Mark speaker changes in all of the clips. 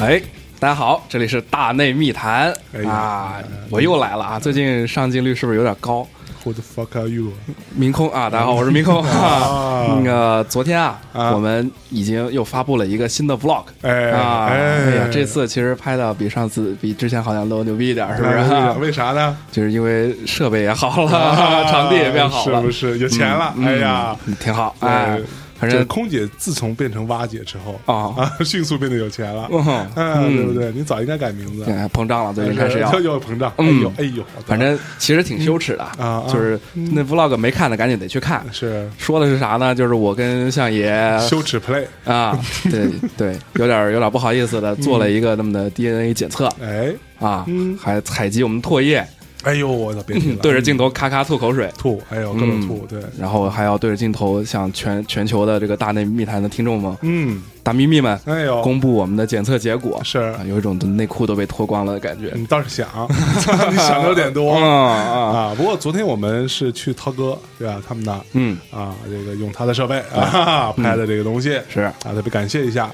Speaker 1: 哎，大家好，这里是大内密谈、
Speaker 2: 哎呀
Speaker 1: 啊，我又来了啊！最近上镜率是不是有点高？
Speaker 2: Who the fuck are you？
Speaker 1: 明空啊，大家好，我是明空。
Speaker 2: 啊
Speaker 1: 那个昨天啊，
Speaker 2: 啊
Speaker 1: 我们已经又发布了一个新的 vlog。
Speaker 2: 哎
Speaker 1: 啊，
Speaker 2: 哎
Speaker 1: 哎呀，这次其实拍的比上次、比之前好像都牛逼一点 儿，是不是
Speaker 2: 哎
Speaker 1: 啊？
Speaker 2: 为啥呢？
Speaker 1: 就是因为设备也好了，
Speaker 2: 啊
Speaker 1: 场地也变好了，
Speaker 2: 是不是有钱了？
Speaker 1: 嗯
Speaker 2: 哎呀，，
Speaker 1: 嗯挺好。哎
Speaker 2: 对，
Speaker 1: 反
Speaker 2: 这
Speaker 1: 正
Speaker 2: 空姐自从变成蛙姐之后
Speaker 1: 哦
Speaker 2: 啊， 迅速变得有钱了，
Speaker 1: 嗯
Speaker 2: 嗯，对不对？你早应该改名字，
Speaker 1: 哎膨胀了，最近开
Speaker 2: 但
Speaker 1: 始
Speaker 2: 是
Speaker 1: 要
Speaker 2: 又有膨胀，哎
Speaker 1: 嗯
Speaker 2: 呦哎呦，
Speaker 1: 反正其实挺羞耻的
Speaker 2: 嗯啊啊
Speaker 1: 就是那 vlog 没看的赶紧得去看。
Speaker 2: 是
Speaker 1: 说的是啥呢？就是我跟相爷
Speaker 2: 羞耻 play，
Speaker 1: 啊，对对，有点有点不好意思的做了一个那么的 DNA 检测
Speaker 2: 哎
Speaker 1: 啊
Speaker 2: 嗯，
Speaker 1: 还采集我们唾液，
Speaker 2: 哎呦，我操，别提了，
Speaker 1: 嗯对着镜头嗯咔咔吐口水。
Speaker 2: 吐，哎呦，各种吐，对，
Speaker 1: 然后还要对着镜头向全全球的这个大内密谈的听众们、
Speaker 2: 嗯，
Speaker 1: 大咪咪们
Speaker 2: 哎呦，
Speaker 1: 公布我们的检测结果，
Speaker 2: 是嗯
Speaker 1: 啊，有一种内裤都被脱光了的感觉。
Speaker 2: 你倒是想， 你想的有点 多，
Speaker 1: 啊啊，
Speaker 2: 啊，不过昨天我们是去涛哥对吧、他们那儿
Speaker 1: 嗯，
Speaker 2: 啊，这个用他的设备啊拍的这个东西、
Speaker 1: 是
Speaker 2: 啊，特别感谢一下。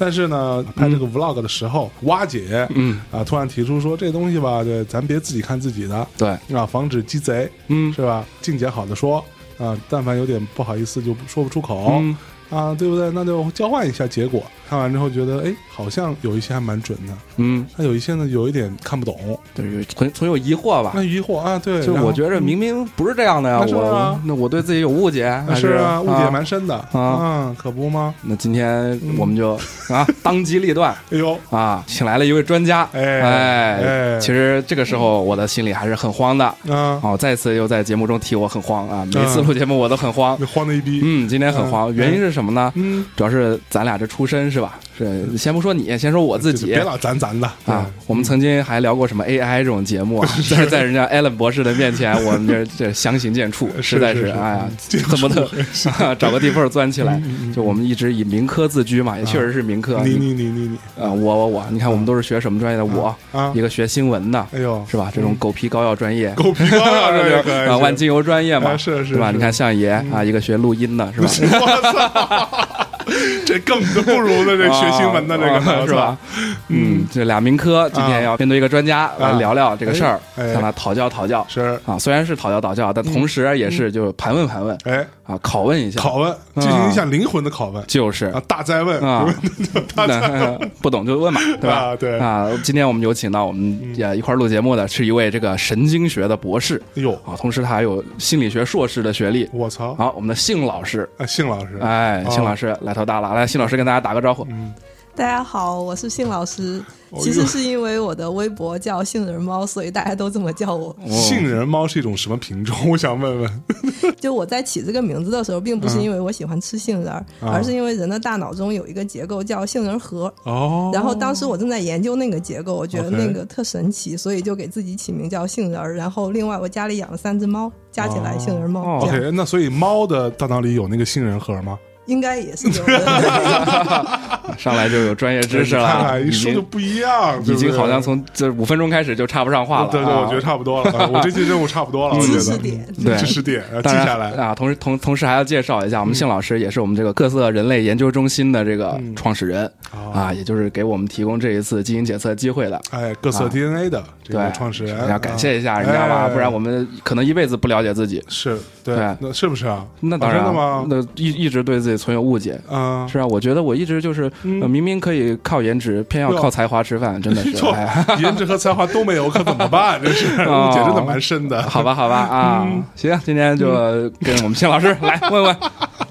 Speaker 2: 但是呢，拍这个 vlog 的时候，蛙姐
Speaker 1: 嗯
Speaker 2: 啊突然提出说这东西吧，对，咱别自己看自己的
Speaker 1: 对，
Speaker 2: 啊，防止鸡贼
Speaker 1: 嗯
Speaker 2: 是吧？境界好的说啊，但凡有点不好意思就说不出口。
Speaker 1: 嗯
Speaker 2: 啊，对不对？那就交换一下结果。看完之后觉得，哎，好像有一些还蛮准的，
Speaker 1: 嗯，
Speaker 2: 那有一些呢有一点看不懂，
Speaker 1: 对，有存存有疑惑吧
Speaker 2: 那。疑惑啊，对。
Speaker 1: 啊就
Speaker 2: 然后
Speaker 1: 我觉着明明不是这样的呀，
Speaker 2: 那是
Speaker 1: 我
Speaker 2: 啊
Speaker 1: 那我对自己有误解，还
Speaker 2: 是啊，
Speaker 1: 啊，
Speaker 2: 误解蛮深的
Speaker 1: 啊
Speaker 2: 啊，可不吗？
Speaker 1: 那今天我们就
Speaker 2: 嗯
Speaker 1: 啊，当机立断
Speaker 2: 哎呦，
Speaker 1: 啊，请来了一位专家，
Speaker 2: 哎
Speaker 1: 哎，
Speaker 2: 哎
Speaker 1: 其实这个时候我的心里还是很慌的。
Speaker 2: 啊，
Speaker 1: 哦，再次又在节目中替我很慌啊，每次
Speaker 2: 嗯
Speaker 1: 录节目我都很慌
Speaker 2: 你。慌的一逼，
Speaker 1: 嗯，今天很慌，
Speaker 2: 嗯
Speaker 1: 原因是什么呢？
Speaker 2: 嗯，
Speaker 1: 主要是咱俩这出身是吧？是，先不说你，先说我自己
Speaker 2: 别。老咱咱的
Speaker 1: 啊，，我们曾经还聊过什么 AI 这种节目 啊，但是在人家 Allen 博士的面前，我们这这相形见绌，
Speaker 2: 是
Speaker 1: 实在
Speaker 2: 是嗯是
Speaker 1: 哎呀，
Speaker 2: 接
Speaker 1: 恨不得 找个地缝钻起来。就我们一直以民科自居嘛，也确实是民科。
Speaker 2: 啊你你你你
Speaker 1: 啊，我我我，你看我们都是学什么专业的？我
Speaker 2: 你啊
Speaker 1: 一，个学新闻的，
Speaker 2: 哎呦，
Speaker 1: 是吧？这种狗皮膏药专业，
Speaker 2: 狗皮膏药 这也可以
Speaker 1: 啊，万金油专业嘛，
Speaker 2: 啊是是
Speaker 1: 对吧？
Speaker 2: 是嗯
Speaker 1: 你看相爷啊，一个学录音的，是吧？
Speaker 2: 是我操， 这更不如的这 学新闻的这
Speaker 1: 啊
Speaker 2: 个
Speaker 1: 啊是吧？？嗯，这俩民科今天要面对一个专家来聊聊这个事儿，
Speaker 2: 啊哎哎嗯
Speaker 1: 向他讨教讨教
Speaker 2: 我操。是，
Speaker 1: 啊，虽然是讨教讨教，但同时啊也是就盘问盘问
Speaker 2: 哎，
Speaker 1: 啊，拷问一下，
Speaker 2: 拷问，进行一下灵魂的拷问
Speaker 1: 就是
Speaker 2: 啊，大灾问
Speaker 1: 嗯啊，
Speaker 2: 大灾问，
Speaker 1: 那 不懂就问嘛，对吧？
Speaker 2: 啊对嗯
Speaker 1: 啊，今天我们有请到我们也一块儿录节目的是一位这个神经学的博士
Speaker 2: 哎呦，
Speaker 1: 啊，同时他还有心理学硕士的学历。
Speaker 2: 我操，
Speaker 1: 好，我们的信老师，
Speaker 2: 啊，信老师，
Speaker 1: 哎，
Speaker 2: 啊
Speaker 1: 信老师来头大了，来，信老师跟大家打个招呼。
Speaker 2: 嗯，
Speaker 3: 大家好，我是信老师。
Speaker 2: 哦
Speaker 3: 其
Speaker 2: 哟
Speaker 3: 实是因为我的微博叫杏仁猫，所以大家都这么叫 我。
Speaker 2: 杏仁猫是一种什么品种？我想 问问，
Speaker 3: 就我在起这个名字的时候，并不是因为我喜欢吃杏仁儿，
Speaker 2: 啊
Speaker 3: 而是因为人的大脑中有一个结构叫杏仁核。
Speaker 2: 哦，
Speaker 3: 然后当时我正在研究那个结构，我觉得
Speaker 2: OK
Speaker 3: 那个特神奇，所以就给自己起名叫杏仁儿。然后另外我家里养了三只猫，加起来杏仁猫，
Speaker 1: 哦
Speaker 3: 这样
Speaker 2: OK，那所以猫的大脑里有那个杏仁核吗？
Speaker 3: 应该也是 有的。
Speaker 1: 啊上来就有专业知识
Speaker 2: 你看
Speaker 1: 了，
Speaker 2: 哎看一
Speaker 1: 已
Speaker 2: 说就
Speaker 1: 经
Speaker 2: 不一样，对
Speaker 1: 已
Speaker 2: 不对
Speaker 1: 经好像从这五分钟开始就插不上话了啊。
Speaker 2: 对对，我觉得差不多了，啊我这期任务差不 多了，我觉得
Speaker 3: 知识点
Speaker 1: 对
Speaker 2: 知识点啊记
Speaker 1: 当然
Speaker 2: 下来。
Speaker 1: 啊，同时同同时还要介绍一下，我们信老师也是我们这个各色人类研究中心的这个
Speaker 2: 嗯
Speaker 1: 创始人、
Speaker 2: 哦
Speaker 1: 啊，也就是给我们提供这一次基因检测机会的。
Speaker 2: 哎，各色
Speaker 1: 啊
Speaker 2: DNA 的这
Speaker 1: 对
Speaker 2: 个，创始人，
Speaker 1: 要感谢一下人家吧，
Speaker 2: 哎
Speaker 1: 不然我们可能一辈子不了解自己。
Speaker 2: 是对
Speaker 1: 对，
Speaker 2: 那是不是啊？
Speaker 1: 那当
Speaker 2: 啊
Speaker 1: 然，
Speaker 2: 真的吗？
Speaker 1: 那一一直对自己存有误解。
Speaker 2: 嗯，
Speaker 1: 是啊，我觉得我一直就是、
Speaker 2: 嗯
Speaker 1: 呃明明可以靠颜值，偏要
Speaker 2: 对啊
Speaker 1: 靠才华吃饭，真的 是。
Speaker 2: 就
Speaker 1: 哎呀
Speaker 2: 颜值和才华都没有，可怎么办？这 是
Speaker 1: 哦
Speaker 2: 误解，真的蛮深的。
Speaker 1: 好吧，好吧
Speaker 2: 嗯
Speaker 1: 啊，行，今天就跟我们信 老师来问问，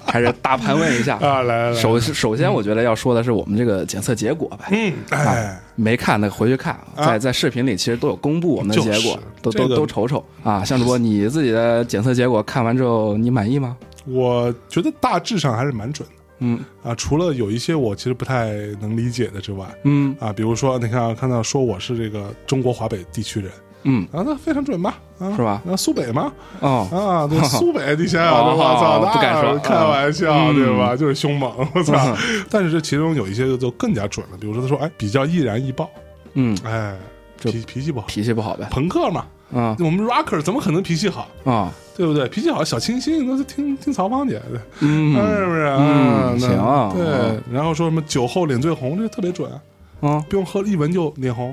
Speaker 1: 还是大盘问一下。
Speaker 2: 啊，来来来，
Speaker 1: 首首先，我觉得要说的是我们这个检测结果呗。
Speaker 2: 嗯，哎，
Speaker 1: 没看的回去看，
Speaker 2: 啊
Speaker 1: 在在视频里其实都有公布我们的结
Speaker 2: 就
Speaker 1: 果
Speaker 2: 是，
Speaker 1: 都
Speaker 2: 这
Speaker 1: 都
Speaker 2: 个
Speaker 1: 都瞅瞅啊！向主播，你自己的检测结果看完之后，你满意吗？
Speaker 2: 我觉得大致上还是蛮准
Speaker 1: 嗯
Speaker 2: 的啊，除了有一些我其实不太能理解的之外，
Speaker 1: 嗯
Speaker 2: 啊，比如说你看看到说我是这个中国华北地区人
Speaker 1: 嗯，
Speaker 2: 啊，那非常准吧？啊，
Speaker 1: 是吧
Speaker 2: 那苏北吗？
Speaker 1: 哦，
Speaker 2: 啊，对，苏北，你想想，
Speaker 1: 哦
Speaker 2: 我操，那
Speaker 1: 不敢说
Speaker 2: 开玩笑
Speaker 1: 嗯
Speaker 2: 对吧？就是凶猛，我操
Speaker 1: 嗯！
Speaker 2: 但是这其中有一些就更加准了，比如说他说，哎，比较易燃易爆，
Speaker 1: 嗯，
Speaker 2: 哎，
Speaker 1: 就
Speaker 2: 脾脾气不好，
Speaker 1: 脾气不好呗，
Speaker 2: 朋克嘛，
Speaker 1: 啊
Speaker 2: 我们 rocker 怎么可能脾气好？
Speaker 1: 啊
Speaker 2: 对不对？脾气好，小清新，那就听听曹芳姐的，
Speaker 1: 嗯
Speaker 2: 是不是？
Speaker 1: 嗯
Speaker 2: 啊那
Speaker 1: 行啊
Speaker 2: 对，然后说什么酒后脸最红，这特别准啊。
Speaker 1: 嗯
Speaker 2: 不用喝，一闻就脸红。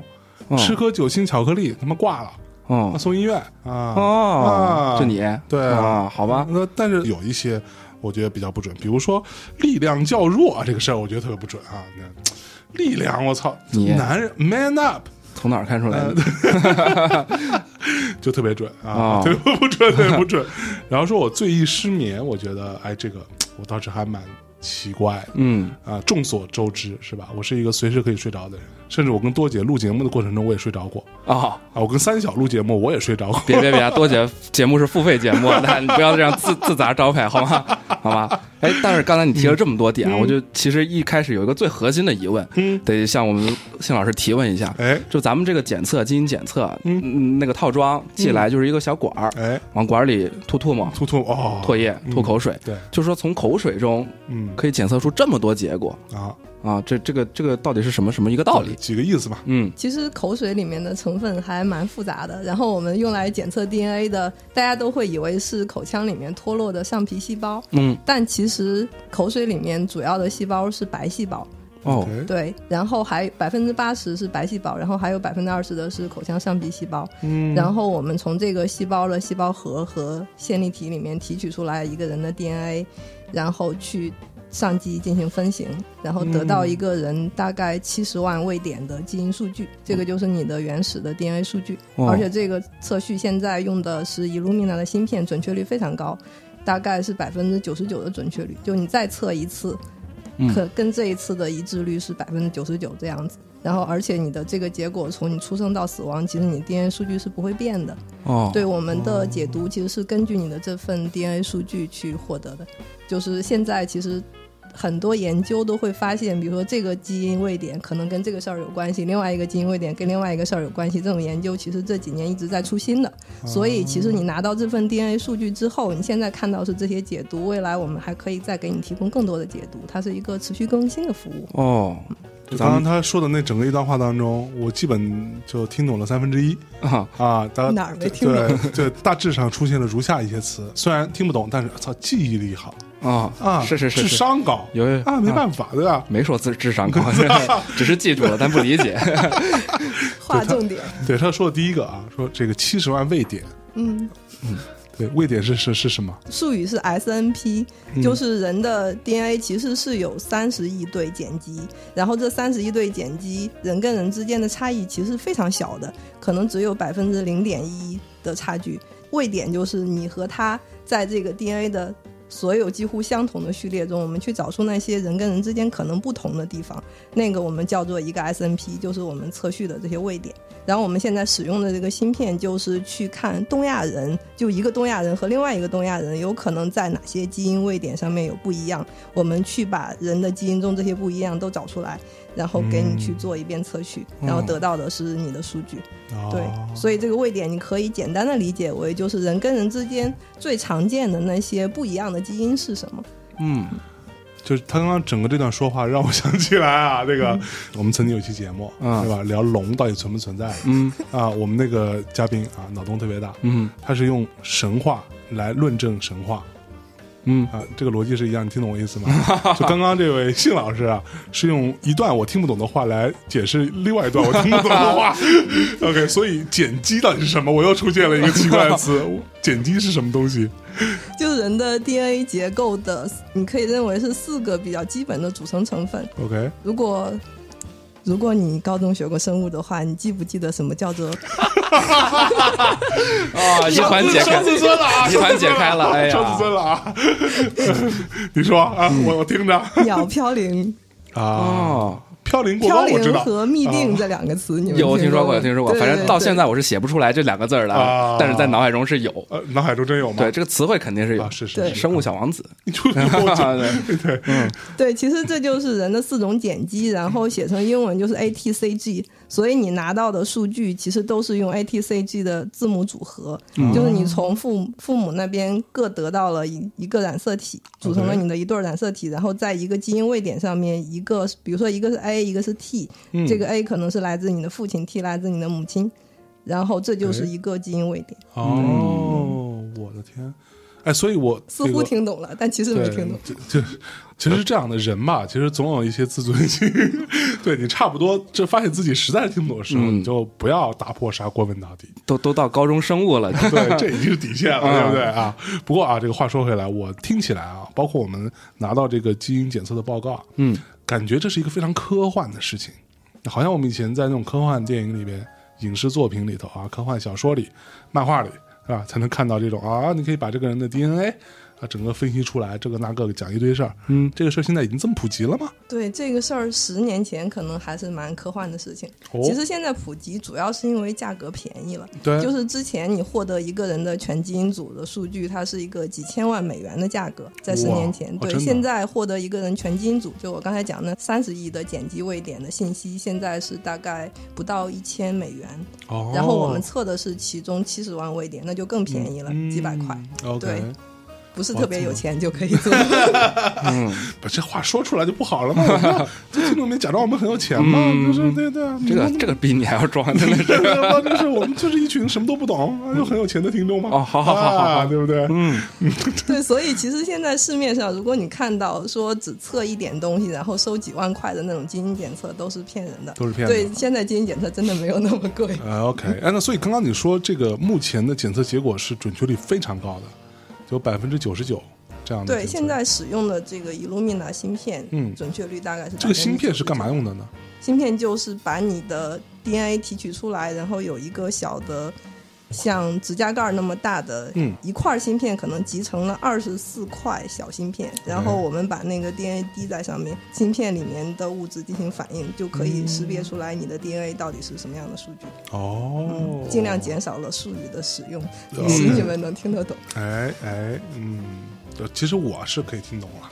Speaker 1: 嗯
Speaker 2: 吃颗九星巧克力，他妈挂了，
Speaker 1: 嗯
Speaker 2: 送医院啊。
Speaker 1: 哦
Speaker 2: 啊，
Speaker 1: 就你
Speaker 2: 对
Speaker 1: 啊，好吧，
Speaker 2: 那但是有一些我觉得比较不准，比如说力量较弱这个事儿，我觉得特别不准啊。那力量，我操，
Speaker 1: 你
Speaker 2: 男人 man up
Speaker 1: 从哪儿看出
Speaker 2: 啊
Speaker 1: 来的？
Speaker 2: 就特别准
Speaker 1: 哦，
Speaker 2: 啊特别不准，特别不准。然后说我醉意失眠，我觉得哎，这个我倒是还蛮奇怪的。
Speaker 1: 嗯，
Speaker 2: 啊，众所周知是吧？我是一个随时可以睡着的人，甚至我跟多姐录节目的过程中，我也睡着过
Speaker 1: 哦，
Speaker 2: 啊。我跟三小录节目，我也睡着过。
Speaker 1: 别别别，多姐节目是付费节目，那你不要这样自自砸招牌好吗？好吗？哎，但是刚才你提了这么多点，啊我就其实一开始有一个最核心的疑问，
Speaker 2: 嗯
Speaker 1: 得向我们幸老师提问一下，
Speaker 2: 哎
Speaker 1: 就咱们这个检测基因检测，
Speaker 2: 嗯
Speaker 1: 嗯，那个套装寄来就是一个小管儿，
Speaker 2: 哎，
Speaker 1: 往管儿里吐唾沫、
Speaker 2: 兔兔哦，
Speaker 1: 唾液、
Speaker 2: 嗯
Speaker 1: 吐口水，
Speaker 2: 对，
Speaker 1: 就说从口水中
Speaker 2: 嗯
Speaker 1: 可以检测出这么多结果
Speaker 2: 啊，
Speaker 1: 啊，这这个这个到底是什么什么一个道理？
Speaker 2: 几个意思吧？
Speaker 1: 嗯
Speaker 3: 其实口水里面的成分还蛮复杂的，然后我们用来检测 DNA 的，大家都会以为是口腔里面脱落的上皮细胞，
Speaker 1: 嗯
Speaker 3: 但其实口水里面主要的细胞是白细胞，
Speaker 1: 哦
Speaker 2: OK，
Speaker 3: 对，然后还百分之八十是白细胞，然后还有百分之二十的是口腔上皮细胞，
Speaker 2: 嗯，
Speaker 3: 然后我们从这个细胞的细胞核和线粒体里面提取出来一个人的 DNA，然后去上机进行分型，然后得到一个人大概七十万位点的基因数据，这个就是你的原始的 DNA 数据。
Speaker 1: 哦
Speaker 3: 而且这个测序现在用的是 Illumina 的芯片，准确率非常高，大概是百分之九十九的准确率。就你再测一次，
Speaker 1: 嗯
Speaker 3: 可跟这一次的一致率是百分之九十九这样子。然后，而且你的这个结果从你出生到死亡，其实你 DNA 数据是不会变的。
Speaker 1: 哦，
Speaker 3: 对我们的解读其实是根据你的这份 DNA 数据去获得的。就是现在其实很多研究都会发现，比如说这个基因位点可能跟这个事儿有关系，另外一个基因位点跟另外一个事儿有关系。这种研究其实这几年一直在出新的。所以其实你拿到这份 DNA 数据之后，你现在看到是这些解读，未来我们还可以再给你提供更多的解读，它是一个持续更新的服务。
Speaker 1: 哦
Speaker 2: 就
Speaker 1: 咱
Speaker 2: 刚
Speaker 1: 们
Speaker 2: 刚他说的那整个一段话当中，我基本就听懂了三分之一
Speaker 1: 啊
Speaker 2: 啊。大
Speaker 3: 哪儿没听懂
Speaker 2: 对，对大致上出现了如下一些词，虽然听不懂，但是操，记忆力好
Speaker 1: 啊
Speaker 2: 啊，
Speaker 1: 是是是
Speaker 2: 智
Speaker 1: 是，
Speaker 2: 商高
Speaker 1: 有有
Speaker 2: 啊，没办法，对吧？
Speaker 1: 没说智智商高， 只是记住了，但不理 解。
Speaker 3: 划重点，
Speaker 2: 对他说的第一个啊，说这个七十万位点，
Speaker 3: 嗯，
Speaker 2: 对，位点是是是什么？
Speaker 3: 术语是 SNP，就是人的 DNA 其实是有三十亿对碱基，然后这三十亿对碱基，人跟人之间的差异其实非常小的，可能只有百分之零点一的差距。位点就是你和他在这个 DNA 的所有几乎相同的序列中，我们去找出那些人跟人之间可能不同的地方，那个我们叫做一个 SNP，就是我们测序的这些位点。然后我们现在使用的这个芯片，就是去看东亚人，就一个东亚人和另外一个东亚人有可能在哪些基因位点上面有不一样，我们去把人的基因中这些不一样都找出来，然后给你去做一遍测序，然后得到的是你的数据。对，
Speaker 2: 哦
Speaker 3: 所以这个位点你可以简单的理解为，就是人跟人之间最常见的那些不一样的基因是什么。
Speaker 1: 嗯
Speaker 2: 就是他刚刚整个这段说话让我想起来啊，这个我们曾经有一期节目，
Speaker 1: 嗯
Speaker 2: 对吧？聊龙到底存不存在
Speaker 1: 嗯
Speaker 2: 啊？我们那个嘉宾啊，脑洞特别大，
Speaker 1: 嗯
Speaker 2: 他是用神话来论证神话
Speaker 1: 嗯
Speaker 2: 啊，这个逻辑是一样，你听懂我 意思吗？就刚刚这位信老师啊，是用一段我听不懂的话来解释另外一段我听不懂 的话。OK，所以碱基到底是什么？我又出现了一个奇怪 的词，碱基是什么东西？
Speaker 3: 就是人的 DNA 结构的，你可以认为是四个比较基本的组成成分。
Speaker 2: OK，
Speaker 3: 如果如果你高中学过生物的话，你记不记得什么叫做
Speaker 1: 啊，疑团解开
Speaker 2: 双，子孙了啊，
Speaker 1: 疑 团解开了，哎
Speaker 2: 双子
Speaker 1: 呀，
Speaker 2: 孙了啊！ 你说啊，我我听着
Speaker 3: 鸟嘌呤、
Speaker 2: 啊，
Speaker 1: 哦，
Speaker 2: 飘零过
Speaker 3: 嘌
Speaker 2: 关我知
Speaker 3: 呤
Speaker 2: 道
Speaker 3: 和嘧啶这两个词，你们
Speaker 1: 有听
Speaker 3: 听
Speaker 1: 说
Speaker 3: 过
Speaker 1: 过，
Speaker 3: 吗
Speaker 1: 有听说过，
Speaker 3: 对
Speaker 1: 反正到现
Speaker 3: 在，
Speaker 1: 在我是写不出来这两个字儿的
Speaker 2: 啊
Speaker 1: 啊，但是在脑海中是有，
Speaker 2: 呃，脑海中真有吗？
Speaker 1: 对，这个词汇肯定是有
Speaker 2: 啊，，是是
Speaker 3: 对
Speaker 2: 是，
Speaker 1: 生物啊小王子，
Speaker 2: 你就你给我讲对，
Speaker 3: 对，其实这就是人的四种碱基，然后写成英文就是 ATCG，所以你拿到的数据其实都是用 ATCG 的字母组合，
Speaker 2: 嗯
Speaker 3: 就是你从父母父母那边各得到了一一个染色体，组成了
Speaker 2: OK
Speaker 3: 你的一对儿染色体，然后在一个基因位点上面，一个比如说一个是 A，一个是 T，、这
Speaker 2: 嗯
Speaker 3: 个 A 可能是来自你的父亲，T 来自你的母
Speaker 2: 哎
Speaker 3: 亲，然后这就是一个基因位点。
Speaker 2: 哦，我的天！哎，所以我
Speaker 3: 似乎听懂了，但其实没听懂。
Speaker 2: 对就就其实这样的人吧，其实总有一些自尊心。 对你差不多，就发现自己实在是听不懂的时候，
Speaker 1: 嗯
Speaker 2: 你就不要打破砂锅问到底。
Speaker 1: 都都到高中生物了，
Speaker 2: 对，这已经是底线了，
Speaker 1: 嗯
Speaker 2: 对不对啊？不过啊，这个话说回来，我听起来啊，包括我们拿到这个基因检测的报告，
Speaker 1: 嗯，
Speaker 2: 感觉这是一个非常科幻的事情，好像我们以前在那种科幻电影里边、影视作品里头啊、科幻小说里、漫画里啊，才能看到这种啊，你可以把这个人的 DNA 啊整个分析出来，这个那个讲一堆事儿。
Speaker 1: 嗯，
Speaker 2: 这个事儿现在已经这么普及了吗？
Speaker 3: 对这个事儿，十年前可能还是蛮科幻的事情。
Speaker 2: 哦
Speaker 3: 其实现在普及主要是因为价格便宜了。
Speaker 2: 对，
Speaker 3: 就是之前你获得一个人的全基因组的数据，它是一个几千万美元的价格，在十
Speaker 2: 哇
Speaker 3: 年前。
Speaker 2: 哦
Speaker 3: 对，
Speaker 2: 真的
Speaker 3: 现在获得一个人全基因组，就我刚才讲的三十亿的碱基位点的信息，现在是大概不到一千美元。
Speaker 2: 哦，
Speaker 3: 然后我们测的是其中七十万位点，那就更便宜了，
Speaker 2: 嗯
Speaker 3: 几百块，。
Speaker 2: OK，
Speaker 3: 对不是
Speaker 2: 哇
Speaker 3: 特别
Speaker 2: 这
Speaker 3: 有
Speaker 2: 么
Speaker 3: 钱就可以做。
Speaker 1: 嗯，
Speaker 2: 把这话说出来就不好了嘛。 我说这听众没假装我们很有钱嘛，
Speaker 1: 嗯
Speaker 2: 就是对对啊，
Speaker 1: 这个
Speaker 3: 嗯
Speaker 2: 你
Speaker 1: 这个比你还要装，真的是。
Speaker 2: 对对吧？就是我们就是一群什么都不懂啊又很有钱的听众嘛。
Speaker 1: 哦好好好好
Speaker 2: 啊
Speaker 1: 好
Speaker 2: 对不对？
Speaker 1: 嗯，
Speaker 3: 对，所以其实现在市面上，如果你看到说只测一点东西，然后收几万块的那种基因检测，都是骗人的。
Speaker 2: 都是骗
Speaker 3: 对
Speaker 2: 子，。
Speaker 3: 现在基因检测真的没有那么贵。
Speaker 2: 呃，OK，哎，那所以刚刚你说这个目前的检测结果是准确率非常高的，有百分之九十九这样的
Speaker 3: 对，
Speaker 2: 检测
Speaker 3: 现在使用的这个 Illumina 芯片，
Speaker 2: 嗯
Speaker 3: 准确率大概是
Speaker 2: 这个芯片是干嘛
Speaker 3: 99%？
Speaker 2: 用的呢？
Speaker 3: 芯片就是把你的 DNA 提取出来，然后有一个小的像指甲盖儿那么大的
Speaker 2: 嗯
Speaker 3: 一块芯片，可能集成了二十四块小芯片，然
Speaker 2: 哎
Speaker 3: 后我们把那个 DNA 滴在上面，芯片里面的物质进行反应，就可以识别出来你的 DNA 到底是什么样的数据，
Speaker 2: 哦，
Speaker 3: 尽量减少了术语的使用，
Speaker 2: 嗯
Speaker 3: 也许你们能听得懂。
Speaker 2: 哎哎，嗯，呃其实我是可以听懂了，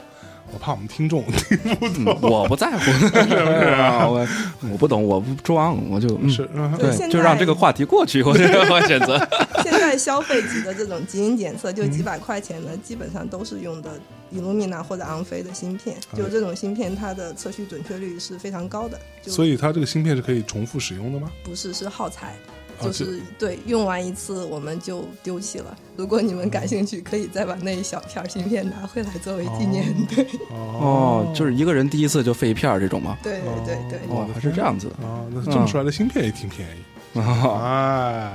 Speaker 2: 我怕我们听众听不
Speaker 1: 嗯
Speaker 2: 懂。
Speaker 1: 我不在乎，是不是 啊？我我不懂，我不装，我就嗯
Speaker 2: 是，嗯
Speaker 3: 对
Speaker 1: 对，
Speaker 3: 现
Speaker 1: 就让
Speaker 3: 在
Speaker 1: 这个话题过去。我觉得我选择，
Speaker 3: 现在消费级的这种基因检测，
Speaker 2: 嗯
Speaker 3: 就几百块钱的，基本上都是用的 Illumina 或者昂飞的芯片。
Speaker 2: 啊
Speaker 3: 就这种芯片，它的测序准确率是非常高的，
Speaker 2: 所
Speaker 3: 就
Speaker 2: 以它这个芯片是可以重复使用的吗？
Speaker 3: 不是是耗材，
Speaker 2: 啊
Speaker 3: 就
Speaker 2: 这
Speaker 3: 是对用完一次我们就丢弃了。如果你们
Speaker 2: 嗯
Speaker 3: 感兴趣，可以再把那一小片儿芯片拿回来作为纪念。对
Speaker 1: 哦，就是一个人第一次就废一片儿这种吗？
Speaker 3: 对对对
Speaker 2: 哦
Speaker 3: 对，
Speaker 1: 哦，还是这样子的。
Speaker 2: 啊，那这么说来，这芯片也挺便宜。
Speaker 1: 嗯哦
Speaker 2: 哎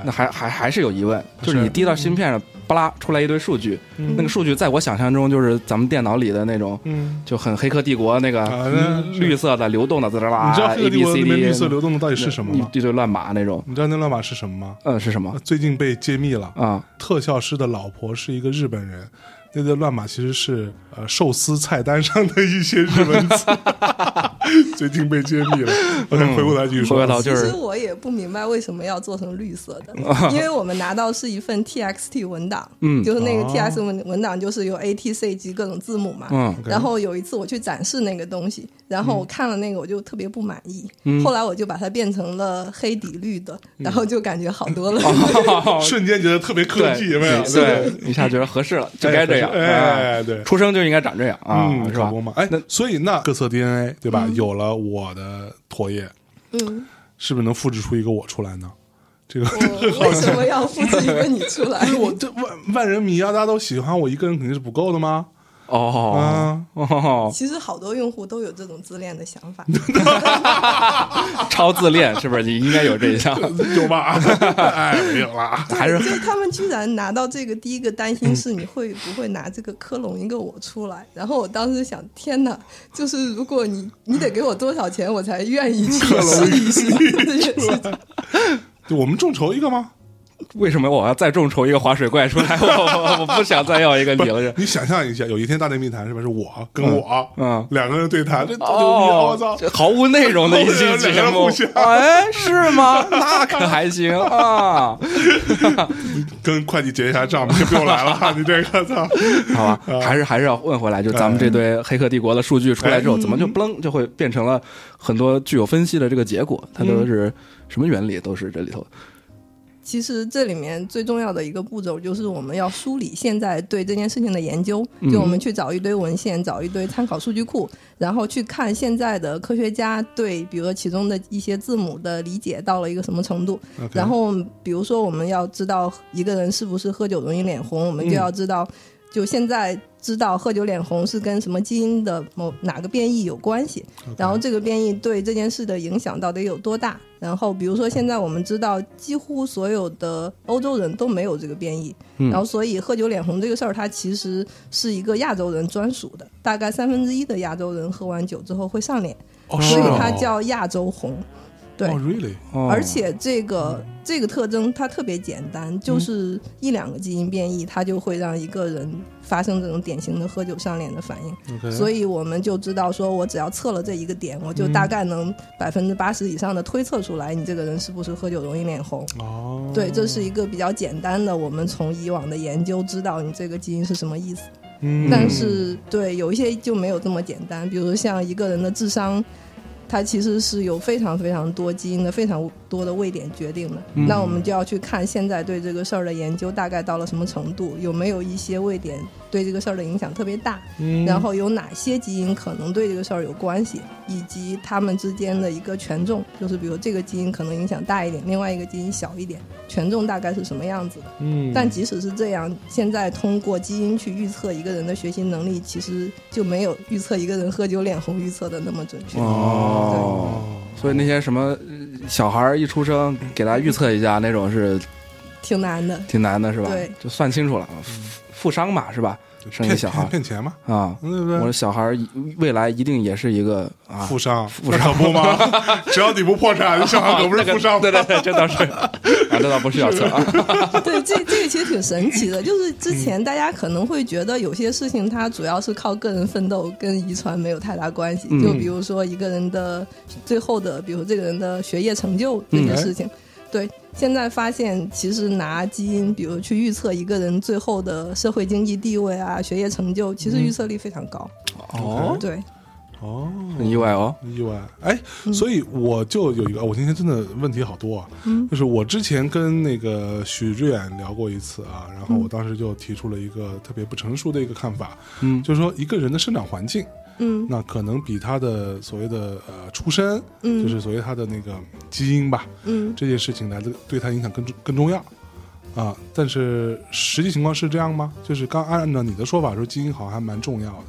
Speaker 1: 那，还还还是有疑问，就是
Speaker 2: 是
Speaker 1: 你滴到芯片上，巴拉出来一堆数据，
Speaker 2: 嗯
Speaker 1: 那个数据在我想象中就是咱们电脑里的那种，
Speaker 2: 嗯，
Speaker 1: 就很《黑客帝国》那个
Speaker 2: 啊那
Speaker 1: 嗯绿色的流动的滋啦啦，
Speaker 2: 你知道黑客
Speaker 1: A
Speaker 2: 帝
Speaker 1: B
Speaker 2: 国
Speaker 1: C
Speaker 2: 里
Speaker 1: D
Speaker 2: 面绿色流动的到底是什么吗？
Speaker 1: 一堆乱码那种，
Speaker 2: 你知道那乱码是什么吗？
Speaker 1: 嗯，是什么
Speaker 2: 最近被揭秘了，
Speaker 1: 啊？
Speaker 2: 特效师的老婆是一个日本人。那个乱码其实是呃寿司菜单上的一些日文 字，最近被揭秘了。OK，回过来继续
Speaker 1: 嗯
Speaker 2: 说。
Speaker 1: 回过头
Speaker 3: 其
Speaker 1: 就是
Speaker 3: 实我也不明白为什么要做成绿色 的，因为我们拿到是一份 TXT 文档，
Speaker 1: 嗯
Speaker 3: 就是那个
Speaker 2: 哦
Speaker 3: TX 文文档就是由 ATC 及各种字母嘛，
Speaker 1: 嗯
Speaker 2: ，OK
Speaker 3: 然后有一次我去展示那个东西，然后我看了那个我就特别不满意，
Speaker 1: 嗯
Speaker 3: 后来我就把它变成了黑底绿的，然后就感觉好 多了。
Speaker 2: 瞬间觉得特别科技，有没有？
Speaker 1: 对对，一下觉得合适了，就
Speaker 2: 哎
Speaker 1: 该这样。啊
Speaker 2: 哎，对，
Speaker 1: 出生就应该长这样啊，
Speaker 2: 嗯，
Speaker 1: 是
Speaker 2: 可
Speaker 1: 吧
Speaker 2: 不？嘛。哎，所以那各色 DNA 对吧？有了我的唾液，
Speaker 3: 嗯，
Speaker 2: 是不是能复制出一个我出来呢？这个
Speaker 3: 我为什么要复制一个你出 来？
Speaker 2: 我这万万人迷啊，大家都喜欢我一个人肯定是不够的吗？
Speaker 1: 哦
Speaker 2: 啊，
Speaker 1: 哦，
Speaker 3: 其实好多用户都有这种自恋的想法，
Speaker 1: 超自恋是不是？你应该有这一项，
Speaker 2: 有吧？哎，没有啦。
Speaker 1: 还是
Speaker 3: 所以他们居然拿到这个，第一个担心是你会不会拿这个克隆一个我出来。然后我当时想，天哪，就是如果你你得给我多少钱，我才愿意去试一试这件事情。
Speaker 2: 就我们众筹一个吗？
Speaker 1: 为什么我要再众筹一个滑水怪出来？我我我 不想再要一个你了，是
Speaker 2: 你想象一下，有一天大内密谈是吧？是我跟我，
Speaker 1: 嗯
Speaker 2: 两个人对谈，这多牛逼啊！
Speaker 1: 哦
Speaker 2: 我操，！
Speaker 1: 这毫无内容的一期节目
Speaker 2: 两个人互相，
Speaker 1: 哎，是吗？那可还行啊，
Speaker 2: 跟会计结一下账，你就不用 来了，你这个 操，
Speaker 1: 好吧，还是还是要问回来，就咱们这堆《黑客帝国》的数据出来之后，怎么就嘣就会变成了很多具有分析的这个结果？它都是什么原理？都是这里头
Speaker 3: 其实这里面最重要的一个步骤就是我们要梳理现在对这件事情的研究，就我们去找一堆文献，找一堆参考数据库，然后去看现在的科学家对，比如说其中的一些字母的理解到了一个什么程度。
Speaker 2: OK 嗯
Speaker 3: 然后比如说我们要知道一个人是不是喝酒容易脸红，我们就要知道。就现在知道喝酒脸红是跟什么基因的某哪个变异有关系，然后这个变异对这件事的影响到底有多大？然后比如说现在我们知道，几乎所有的欧洲人都没有这个变异，
Speaker 1: 嗯
Speaker 3: 然后所以喝酒脸红这个事儿，它其实是一个亚洲人专属的，大概三分之一的亚洲人喝完酒之后会上脸，
Speaker 2: 哦，
Speaker 3: 所
Speaker 2: 是
Speaker 3: 以
Speaker 2: 吗
Speaker 3: 它叫亚洲红。对
Speaker 2: 哦，really，
Speaker 1: 哦
Speaker 3: 而且这个这个特征它特别简单，就是一两个基因变异，它就会让一个人发生这种典型的喝酒上脸的反应。所以我们就知道，说我只要测了这一个点，我就大概能百分之八十以上的推测出来你这个人是不是喝酒容易脸红。
Speaker 2: 哦，
Speaker 3: 对，这是一个比较简单的，我们从以往的研究知道你这个基因是什么意思。
Speaker 2: 嗯，
Speaker 3: 但是对有一些就没有这么简单，比如说像一个人的智商，它其实是有非常非常多基因的非常多的位点决定的。
Speaker 1: 嗯
Speaker 3: 那我们就要去看现在对这个事儿的研究大概到了什么程度，有没有一些位点对这个事儿的影响特别大，
Speaker 2: 嗯
Speaker 3: 然后有哪些基因可能对这个事儿有关系，以及它们之间的一个权重，就是比如这个基因可能影响大一点，另外一个基因小一点，权重大概是什么样子的。
Speaker 2: 嗯，
Speaker 3: 但即使是这样，现在通过基因去预测一个人的学习能力，其实就没有预测一个人喝酒脸红预测的那么准确。
Speaker 1: 哦，所以那些什么呃小孩儿一出生给大家预测一下那种是
Speaker 3: 挺难的。
Speaker 1: 挺难的，是吧？
Speaker 3: 对，
Speaker 1: 就算清楚了，负负伤嘛，是吧？生一
Speaker 2: 骗
Speaker 1: 小孩
Speaker 2: 骗钱嘛，嗯
Speaker 1: 啊，
Speaker 2: 对不
Speaker 1: 我
Speaker 2: 对？
Speaker 1: 说小孩儿一未来一定也是一个啊，
Speaker 2: 富商，
Speaker 1: 富
Speaker 2: 那
Speaker 1: 商
Speaker 2: 可不吗？ 只要你不 破产，小孩可不是富商吗。
Speaker 1: 对对对，这倒是 啊，这倒不是小测啊，
Speaker 3: 对，这这个其实挺神奇的，就是之前大家可能会觉得有些事情它主要是靠个人奋斗，跟遗传没有太大关系。
Speaker 1: 嗯
Speaker 3: 就比如说一个人的最后的，比如这个人的学业成就这些事情，对。现在发现，其实拿基因，比如去预测一个人最后的社会经济地位啊、学业成就，其实预测力非常高。
Speaker 1: 哦，
Speaker 3: 对，
Speaker 2: 哦，
Speaker 1: 很意外哦，
Speaker 2: 意外哎，所以我就有一个，我今天真的问题好多啊。
Speaker 3: 嗯
Speaker 2: 就是我之前跟那个许志远聊过一次啊，然
Speaker 3: 嗯
Speaker 2: 后我当时就提出了一个特别不成熟的一个看法，
Speaker 1: 嗯
Speaker 2: 就是说一个人的生长环境，
Speaker 3: 嗯
Speaker 2: 那可能比他的所谓的呃出身，
Speaker 3: 嗯
Speaker 2: 就是所谓他的那个基因吧，
Speaker 3: 嗯
Speaker 2: 这件事情来的对他影响更更重要。啊，但是实际情况是这样吗？就是刚按照你的说法说，基因好像还蛮重要的。，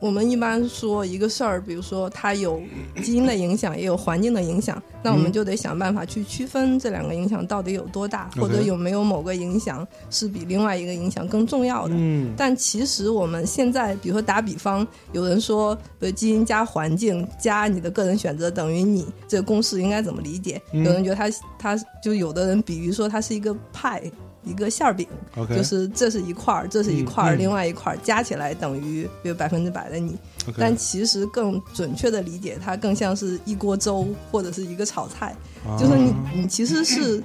Speaker 3: 我们一般说一个事儿，比如说它有基因的影响，也有环境的影响，那我们就得想办法去区分这两个影响到底有多大，或者
Speaker 2: OK
Speaker 3: 有没有某个影响是比另外一个影响更重要的。
Speaker 2: 嗯，
Speaker 3: 但其实我们现在，比如说打比方，有人说，呃，基因加环境加你的个人选择等于你，这个公式应该怎么理解？有人觉得它它就有的人比喻说它是一个派，一个馅儿饼。
Speaker 2: OK，
Speaker 3: 就是这是一块儿，这是一块儿，
Speaker 2: 嗯嗯
Speaker 3: 另外一块儿加起来等于比如百分之百的你。
Speaker 2: OK
Speaker 3: 但其实更准确的理解，它更像是一锅粥或者是一个炒菜，
Speaker 2: 啊
Speaker 3: 就是你你其实是。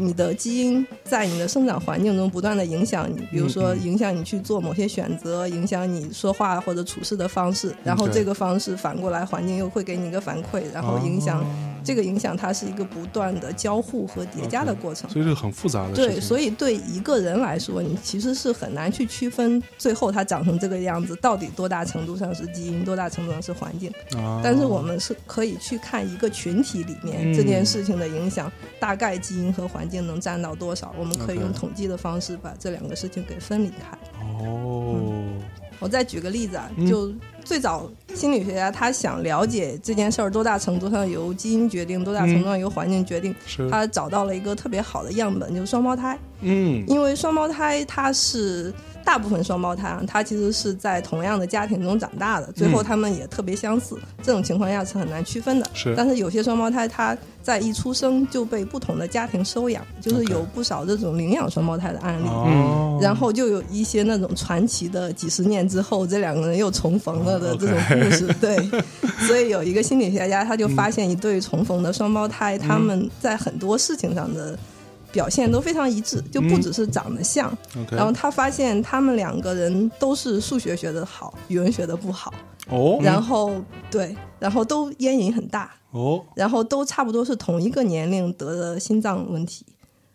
Speaker 3: 你的基因在你的生长环境中不断的影响你，比如说
Speaker 2: 嗯
Speaker 3: 影响你去做某些选择，影响你说话或者处事的方式，然后
Speaker 2: 对
Speaker 3: 这个方式反过来环境又会给你一个反馈，然后影响、
Speaker 2: 哦啊
Speaker 3: 这个影响它是一个不断的交互和叠加的过程。
Speaker 2: 所以这个很复杂的事情。
Speaker 3: 对，所以对一个人来说，你其实是很难去区分最后他长成这个样子到底多大程度上是基因，多大程度上是环境。
Speaker 2: 啊，
Speaker 3: 但是我们是可以去看一个群体里
Speaker 2: 嗯
Speaker 3: 面这件事情的影响，大概基因和环境能占到多少，我们可以
Speaker 2: OK
Speaker 3: 用统计的方式把这两个事情给分离开。
Speaker 2: 哦，
Speaker 3: 我再举个例子啊，
Speaker 2: 嗯
Speaker 3: 就最早心理学家他想了解这件事儿多大程度上由基因决定，多大程度
Speaker 2: 嗯
Speaker 3: 上由环境决定，
Speaker 2: 是
Speaker 3: 他找到了一个特别好的样本，就是双胞胎。
Speaker 2: 嗯
Speaker 3: 因为双胞胎它是大部分双胞胎啊，它其实是在同样的家庭中长大的，最后他们也特别相似，这种情况下是很难区分的。
Speaker 2: 是
Speaker 3: 但是有些双胞胎他在一出生就被不同的家庭收养，就是有不少这种领养双胞胎的案例。
Speaker 2: 哦，
Speaker 3: 嗯然后就有一些那种传奇的，几十年之后这两个人又重逢了的
Speaker 2: 哦
Speaker 3: 这种故事。对， 所以有一个心理学家他就发现一对重逢的双胞胎，
Speaker 2: 嗯
Speaker 3: 他们在很多事情上的表现都非常一致，就
Speaker 2: 嗯
Speaker 3: 不只是长得像，
Speaker 2: OK，
Speaker 3: 然后他发现他们两个人都是数学学的好，语文学的不好，
Speaker 2: 哦，
Speaker 3: 然后对，然后都烟瘾很大，
Speaker 2: 哦，
Speaker 3: 然后都差不多是同一个年龄得的心脏问题，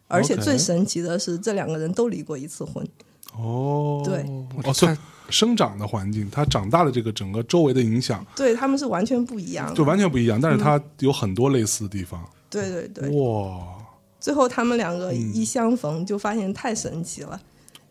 Speaker 3: 而且
Speaker 2: OK
Speaker 3: 最神奇的是，这两个人都离过一次婚。
Speaker 2: 哦，
Speaker 3: 对，
Speaker 2: 哦，所以生长的环境，他长大的这个整个周围的影响
Speaker 3: 对，他们是完全不一样
Speaker 2: 就
Speaker 3: 的。
Speaker 2: 完全不一样，但是它有很多类似的地方。
Speaker 3: 对对对，
Speaker 2: 哇嗯
Speaker 3: 最后他们两个一相逢，就发现太神奇了。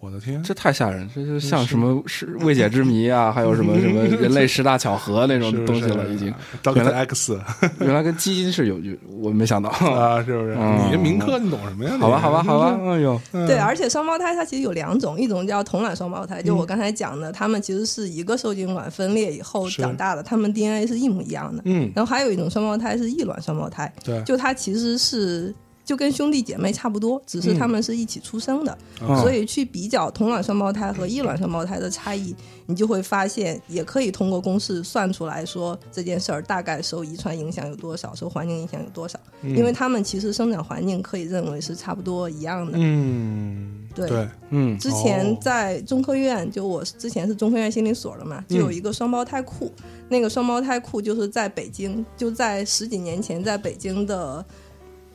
Speaker 2: 我的天，
Speaker 1: 这太吓人，这就像什么是未解之谜啊，还有 什么什么人类十大巧合那种
Speaker 2: 是
Speaker 1: 东西了，已经。。
Speaker 2: 到
Speaker 1: 原
Speaker 2: X
Speaker 1: 原来跟基因是有有，我没想到。好
Speaker 2: 啊，是不是？
Speaker 1: 嗯
Speaker 2: 你这民科你懂什么呀？
Speaker 1: 吧，好吧，好吧，哎呦，
Speaker 2: 吧
Speaker 3: 对，而且双胞胎它其实有两种，一种叫同卵双胞胎，
Speaker 2: 嗯
Speaker 3: 就我刚才讲的，他们其实是一个受精卵分裂以后
Speaker 2: 是
Speaker 3: 长大的，他们 DNA 是一模一样的。
Speaker 2: 嗯，
Speaker 3: 然后还有一种双胞胎是异卵双胞胎，
Speaker 2: 对，
Speaker 3: 就它其实是就跟兄弟姐妹差不多，只
Speaker 2: 嗯
Speaker 3: 是他们是一起出生的，
Speaker 1: 嗯
Speaker 3: 所以去比较同卵双胞胎和异卵双胞胎的差异，你就会发现，也可以通过公式算出来说这件事儿大概受遗传影响有多少，受环境影响有多少，因为他们其实生长环境可以认为是差不多一样的。
Speaker 2: 嗯，
Speaker 3: 对
Speaker 2: 对，
Speaker 1: 嗯，
Speaker 3: 之前
Speaker 2: 哦
Speaker 3: 在中科院，就我之前是中科院心理所的嘛，就有一个双胞胎库。那个双胞胎库就是在北京，就在十几年前，在北京的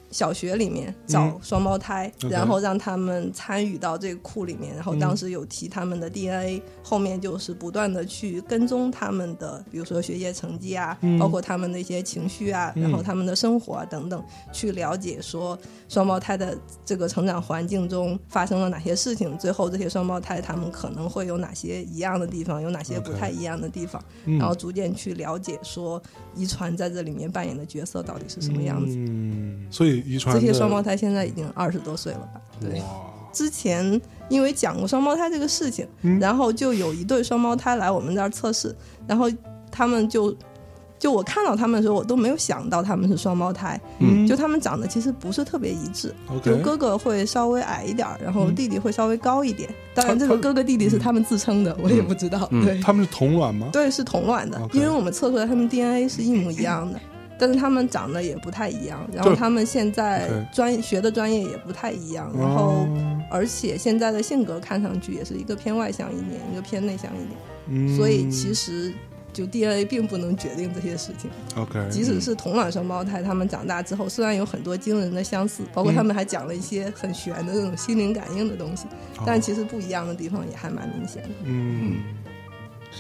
Speaker 3: 小学里面找双胞胎，
Speaker 2: OK
Speaker 3: 然后让他们参与到这个库里面。然后当时有提他们的 DNA，、后面就是不断的去跟踪他们的，比如说学业成绩啊，包括他们的一些情绪啊，然后他们的生活啊等等，去了解说双胞胎的这个成长环境中发生了哪些事情，最后这些双胞胎他们可能会有哪些一样的地方，有哪些不太一样的地方
Speaker 2: 嗯
Speaker 3: 然后逐渐去了解说遗传在这里面扮演的角色到底是什么样子。
Speaker 2: 嗯，所以遗传
Speaker 3: 这些
Speaker 2: 的
Speaker 3: 双胞胎现在已经二十多岁了吧？对。
Speaker 2: 哇，
Speaker 3: 之前因为讲过双胞胎这个事情，
Speaker 2: 嗯
Speaker 3: 然后就有一对双胞胎来我们这儿测试，然后他们就就我看到他们的时候，我都没有想到他们是双胞胎，
Speaker 1: 嗯
Speaker 3: 就他们长得其实不是特别一致，
Speaker 2: OK
Speaker 3: 就哥哥会稍微矮一点儿，然后弟弟会稍微高一点。当然，
Speaker 2: 嗯他
Speaker 3: 这个
Speaker 2: 他
Speaker 3: 哥哥弟弟是他们自称的，我也不知道。
Speaker 1: 嗯
Speaker 3: 对，
Speaker 2: 他们是同卵吗？
Speaker 3: 对，是同卵的
Speaker 2: OK
Speaker 3: 因为我们测出来他们 DNA 是一模一样的，但是他们长得也不太一样，然后
Speaker 2: 对
Speaker 3: 他们现在
Speaker 2: OK
Speaker 3: 专学的专业也不太一样，然后
Speaker 2: 哦，
Speaker 3: 而且现在的性格看上去也是一个偏外向一点，一个偏内向一点，
Speaker 2: 嗯
Speaker 3: 所以其实。就 DNA 并不能决定这些事情，
Speaker 2: OK，
Speaker 3: 即使是同卵双胞胎，他们长大之后虽然有很多惊人的相似，包括他们还讲了一些很玄的那种心灵感应的东西，
Speaker 2: 哦
Speaker 3: 但其实不一样的地方也还蛮明显的。
Speaker 2: 嗯，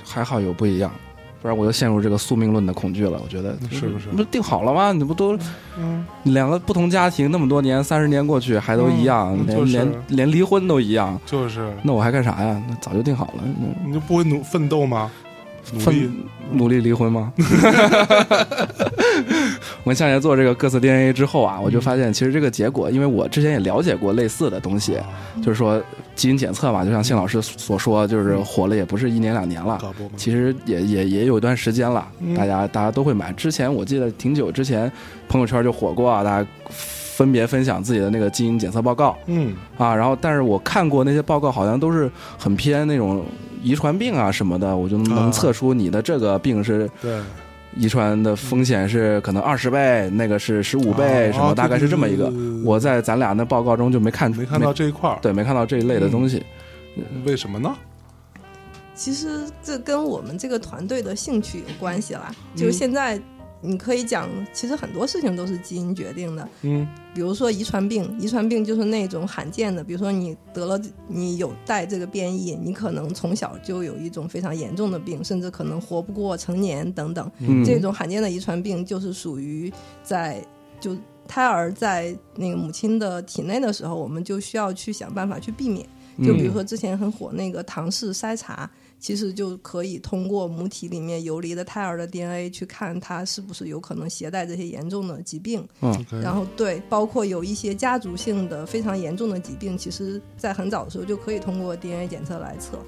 Speaker 1: 还好有不一样，不然我又陷入这个宿命论的恐惧了。我觉得
Speaker 2: 是不是
Speaker 1: 不定好了吗？你不都
Speaker 2: 嗯
Speaker 1: 两个不同家庭那么多年，三十年过去还都一样，
Speaker 2: 嗯嗯
Speaker 1: 连、
Speaker 2: 就是
Speaker 1: 连连离婚都一样，
Speaker 2: 就是
Speaker 1: 那我还干啥呀？那早就定好了，那
Speaker 2: 你就不会努奋斗吗？努力
Speaker 1: 奋努力离婚吗？ 我向前做这个各自 DNA 之后
Speaker 2: 嗯
Speaker 1: 啊，我就发现其实这个结果，因为我之前也了解过类似的东西，
Speaker 2: 啊
Speaker 1: 就是说基因检测嘛，就像谢老师所说，就是
Speaker 2: 嗯
Speaker 1: 火了也不是一年两年了，
Speaker 2: 搞不嘛？
Speaker 1: 其实也也也有一段时间了，
Speaker 2: 嗯
Speaker 1: 大家大家都会买。之前我记得挺久之前，朋友圈就火过啊，大家分别分享自己的那个基因检测报告
Speaker 2: 嗯，
Speaker 1: 啊。然后，但是我看过那些报告，好像都是很偏那种遗传病啊什么的，我就能
Speaker 2: 啊
Speaker 1: 测出你的这个病是
Speaker 2: 对，
Speaker 1: 遗传的风险是可能二十倍，那个是十五倍
Speaker 2: 啊
Speaker 1: 什么，
Speaker 2: 啊
Speaker 1: 大概是这么一个
Speaker 2: 对对对对。对
Speaker 1: 我在咱俩那报告中就没看
Speaker 2: 没看到嗯这一块儿，
Speaker 1: 对没看到这一类的东西。
Speaker 2: 为什么呢？
Speaker 3: 其实这跟我们这个团队的兴趣有关系啦。就是现在，你可以讲，其实很多事情都是基因决定的。
Speaker 2: 嗯，
Speaker 3: 比如说遗传病，遗传病就是那种罕见的，比如说你得了，你有带这个变异，你可能从小就有一种非常严重的病，甚至可能活不过成年等等。
Speaker 1: 嗯，
Speaker 3: 这种罕见的遗传病就是属于在就胎儿在那个母亲的体内的时候，我们就需要去想办法去避免。就
Speaker 1: 嗯
Speaker 3: 比如说之前很火那个唐氏筛查，其实就可以通过母体里面游离的胎儿的 DNA 去看它是不是有可能携带这些严重的疾病。
Speaker 2: OK
Speaker 3: 然后对，包括有一些家族性的非常严重的疾病，其实在很早的时候就可以通过 DNA 检测来测。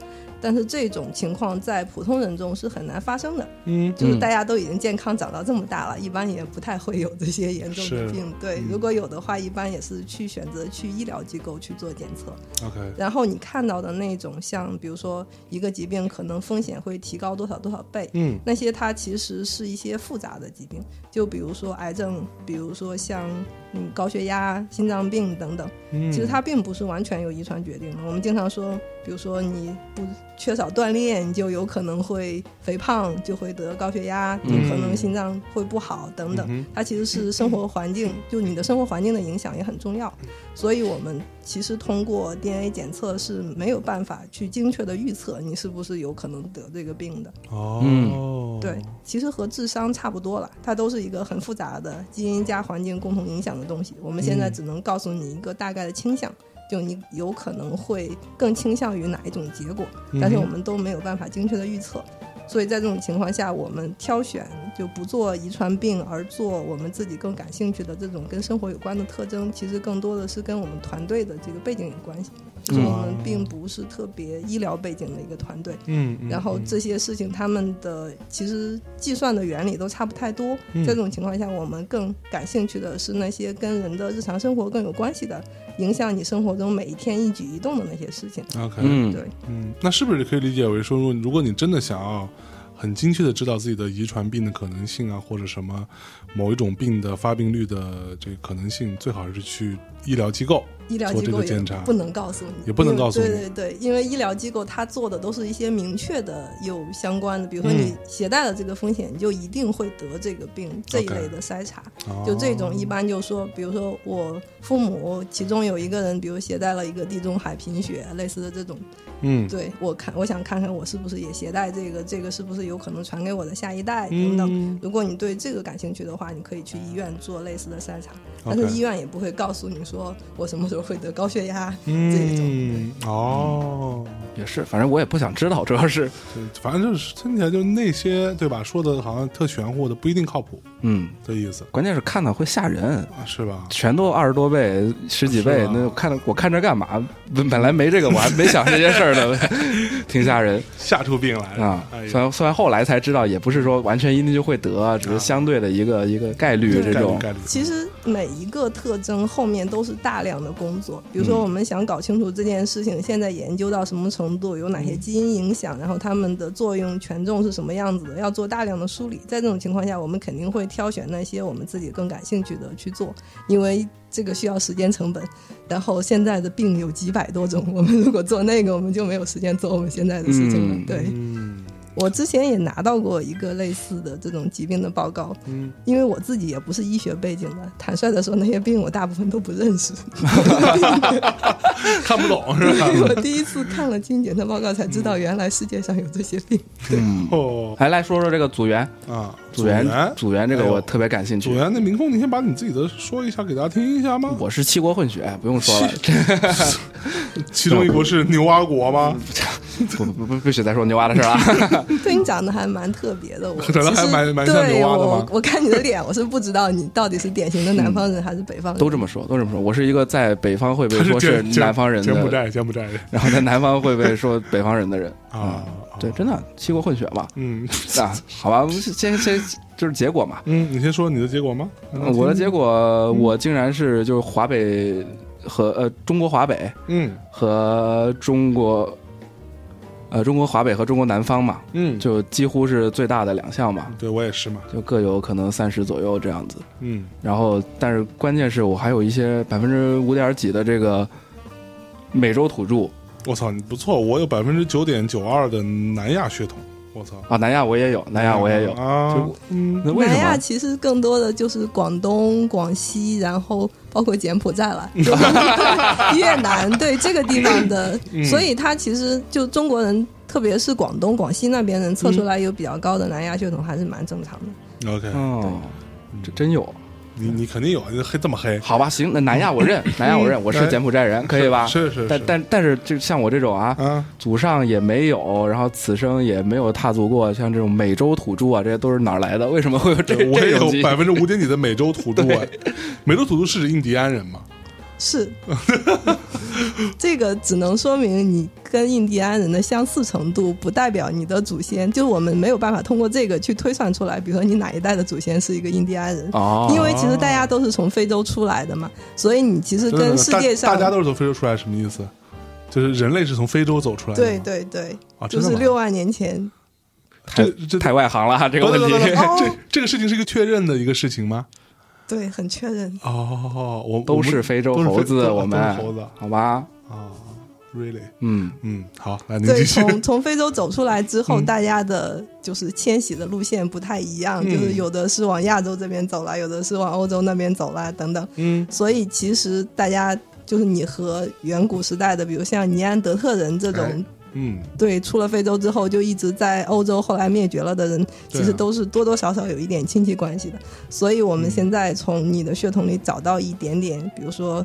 Speaker 3: 但是这种情况在普通人中是很难发生的，
Speaker 2: 嗯，
Speaker 3: 就是
Speaker 1: 嗯
Speaker 3: 大家都已经健康长到这么大了，一般也不太会有这些严重的
Speaker 2: 是
Speaker 3: 病。对，如果有的话，一般也是去选择去医疗机构去做检测。
Speaker 2: OK，
Speaker 3: 然后你看到的那种像，比如说一个疾病可能风险会提高多少多少倍，
Speaker 2: 嗯
Speaker 3: 那些它其实是一些复杂的疾病，就比如说癌症，比如说像嗯高血压、心脏病等等。
Speaker 2: 嗯，
Speaker 3: 其实它并不是完全由遗传决定的。我们经常说，比如说你不缺少锻炼，你就有可能会肥胖，就会得高血压，有可能心脏会不好等等。
Speaker 2: 嗯嗯哼
Speaker 3: 它其实是生活环境，就你的生活环境的影响也很重要。所以我们其实通过 DNA 检测是没有办法去精确的预测你是不是有可能得这个病的。
Speaker 1: 嗯
Speaker 2: 哦，
Speaker 3: 对，其实和智商差不多了，它都是一个很复杂的基因加环境共同影响的东西。我们现在只能告诉你一个大概的倾向，就你有可能会更倾向于哪一种结果，
Speaker 2: 嗯
Speaker 3: 但是我们都没有办法精确的预测。所以在这种情况下，我们挑选就不做遗传病，而做我们自己更感兴趣的这种跟生活有关的特征，其实更多的是跟我们团队的这个背景有关系。就是我们并不是特别医疗背景的一个团队，
Speaker 2: 嗯，嗯
Speaker 3: 然后这些事情他们的其实计算的原理都差不太多。
Speaker 2: 嗯
Speaker 3: 这种情况下，我们更感兴趣的是那些跟人的日常生活更有关系的，影响你生活中每一天一举一动的那些事情。
Speaker 2: OK，
Speaker 1: 嗯，
Speaker 3: 对，
Speaker 2: 嗯，那是不是可以理解为说，如果如果你真的想要很精确的知道自己的遗传病的可能性啊，或者什么某一种病的发病率的这个可能性，最好是去医疗机构。
Speaker 3: 医疗
Speaker 2: 做
Speaker 3: 机
Speaker 2: 这
Speaker 3: 构
Speaker 2: 个
Speaker 3: 也
Speaker 2: 检查
Speaker 3: 不能告诉你，
Speaker 2: 也不能告诉你
Speaker 3: 因为对对对，因为医疗机构它做的都是一些明确的有相关的，比如说
Speaker 2: 嗯
Speaker 3: 你携带了这个风险，你就一定会得这个病这一
Speaker 2: OK
Speaker 3: 类的筛查。
Speaker 2: 哦
Speaker 3: 就这种一般就说，比如说我父母其中有一个人，比如携带了一个地中海贫血类似的这种，
Speaker 2: 嗯
Speaker 3: 对我看我想看看我是不是也携带这个，这个是不是有可能传给我的下一代等等。
Speaker 2: 嗯
Speaker 3: 如果你对这个感兴趣的话，你可以去医院做类似的筛查，但
Speaker 2: OK
Speaker 3: 是医院也不会告诉你说我什么时候会得高血压这种。
Speaker 2: 嗯哦，
Speaker 1: 也是，反正我也不想知道，主要是，
Speaker 2: 对反正就是听起来就是那些对吧？说的好像特玄乎的，不一定靠谱
Speaker 1: 嗯，
Speaker 2: 的意思
Speaker 1: 关键是看的会吓人，
Speaker 2: 啊，是吧？
Speaker 1: 全都二十多倍、十几
Speaker 2: 是
Speaker 1: 倍
Speaker 2: 吧，
Speaker 1: 那我看着我看着干嘛？本本来没这个，我还没想这些事儿呢， 挺吓人
Speaker 2: 吓出病来了
Speaker 1: 啊
Speaker 2: 哎！
Speaker 1: 虽
Speaker 2: 呀，
Speaker 1: 然虽然后来才知道，也不是说完全一定就会得，啊只是相对的一个一个概率
Speaker 3: 对
Speaker 1: 这
Speaker 2: 啊概率
Speaker 1: 种。
Speaker 2: 概率
Speaker 3: 其实每一个特征后面都是大量的工作，比如说我们想搞清楚这件事情现在研究到什么程度，有哪些基因影响，然后它们的作用权重是什么样子的，要做大量的梳理。在这种情况下，我们肯定会挑选那些我们自己更感兴趣的去做，因为这个需要时间成本。然后现在的病有几百多种，我们如果做那个，我们就没有时间做我们现在的事情了。
Speaker 1: 嗯
Speaker 3: 对。
Speaker 2: 嗯
Speaker 3: 我之前也拿到过一个类似的这种疾病的报告，
Speaker 2: 嗯，
Speaker 3: 因为我自己也不是医学背景的，坦率的说，那些病我大部分都不认识。
Speaker 2: 看嗯不懂是吧？
Speaker 3: 我第一次看了基因检测报告，才知道原来世界上有这些病。
Speaker 1: 嗯，
Speaker 2: 哦
Speaker 1: 哎，来说说这个组员，
Speaker 2: 啊，
Speaker 1: 组员，组员这个
Speaker 2: 哎呦
Speaker 1: 我特别感兴
Speaker 2: 组
Speaker 1: 趣。
Speaker 2: 员，那民工，你先把你自己的说一下，给大家听一下吗？
Speaker 1: 我是七国混血，不用说了，这
Speaker 2: 其中一国是牛蛙国吗？
Speaker 1: 嗯不不不不许再说牛蛙的事儿 了。啊
Speaker 3: 对你长得还蛮特别的，我
Speaker 2: 长得还蛮
Speaker 3: 其实
Speaker 2: 蛮像
Speaker 3: 对
Speaker 2: 牛蛙的吗
Speaker 3: 我我看你的脸，我是不知道你到底是典型的南方人还是北方人。
Speaker 1: 都这么说，都这么说。我是一个在北方会被
Speaker 2: 他
Speaker 1: 说是
Speaker 2: 柬柬
Speaker 1: 南方人
Speaker 2: 柬埔
Speaker 1: 的，
Speaker 2: 寨柬埔寨人
Speaker 1: 然后在南方会被说北方人的人。
Speaker 2: 啊，啊
Speaker 1: 嗯对，真的七国混血嘛。
Speaker 2: 嗯
Speaker 1: 啊，好吧，先先就是结果嘛。
Speaker 2: 嗯，你先说你的结果吗？
Speaker 1: 嗯我的结果，我竟然是就是华北和呃中国华北
Speaker 2: 嗯
Speaker 1: 和中国呃中国华北和中国南方嘛，
Speaker 2: 嗯，
Speaker 1: 就几乎是最大的两项嘛，
Speaker 2: 对我也是嘛，
Speaker 1: 就各有可能三十左右这样子。
Speaker 2: 嗯
Speaker 1: 然后，但是关键是我还有一些百分之五点几的这个美洲土著
Speaker 2: 我操，你不错，我有百分之九点九二的南亚血统，我操，
Speaker 1: 啊，南亚我也有，南亚我也有。
Speaker 2: 啊
Speaker 1: 就，
Speaker 2: 嗯
Speaker 1: 那为什
Speaker 3: 南亚
Speaker 1: 么？
Speaker 3: 其实更多的就是广东、广西，然后包括柬埔寨 了，越南对这个地 方的，
Speaker 1: 嗯
Speaker 3: 所以它其实就中国人，特别是广东、广西那边人测出来有比较高的南亚血统，还是蛮正常的。
Speaker 2: ，OK，
Speaker 1: 哦，这真有。
Speaker 2: 你你肯定有，你黑这么黑，
Speaker 1: 好吧，行，那南亚我 认，南亚我认，我是柬埔寨人，可以吧？
Speaker 2: 哎是是
Speaker 1: 但
Speaker 2: 是，
Speaker 1: 但但是，就像我这种啊，
Speaker 2: 啊，
Speaker 1: 祖上也没有，然后此生也没有踏足过像这种美洲土著啊，这些都是哪儿来的？为什么会有这
Speaker 2: 对我也
Speaker 1: 这种基
Speaker 2: 有
Speaker 1: 因
Speaker 2: 百分之 五点几的美洲土著啊，美洲土著是指印第安人嘛？
Speaker 3: 是，这个只能说明你跟印第安人的相似程度，不代表你的祖先，就我们没有办法通过这个去推算出来，比如说你哪一代的祖先是一个印第安人。
Speaker 1: 哦，
Speaker 3: 因为其实大家都是从非洲出来的嘛，所以你其实跟世界上
Speaker 2: 大大家都是从非洲出来，什么意思？就是人类是从非洲走出来的吗。
Speaker 3: 对对对，
Speaker 2: 啊
Speaker 3: 就
Speaker 2: 真的
Speaker 3: 是
Speaker 2: 吗
Speaker 3: 六万年前。
Speaker 1: 太
Speaker 2: 这这
Speaker 1: 太外行了啊，这个问
Speaker 2: 等等等等
Speaker 1: 题
Speaker 3: 哦
Speaker 2: 等这这个事情是一个确认的一个事情吗？
Speaker 3: 对，很确认。
Speaker 2: 哦，我
Speaker 1: 都是非洲猴子，我们
Speaker 2: 都是猴子
Speaker 1: 好吧？
Speaker 2: 啊，really，
Speaker 1: 嗯，
Speaker 2: 嗯，好，来您
Speaker 3: 对，
Speaker 2: 继续。
Speaker 3: 从从非洲走出来之后，
Speaker 2: 嗯
Speaker 3: 大家的就是迁徙的路线不太一样，
Speaker 2: 嗯
Speaker 3: 就是有的是往亚洲这边走啦，有的是往欧洲那边走啦，等等。
Speaker 2: 嗯
Speaker 3: 所以其实大家就是你和远古时代的，比如像尼安德特人这种，
Speaker 2: 哎嗯，
Speaker 3: 对，出了非洲之后就一直在欧洲，后来灭绝了的人，
Speaker 2: 对啊
Speaker 3: 其实都是多多少少有一点亲
Speaker 2: 嗯
Speaker 3: 戚关系的。所以我们现在从你的血统里找到一点点，比如说。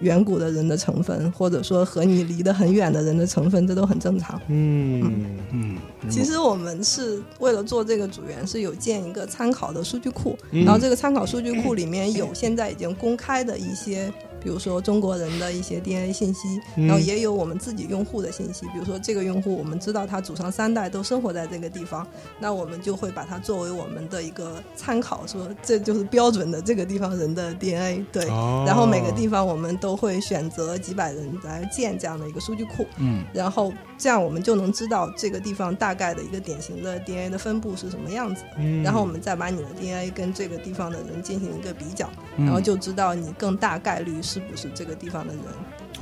Speaker 3: 远古的人的成分，或者说和你离得很远的人的成分，这都很正常。
Speaker 2: 嗯
Speaker 1: 嗯，
Speaker 3: 其实我们是为了做这个组员，是有建一个参考的数据库，然后这个参考数据库里面有现在已经公开的一些，比如说中国人的一些 DNA 信息，然后也有我们自己用户的信息，比如说这个用户我们知道他祖上三代都生活在这个地方，那我们就会把它作为我们的一个参考，说这就是标准的这个地方人的 DNA，对。
Speaker 2: 哦
Speaker 3: 然后每个地方我们都会选择几百人来建这样的一个数据库，
Speaker 1: 嗯，
Speaker 3: 然后这样我们就能知道这个地方大概的一个典型的 DNA 的分布是什么样子，
Speaker 2: 嗯
Speaker 3: 然后我们再把你的 DNA 跟这个地方的人进行一个比较，
Speaker 1: 嗯
Speaker 3: 然后就知道你更大概率是不是这个地方的人。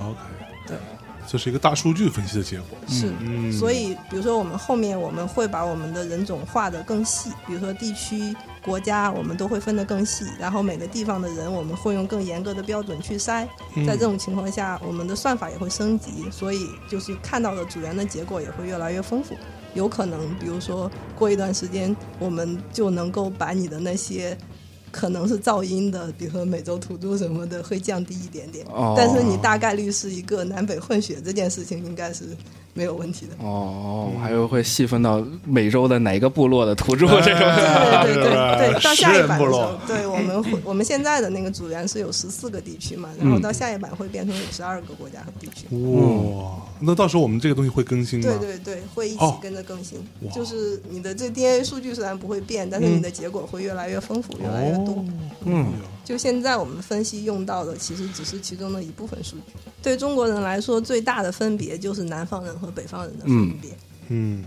Speaker 2: OK，
Speaker 3: 对，
Speaker 2: 这是一个大数据分析的结果。
Speaker 3: 是，
Speaker 2: 嗯，
Speaker 3: 所以比如说我们后面我们会把我们的人种画得更细，比如说地区、国家，我们都会分得更细，然后每个地方的人我们会用更严格的标准去筛。在这种情况下，我们的算法也会升级，所以就是看到的组员的结果也会越来越丰富。有可能，比如说过一段时间，我们就能够把你的那些可能是噪音的，比如说美洲土著什么的，会降低一点点。
Speaker 1: 哦
Speaker 3: 但是你大概率是一个南北混血，这件事情应该是没有问题的。
Speaker 1: 哦，还有会细分到美洲的哪个部落的土著这种
Speaker 2: 哎
Speaker 1: 的。
Speaker 3: 对对对对，到下一
Speaker 2: 食人
Speaker 3: 版
Speaker 2: 部
Speaker 3: 的时
Speaker 2: 落
Speaker 3: 候，对我们会 我们现在的那个组员是有十四个地区
Speaker 2: 嗯
Speaker 3: 嘛，然后到下一版会变成有十二个国家和地区。
Speaker 2: 哇，那到时候我们这个东西会更新吗？
Speaker 3: 对对对，会一起
Speaker 2: 哦
Speaker 3: 跟着更新，
Speaker 2: 哇
Speaker 3: 就是你的这 DNA 数据虽然不会变，但是
Speaker 2: 嗯
Speaker 3: 你的结果会越来越丰富，越来越多
Speaker 2: 哦。，
Speaker 1: 嗯
Speaker 3: 就现在我们分析用到的，其实只是其中的一部分数据。对中国人来说，最大的分别就是南方人和北方人的分别，
Speaker 2: 嗯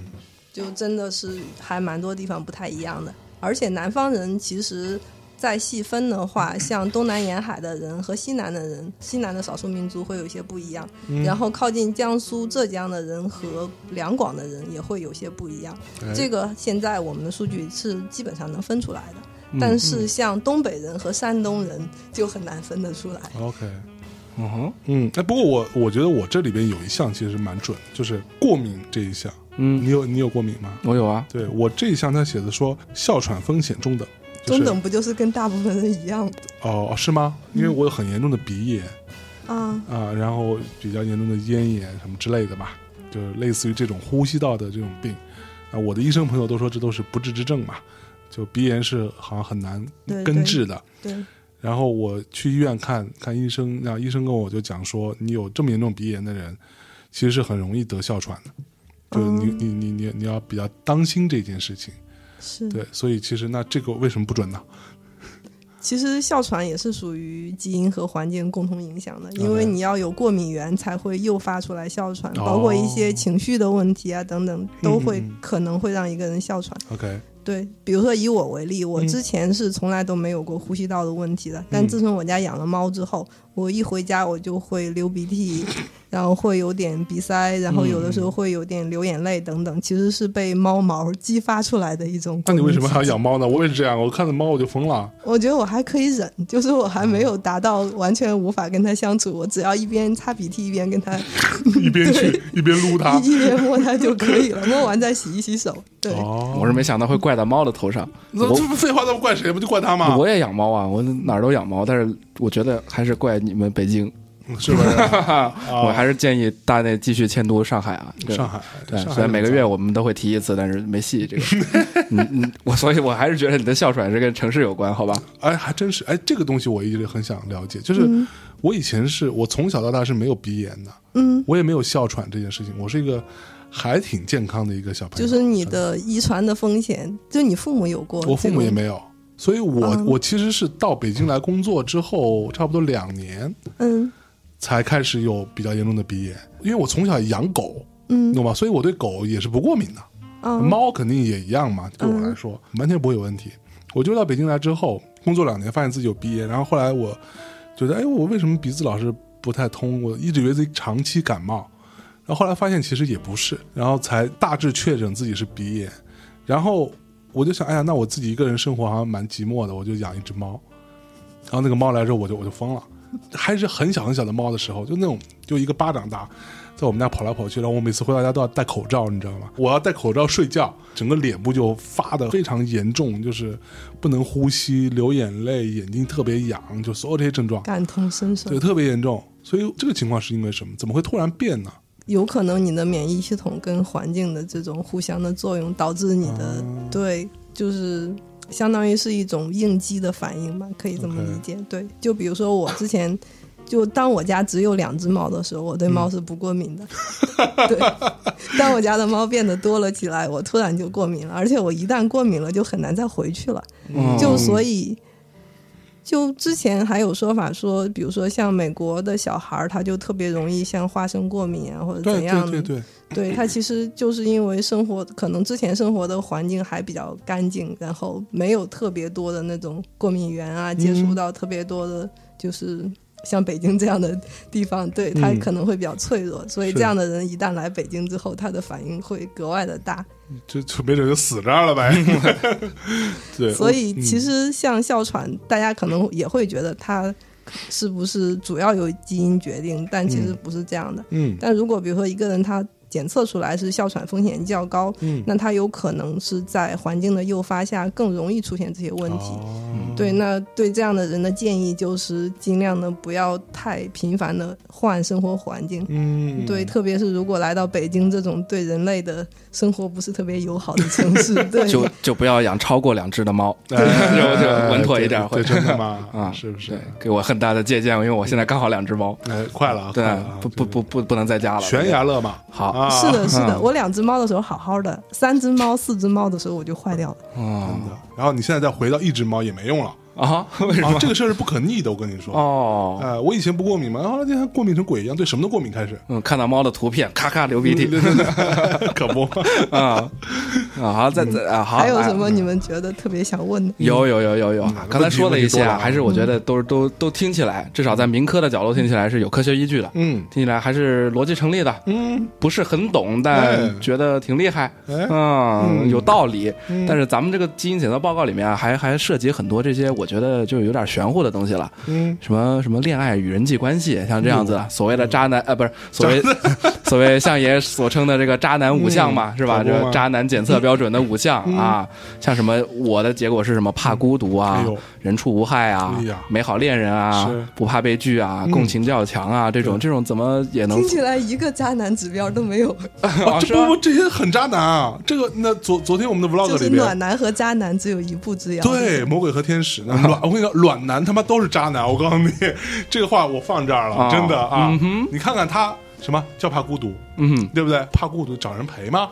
Speaker 3: 就真的是还蛮多地方不太一样的。而且南方人其实。再细分的话，像东南沿海的人和西南的人，西南的少数民族会有一些不一样。
Speaker 2: 嗯，
Speaker 3: 然后靠近江苏、浙江的人和两广的人也会有些不一样。
Speaker 2: 哎
Speaker 3: 这个现在我们的数据是基本上能分出来的，
Speaker 2: 嗯
Speaker 3: 但是像东北人和山东人就很难分得出来。
Speaker 2: OK，
Speaker 1: 嗯哼，
Speaker 2: 嗯，哎，不过我我觉得我这里边有一项其实蛮准，就是过敏这一项，
Speaker 1: 嗯，
Speaker 2: 你有你有过敏吗？
Speaker 1: 我有啊，
Speaker 2: 对我这一项，他写的说哮喘风险中等，就是、
Speaker 3: 中等不就是跟大部分人一样
Speaker 2: 哦哦是吗？因
Speaker 3: 嗯
Speaker 2: 为我有很严重的鼻炎
Speaker 3: 啊？
Speaker 2: 啊、然后比较严重的咽炎什么之类的吧，就是类似于这种呼吸道的这种病啊、我的医生朋友都说这都是不治之症嘛，就鼻炎是好像很难
Speaker 3: 对对
Speaker 2: 根治的。
Speaker 3: 对，
Speaker 2: 然后我去医院看看医生，然后医生跟我就讲说，你有这么严重鼻炎的人，其实是很容易得哮喘的，就是你、
Speaker 1: 哦
Speaker 2: 你你你你要比较当心这件事情。
Speaker 3: 是。
Speaker 2: 对，所以其实那这个为什么不准呢？
Speaker 3: 其实哮喘也是属于基因和环境共同影响的，因为
Speaker 2: OK
Speaker 3: 你要有过敏源才会诱发出来哮喘，包括一些情绪的问题啊等等，都会
Speaker 2: 哦嗯嗯嗯
Speaker 3: 可能会让一个人哮喘。
Speaker 2: OK，
Speaker 3: 对，比如说以我为例，我
Speaker 2: 嗯
Speaker 3: 之前是从来都没有过呼吸道的问题的，但自从我家养了猫之后，我一回家我就会流鼻涕，然后会有点鼻塞，然后有的时
Speaker 2: 嗯
Speaker 3: 候会有点流眼泪等等，其实是被猫毛激发出来的一种。
Speaker 2: 那你为什么还要养？猫呢？我也是这样，我看到猫我就疯 了。
Speaker 3: 我觉得我还可以忍，就是我还没有达到完全无法跟它相处，我只要一边擦鼻涕一边跟它
Speaker 2: 一边去一边 撸它
Speaker 3: 一。一边摸它就可以了，摸完再洗一洗手。对，
Speaker 2: 哦，
Speaker 1: 我是没想到会怪到猫的头上。
Speaker 2: 那
Speaker 1: 我
Speaker 2: 这不废话，那不怪谁？不就怪它吗？
Speaker 1: 我也养猫啊，我哪儿都养猫，但是我觉得还是怪你们北京。
Speaker 2: 嗯是不是？
Speaker 1: 我
Speaker 2: 我
Speaker 1: 还是建议大内继续迁都上海啊，这
Speaker 2: 上。海，
Speaker 1: 对，
Speaker 2: 上海
Speaker 1: 虽然每个月
Speaker 2: 怎么
Speaker 1: 我们都会提一次，但是没戏。这 个，你你我，所以我还是觉得你的哮喘是跟城市有关，好吧？
Speaker 2: 哎，还真是哎，这个东西我一直很想了解，就是
Speaker 1: 嗯
Speaker 2: 我以前是我从小到大是没有鼻炎的，
Speaker 3: 嗯，
Speaker 2: 我也没有哮喘这件事情，我是一个还挺健康的一个小朋
Speaker 3: 就
Speaker 2: 友，
Speaker 3: 是你的遗传的风险，就你父母有过，
Speaker 2: 我父母也
Speaker 3: 这个，
Speaker 2: 没有，所以我、
Speaker 3: 嗯
Speaker 2: 我其实是到北京来工作之后，差不多两年
Speaker 3: 嗯
Speaker 2: 才开始有比较严重的鼻炎，因为我从小养狗，
Speaker 3: 嗯，
Speaker 2: 懂吧？所以我对狗也是不过敏的，
Speaker 3: 啊，
Speaker 2: 猫肯定也一样嘛，对我来说、完全不会有问题。我就到北京来之后，工作两年，发现自己有鼻炎，然后后来我觉得，哎，我为什么鼻子老是不太通？我一直以为自己长期感冒，然后后来发现其实也不是，然后才大致确诊自己是鼻炎。然后我就想，哎呀，那我自己一个人生活好像蛮寂寞的，我就养一只猫。然后那个猫来之后，我就我就疯了，还是很小很小的猫的时候，就那种就一个巴掌大，在我们家跑来跑去，然后我每次回到家都要戴口罩，你知道吗？我要戴口罩睡觉，整个脸部就发的非常严重，就是不能呼吸、流眼泪、眼睛特别痒，就所有这些症状，
Speaker 3: 感同身受
Speaker 2: 对，，特别严重。所以这个情况是因为什么？怎么会突然变呢？
Speaker 3: 有可能你的免疫系统跟环境的这种互相的作用，导致你的、
Speaker 2: 啊
Speaker 3: 对，就是相当于是一种应激的反应吧，可以这么
Speaker 2: OK
Speaker 3: 理解。对，就比如说我之前。就当我家只有两只猫的时候，我对猫是不过敏的。对，当我家的猫变得多了起来，我突然就过敏了，而且我一旦过敏了，就很难再回去了。
Speaker 1: 嗯
Speaker 3: 就所以，就之前还有说法说，比如说像美国的小孩儿，他就特别容易像花生过敏啊，或者
Speaker 2: 对
Speaker 3: 怎样
Speaker 2: 对
Speaker 3: 的。
Speaker 2: 对对，
Speaker 3: 对他其实就是因为生活可能之前生活的环境还比较干净，然后没有特别多的那种过敏源啊，接
Speaker 2: 嗯
Speaker 3: 触到特别多的就是。像北京这样的地方，对他
Speaker 2: 嗯
Speaker 3: 可能会比较脆弱，所以
Speaker 2: 是
Speaker 3: 这样的人一旦来北京之后，他的反应会格外的大。
Speaker 2: 就就没准就死这儿了呗。对，
Speaker 3: 所以
Speaker 2: 我嗯
Speaker 3: 其实像哮喘，大家可能也会觉得它是不是主要由基因决定，但其实不是这样的。
Speaker 2: 嗯
Speaker 3: 但如果比如说一个人他检测出来是哮喘风险较高，
Speaker 2: 嗯，
Speaker 3: 那他有可能是在环境的诱发下更容易出现这些问题。
Speaker 2: 哦
Speaker 3: 对，那对这样的人的建议就是尽量的不要太频繁的换生活环境。
Speaker 2: 嗯
Speaker 3: 对，特别是如果来到北京这种对人类的生活不是特别友好的城市， 对，
Speaker 1: 就就不要养超过两只的 猫， 就
Speaker 2: 哎
Speaker 1: 就稳妥一点会。
Speaker 2: 对对真的吗？
Speaker 1: 啊
Speaker 2: 是不是
Speaker 1: 对？，给我很大的借鉴，因为我现在刚好两只猫，
Speaker 2: 哎，快了啊，
Speaker 1: 对
Speaker 2: 快了啊，
Speaker 1: 不不不不不能在家了。
Speaker 2: 悬崖勒马，
Speaker 1: 好
Speaker 2: 啊
Speaker 3: 是 的，是的，
Speaker 1: 嗯
Speaker 3: 我两只猫的时候好好的，三只猫、四只猫的时候我就坏掉了。
Speaker 1: 啊
Speaker 2: 真的嗯然后你现在再回到一只猫也没用了，
Speaker 1: 啊！为什
Speaker 2: 啊
Speaker 1: 么？，
Speaker 2: 这个事儿是不可逆的，我跟你说。
Speaker 1: 哦，
Speaker 2: 呃，我以前不过敏嘛，然后现在过敏成鬼一样，对什么都过敏，开始嗯
Speaker 1: 嗯，看到猫的图片，咔咔流鼻涕
Speaker 2: 可不，
Speaker 1: 啊啊！好，再再啊，好，
Speaker 3: 还有什么
Speaker 1: 哎
Speaker 3: 你们觉得特别想问的？
Speaker 1: 有有有有有
Speaker 2: 嗯，
Speaker 1: 刚才说了一些
Speaker 2: 问题问题多了
Speaker 1: 啊，
Speaker 2: 啊
Speaker 1: 还是我觉得都都都听起来，至少在民科的角度听起来是有科学依据的，
Speaker 2: 嗯
Speaker 1: 听起来还是逻辑成立的，
Speaker 2: 嗯，
Speaker 1: 不是很懂，
Speaker 2: 哎
Speaker 1: 但觉得挺厉害，
Speaker 2: 哎，
Speaker 1: 嗯，
Speaker 2: 嗯
Speaker 1: 有道理。
Speaker 2: 嗯
Speaker 1: 但是咱们这个基因检测报告里面啊还还涉及很多这些，我觉得就有点玄乎的东西了，
Speaker 2: 嗯，
Speaker 1: 什么什么恋爱与人际关系，像这样子的所谓的渣男，呃，不是所谓 所谓相爷所称的这个渣男五项嘛，
Speaker 2: 嗯
Speaker 1: 是吧？
Speaker 2: 可不
Speaker 1: 这
Speaker 2: 嘛
Speaker 1: 个渣男检测标准的五项啊，像什么我的结果是什么怕孤独啊
Speaker 2: 嗯哎呦，
Speaker 1: 人畜无害啊
Speaker 2: 哎呀，
Speaker 1: 美好恋人啊
Speaker 2: 是，
Speaker 1: 不怕被拒啊，
Speaker 2: 嗯
Speaker 1: 共情较强啊，这种这种怎么也能
Speaker 3: 听起来一个渣男指标都没有，
Speaker 2: 嗯
Speaker 1: 啊
Speaker 2: 这
Speaker 1: 是
Speaker 2: 不
Speaker 1: 吧
Speaker 2: 不这些很渣男啊，这个那昨昨天我们的 vlog
Speaker 3: 就是
Speaker 2: 里
Speaker 3: 暖
Speaker 2: 边。
Speaker 3: 男和渣男只有一步之遥。
Speaker 2: 对，魔鬼和天使，那 卵，我跟你讲，卵男他妈都是渣男，我告诉你，这个话我放这儿了，
Speaker 1: 啊
Speaker 2: 真的啊
Speaker 1: 嗯哼，
Speaker 2: 你看看他什么叫怕孤独，
Speaker 1: 嗯
Speaker 2: 对不对？怕孤独找人陪吗？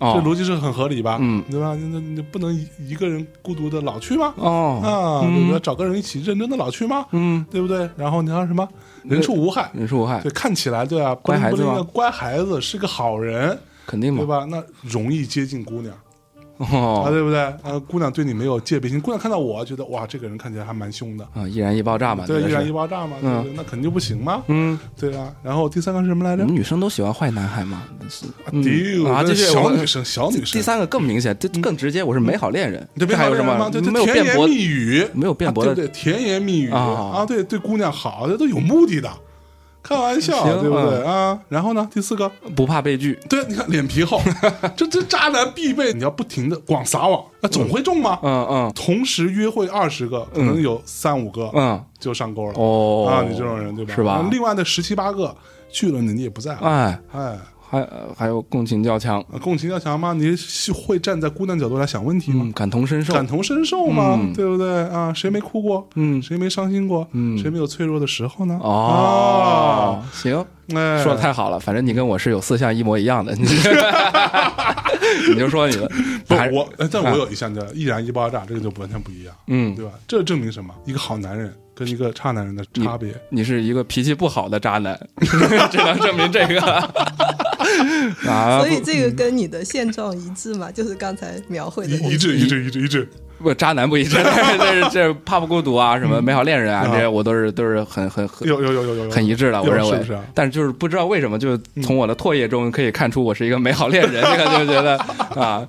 Speaker 2: 这
Speaker 1: 哦
Speaker 2: 逻辑是很合理吧？
Speaker 1: 嗯
Speaker 2: 对吧？那那你不能一个人孤独的老去吗？
Speaker 1: 哦
Speaker 2: 啊，
Speaker 1: 嗯
Speaker 2: 对不对？找个人一起认真的老去吗？
Speaker 1: 嗯，
Speaker 2: 对不对？然后你还有什么人畜无害？
Speaker 1: 人畜无害
Speaker 2: 对，看起来对啊，
Speaker 1: 乖孩子
Speaker 2: 不灵不灵的
Speaker 1: 吗
Speaker 2: 乖孩子是个好人，
Speaker 1: 肯定
Speaker 2: 对
Speaker 1: 嘛
Speaker 2: 吧？那容易接近姑娘啊，
Speaker 1: 哦
Speaker 2: 对不对？啊，姑娘对你没有戒备心，姑娘看到我觉得哇，这个人看起来还蛮凶的，
Speaker 1: 啊易燃易爆炸嘛，这
Speaker 2: 对，易
Speaker 1: 个
Speaker 2: 燃
Speaker 1: 是
Speaker 2: 易爆炸嘛，对
Speaker 1: 嗯
Speaker 2: 不对？那肯定就不行嘛，
Speaker 1: 嗯，
Speaker 2: 对啊。然后第三个是什么来
Speaker 1: 我
Speaker 2: 着
Speaker 1: 们？女生都喜欢坏男孩嘛，是
Speaker 2: 啊
Speaker 1: 嗯
Speaker 2: 丢
Speaker 1: 啊，
Speaker 2: 那
Speaker 1: 这
Speaker 2: 小女生，小女生，嗯
Speaker 1: 第三个更明显，这更直接，我是美好恋人，
Speaker 2: 这
Speaker 1: 这
Speaker 2: 边
Speaker 1: 还有什
Speaker 2: 吗？
Speaker 1: 么
Speaker 2: 对，
Speaker 1: 没有
Speaker 2: 对甜
Speaker 1: 辩
Speaker 2: 言
Speaker 1: 驳，
Speaker 2: 蜜语，
Speaker 1: 没有辩驳
Speaker 2: 啊对
Speaker 1: 的，
Speaker 2: 对，甜言蜜语
Speaker 1: 啊
Speaker 2: 啊，对对，姑娘好，这都有目的的，开玩笑，
Speaker 1: 行
Speaker 2: 对不对
Speaker 1: 嗯
Speaker 2: 啊？然后呢，第四个，
Speaker 1: 不怕被拒，
Speaker 2: 对，你看脸 皮厚，这这渣男必备，你要不停的广撒网，那总会中吗？
Speaker 1: 嗯嗯
Speaker 2: 同时约会二十个，可能有三五个
Speaker 1: 嗯，
Speaker 2: 就上钩了
Speaker 1: 哦，
Speaker 2: 啊！你这种人对吧？
Speaker 1: 是吧？
Speaker 2: 另外的十七八个去了你，你也不在了，
Speaker 1: 哎，
Speaker 2: 哎。
Speaker 1: 还呃还有共情较强，
Speaker 2: 啊共情要强吗？你是会站在姑娘角度来想问题吗
Speaker 1: 嗯，？感同身受，
Speaker 2: 感同身受吗？
Speaker 1: 嗯
Speaker 2: 对不对啊？谁没哭过？
Speaker 1: 嗯
Speaker 2: 谁没伤心过？
Speaker 1: 嗯
Speaker 2: 谁没有脆弱的时候呢？
Speaker 1: 哦，行，
Speaker 2: 啊，哎，
Speaker 1: 说的太好了，反正你跟我是有四项一模一样的，你 你就说你的，
Speaker 2: 不
Speaker 1: 还，
Speaker 2: 我，哎但我有一项叫易燃易爆炸，这个就完全不一样，
Speaker 1: 嗯，
Speaker 2: 对吧？这证明什么？一个好男人跟一个差男人的差别。
Speaker 1: 你是一个脾气不好的渣 男，只能证明这个啊，
Speaker 3: 所以这个跟你的现状一致嘛，就是刚才描绘的。
Speaker 2: 一一致一致一致一致，
Speaker 1: 不，渣男不 一致，但是这怕不孤独啊，什么美好恋人啊，
Speaker 2: 啊
Speaker 1: 这些我都是都是很很很
Speaker 2: 有有有有有有
Speaker 1: 很一致的，
Speaker 2: 有
Speaker 1: 我认为。
Speaker 2: 是不是嗯啊
Speaker 1: 但是就是不知道为什么，就从我的唾液中可以看出我是一个美好恋人，这个就觉 得啊，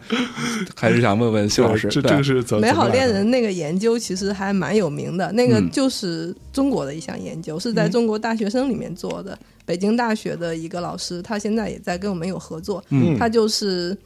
Speaker 1: 还是想问问谢
Speaker 2: 对
Speaker 1: 老师，
Speaker 2: 啊这
Speaker 1: 对
Speaker 2: 这个是怎
Speaker 3: 美好恋？
Speaker 2: 怎么来的
Speaker 3: 人那个研究其实还蛮有名的，那个
Speaker 1: 嗯
Speaker 3: 就是中国的一项研究，
Speaker 2: 嗯
Speaker 3: 是在中国大学生里面做的。
Speaker 2: 嗯
Speaker 3: 北京大学的一个老师，他现在也在跟我们有合作，
Speaker 1: 嗯
Speaker 3: 他就是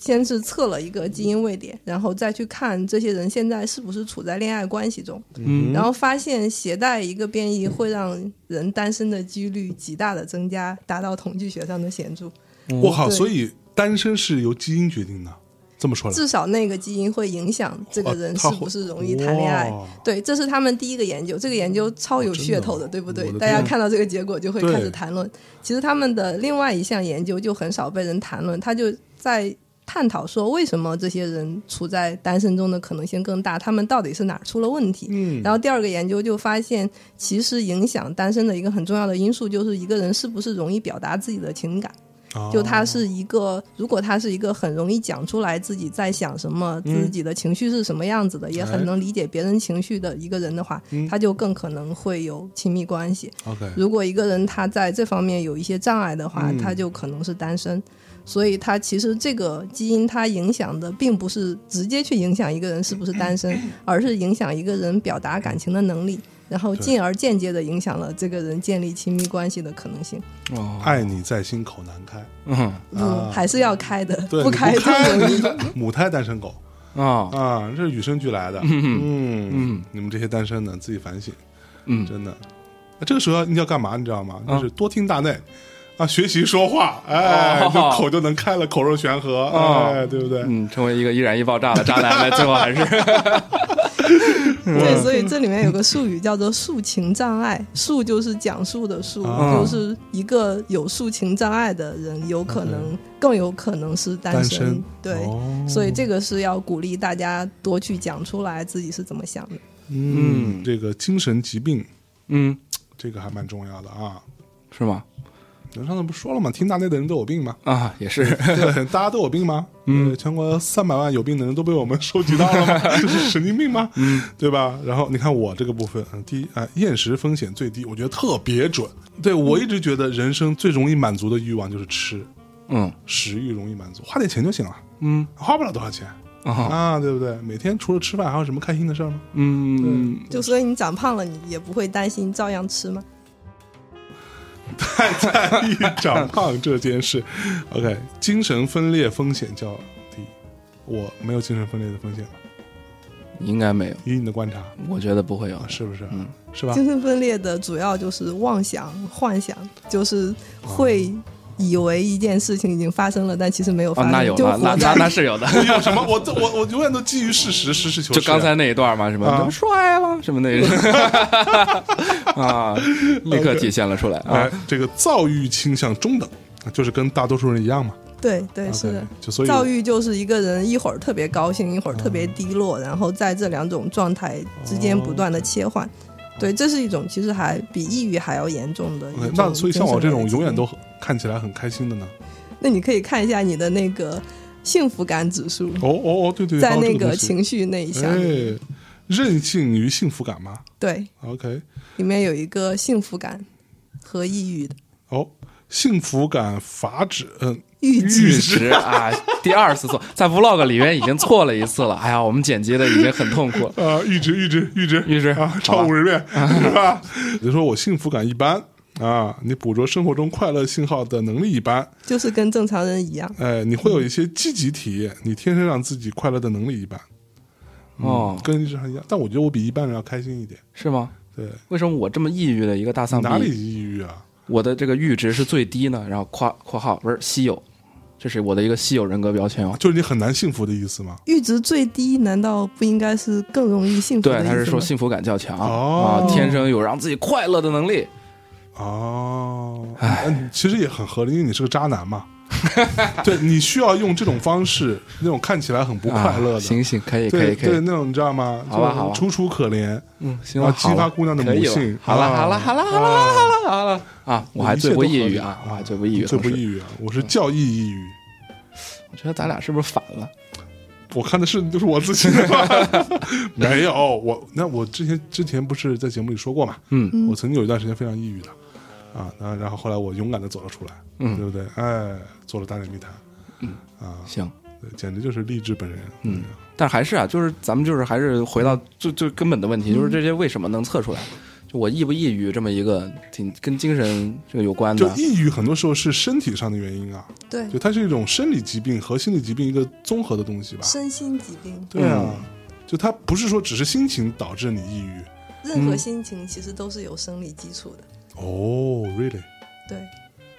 Speaker 3: 先是测了一个基因位点，然后再去看这些人现在是不是处在恋爱关系中，
Speaker 1: 嗯
Speaker 3: 然后发现携带一个变异会让人单身的几率极大的增加，达到统计学上的显著。
Speaker 1: 嗯
Speaker 2: 我靠，
Speaker 3: 嗯对
Speaker 2: 所以单身是由基因决定的，这么说来，
Speaker 3: 至少那个基因会影响这个人
Speaker 2: 哇
Speaker 3: 是
Speaker 2: 他
Speaker 3: 不是容易谈恋爱
Speaker 2: 哇。
Speaker 3: 对，这是他们第一个研究，这个研究超有噱头的，
Speaker 2: 哦真的
Speaker 3: 对不对
Speaker 2: 我？的
Speaker 3: 大家
Speaker 2: 天
Speaker 3: 看到这个结果就会
Speaker 2: 对
Speaker 3: 开始谈论。其实他们的另外一项研究就很少被人谈论，他就在探讨说为什么这些人处在单身中的可能性更大，他们到底是哪儿出了问题？
Speaker 2: 嗯，
Speaker 3: 然后第二个研究就发现，其实影响单身的一个很重要的因素就是一个人是不是容易表达自己的情感。
Speaker 2: 啊
Speaker 3: 就他是一个，如果他是一个很容易讲出来自己在想什么、自己的情绪是什么样子的，也
Speaker 2: 嗯哎
Speaker 3: 很能理解别人情绪的一个人的话，他就更可能会有亲密关系。
Speaker 2: OK，
Speaker 3: 如果一个人他在这方面有一些障碍的话，
Speaker 2: 嗯
Speaker 3: 他就可能是单身。所以，他其实这个基因它影响的并不是直接去影响一个人是不是 单身，而是影响一个人表达感情的能力，然后进而间接的影响了这个人建立亲密关系的可能性。
Speaker 1: 哦，
Speaker 2: 爱你在心口难开，
Speaker 1: 嗯
Speaker 2: 啊
Speaker 3: 嗯，还是要开的，
Speaker 2: 对，
Speaker 3: 不开
Speaker 2: 你
Speaker 3: 就
Speaker 2: 不开
Speaker 3: 容易。
Speaker 2: 母胎单身狗
Speaker 1: 啊
Speaker 2: 啊，这是与生俱来的，嗯嗯，你们这些单身的自己反省，
Speaker 1: 嗯，
Speaker 2: 真的。啊这个时候你要干嘛，你知道吗？
Speaker 1: 啊
Speaker 2: 就是多听大内。啊，学习说话，哎，
Speaker 1: 哦
Speaker 2: 就口就能开了，口若悬河，
Speaker 1: 哦
Speaker 2: 哎，对不对？
Speaker 1: 嗯，成为一个易燃易爆炸的渣男们，最后还 是嗯
Speaker 3: 对，所以这里面有个术语叫做述情障碍，述就是讲述的述，
Speaker 1: 嗯
Speaker 2: 啊
Speaker 3: 就是一个有述情障碍的人，有可能更有可能是单
Speaker 2: 单
Speaker 3: 身。
Speaker 2: 身
Speaker 3: 对，
Speaker 2: 哦
Speaker 3: 所以这个是要鼓励大家多去讲出来自己是怎么想的。
Speaker 2: 嗯，
Speaker 1: 嗯
Speaker 2: 这个精神疾病，
Speaker 1: 嗯，
Speaker 2: 这个还蛮重要的啊。
Speaker 1: 是吗？
Speaker 2: 咱上次不是说了吗？听大内的人都有病 吗？
Speaker 1: 啊，也是，
Speaker 2: 对，大家都有病吗？嗯，全国三百万有病的人都被我们收集到了吗？ 这是神经病吗？嗯，对吧？然后你看我这个部分，嗯，第一啊，厌食风险最低，我觉得特别准。对我一直觉得人生最容易满足的欲望就是吃，
Speaker 1: 嗯
Speaker 2: 食欲容易满足，花点钱就行了，
Speaker 1: 嗯
Speaker 2: 花不了多少钱
Speaker 1: 啊
Speaker 2: 啊，对不对？每天除了吃饭还有什么开心的事 儿吗？
Speaker 1: 嗯，
Speaker 3: 就所以你长胖了，你也不会担心，照样吃吗？
Speaker 2: 太在意长胖这件事。OK，精神分裂风险较低，我没有精神分裂的风险吧？
Speaker 1: 应该没有，
Speaker 2: 以你的观察，
Speaker 1: 我觉得不会有
Speaker 2: 啊，。是不是？
Speaker 1: 嗯
Speaker 2: 是吧？
Speaker 3: 精神分裂的主要就是妄想、幻想，就是会以为一件事情已经发生了，但其实没有
Speaker 1: 啊，
Speaker 3: 发
Speaker 1: 哦那
Speaker 3: 生，
Speaker 1: 有
Speaker 3: 就
Speaker 1: 了，那那
Speaker 3: 活在
Speaker 1: 那是有的。
Speaker 2: 有什么？我这我我永远都基于事实，实事求是。
Speaker 1: 就刚才那一段嘛，什么
Speaker 2: 啊
Speaker 1: 什么帅了，什么那个啊，立刻体现了出来啊
Speaker 2: 哎。，这个躁郁倾向中等，啊就是跟大多数人一样嘛。
Speaker 3: 对对
Speaker 2: OK，
Speaker 3: 是的。
Speaker 2: 就所以
Speaker 3: 躁郁就是一个人一会儿特别高兴，一会儿特别低
Speaker 2: 嗯
Speaker 3: 落，然后在这两种状态之间不断的切
Speaker 2: 哦
Speaker 3: 换。对，这是一种其实还比抑郁还要严重的一
Speaker 2: OK，
Speaker 3: 种。
Speaker 2: 哎那所以像我这种永
Speaker 3: 嗯
Speaker 2: 远都，看起来很开心的呢？
Speaker 3: 那你可以看一下你的那个幸福感指数，
Speaker 2: 哦哦哦，对对，
Speaker 3: 在
Speaker 2: 还有
Speaker 3: 那
Speaker 2: 这
Speaker 3: 个
Speaker 2: 东西
Speaker 3: 情绪那一项，
Speaker 2: 哎，任性与幸福感吗
Speaker 3: 对，
Speaker 2: ？OK，
Speaker 3: 里面有一个幸福感和抑郁的
Speaker 2: 哦，幸福感阀值，嗯，
Speaker 3: 阈
Speaker 1: 阈
Speaker 3: 值。
Speaker 1: 值啊，第二次错，在 vlog 里面已经错了一次了。哎呀，我们剪辑的已经很痛苦了。
Speaker 2: 呃，阈值，阈值，阈值，
Speaker 1: 阈值
Speaker 2: 啊，
Speaker 1: 好
Speaker 2: 超
Speaker 1: 吧
Speaker 2: 五十 遍，是吧？ 你说我幸福感一般啊，你捕捉生活中快乐信号的能力一般，
Speaker 3: 就是跟正常人一样。
Speaker 2: 哎，你会有一些积极体验，你天生让自己快乐的能力一般，
Speaker 1: 哦，
Speaker 2: 跟正常一样。但我觉得我比一般人要开心一点。
Speaker 1: 是吗？
Speaker 2: 对，
Speaker 1: 为什么我这么抑郁的一个大丧
Speaker 2: 哪里
Speaker 1: 逼，
Speaker 2: 抑郁啊？
Speaker 1: 我的这个阈值是最低呢？然后括括号不是稀有，这是我的一个稀有人格标签哦。
Speaker 2: 就是你很难幸福的意思吗？
Speaker 3: 阈值最低，难道不应该是更容易幸福的
Speaker 1: 对
Speaker 3: 意思，吗？
Speaker 1: 他是说幸福感较强
Speaker 2: 哦
Speaker 1: 啊，天生有让自己快乐的能力。
Speaker 2: 哦，嗯，其实也很合理，因为你是个渣男嘛。 对你需要用这种方式，那种看起来很不快乐的，
Speaker 3: 哦
Speaker 1: 啊行行，可以可
Speaker 2: 对
Speaker 1: 以嗯可
Speaker 2: 对，
Speaker 1: 以，
Speaker 2: 那种你知道吗？
Speaker 1: 好吧
Speaker 2: 就
Speaker 1: 好吧
Speaker 2: 楚楚可怜，
Speaker 1: 嗯，行
Speaker 2: 然后
Speaker 1: 了，
Speaker 2: 激发
Speaker 1: 好了
Speaker 2: 姑娘的
Speaker 1: 可
Speaker 2: 母
Speaker 1: 以
Speaker 2: 性
Speaker 1: 了。好了
Speaker 2: 啊
Speaker 1: 好了好了好了好了好了好了啊！我还最不抑郁啊
Speaker 2: 一切都合，理
Speaker 1: 我还最不抑郁，嗯
Speaker 2: 最不
Speaker 1: 同
Speaker 2: 抑
Speaker 1: 时。
Speaker 2: 郁啊！我是教义抑郁，
Speaker 1: 我觉得咱俩是不是反了？
Speaker 2: 我看的是就是我自己的吧 没有我，那我之前之前不是在节目里说过嘛，
Speaker 1: 嗯
Speaker 2: 我曾经有一段时间非常抑郁的啊，那然后后来我勇敢的走了出来，
Speaker 1: 嗯
Speaker 2: 对不对？哎，做了大内密谈，啊，
Speaker 1: 行。
Speaker 2: 对简直就是励志本人，
Speaker 1: 嗯，
Speaker 2: 嗯
Speaker 1: 但还是啊，就是咱们就是还是回到最最根本的问题，就是这些为什么能测出来？就我抑不抑郁这么一个挺跟精神这个有关
Speaker 2: 就
Speaker 1: 的，
Speaker 2: 抑郁很多时候是身体上的原因啊，
Speaker 3: 对
Speaker 2: 就，它是一种生理疾病和心理疾病一个综合的东西吧。
Speaker 3: 身心疾病，
Speaker 2: 对啊，
Speaker 1: 嗯
Speaker 2: 就它不是说只是心情导致你抑郁
Speaker 3: 任何心情其实都是有生理基础的。
Speaker 2: 哦，really，
Speaker 3: 对，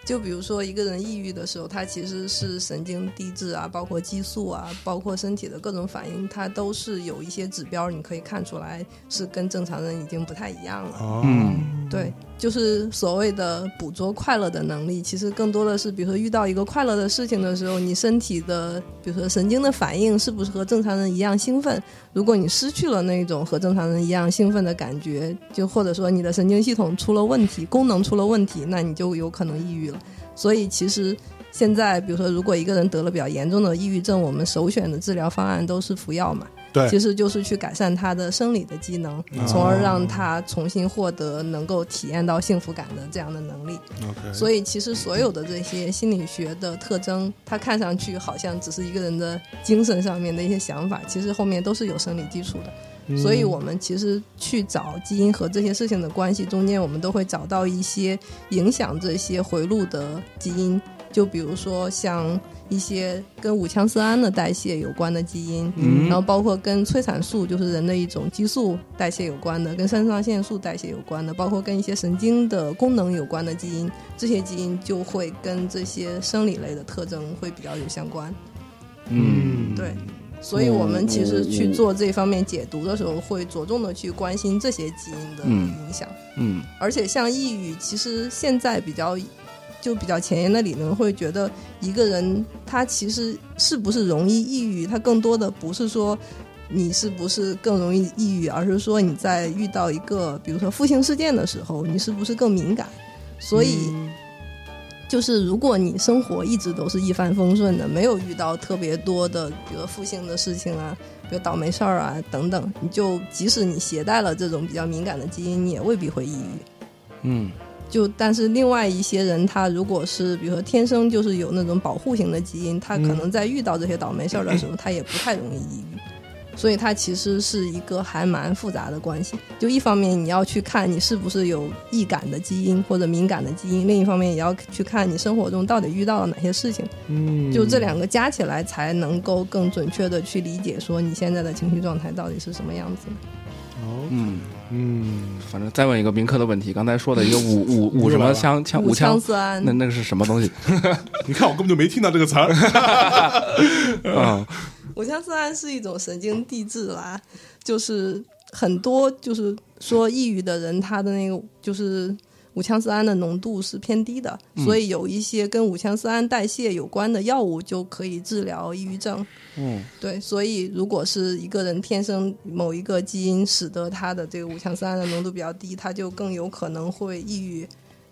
Speaker 3: 就比如说一个人抑郁的时候，他其实是神经递质啊，包括激素啊，包括身体的各种反应，它都是有一些指标，你可以看出来是跟正常人已经不太一样了。
Speaker 2: 啊，
Speaker 1: 嗯，
Speaker 3: 对，就是所谓的捕捉快乐的能力，其实更多的是，比如说遇到一个快乐的事情的时候，你身体的，比如说神经的反应是不是和正常人一样兴奋？如果你失去了那种和正常人一样兴奋的感觉，就或者说你的神经系统出了问题，功能出了问题，那你就有可能抑郁了。所以其实。现在，比如说，如果一个人得了比较严重的抑郁症，我们首选的治疗方案都是服药嘛。
Speaker 2: 对
Speaker 3: 其实就是去改善他的生理的机能，从而让他重新获得能够体验到幸福感的这样的能力。
Speaker 2: ，OK，
Speaker 3: 所以，其实所有的这些心理学的特征，它看上去好像只是一个人的精神上面的一些想法，其实后面都是有生理基础的。
Speaker 2: 以
Speaker 3: 所以，我们其实去找基因和这些事情的关系中间，我们都会找到一些影响这些回路的基因，就比如说像一些跟五羟色胺的代谢有关的基因，
Speaker 1: 嗯
Speaker 3: 然后包括跟催产素，就是人的一种激素代谢有关的，跟肾上腺素代谢有关的，包括跟一些神经的功能有关的基因，这些基因就会跟这些生理类的特征会比较有相关。
Speaker 1: 嗯，
Speaker 3: 对，所以我们其实去做这方面解读的时候，会着重的去关心这些基因的
Speaker 1: 嗯
Speaker 3: 影响。
Speaker 1: 嗯，
Speaker 3: 而且像抑郁，其实现在比较就比较前沿的理论会觉得，一个人他其实是不是容易抑郁，他更多的不是说你是不是更容易抑郁，而是说你在遇到一个比如说负性事件的时候，你是不是更敏感？所以。
Speaker 1: 嗯
Speaker 3: 就是如果你生活一直都是一帆风顺的，没有遇到特别多的，比如负性的事情啊，比如倒霉事儿啊等等，你就即使你携带了这种比较敏感的基因，你也未必会抑郁。
Speaker 1: 嗯，
Speaker 3: 就但是另外一些人，他如果是比如说天生就是有那种保护型的基因，他可能在遇到这些倒霉事儿的时候，他也不太容易抑郁。所以它其实是一个还蛮复杂的关系。就一方面你要去看你是不是有易感的基因或者敏感的基因，另一方面也要去看你生活中到底遇到了哪些事情。
Speaker 2: 嗯，
Speaker 3: 就这两个加起来，才能够更准确的去理解说你现在的情绪状态到底是什么样子。
Speaker 2: 哦，
Speaker 1: 嗯，
Speaker 2: 嗯，
Speaker 1: 反正再问一个民科的问题，刚才说的一个五 五五什么枪枪
Speaker 3: 五羟
Speaker 1: 枪，
Speaker 3: 色胺
Speaker 1: 那那个是什么东西？
Speaker 2: 你看我根本就没听到这个词儿，
Speaker 1: 嗯
Speaker 3: 五羟色胺是一种神经递质啦，就是很多就是说抑郁的人，他的那个就是五羟色胺的浓度是偏低的，所以有一些跟五羟色胺代谢有关的药物就可以治疗抑郁症。
Speaker 1: 嗯
Speaker 3: 对，所以如果是一个人天生某一个基因使得他的这个五羟色胺的浓度比较低，他就更有可能会抑郁，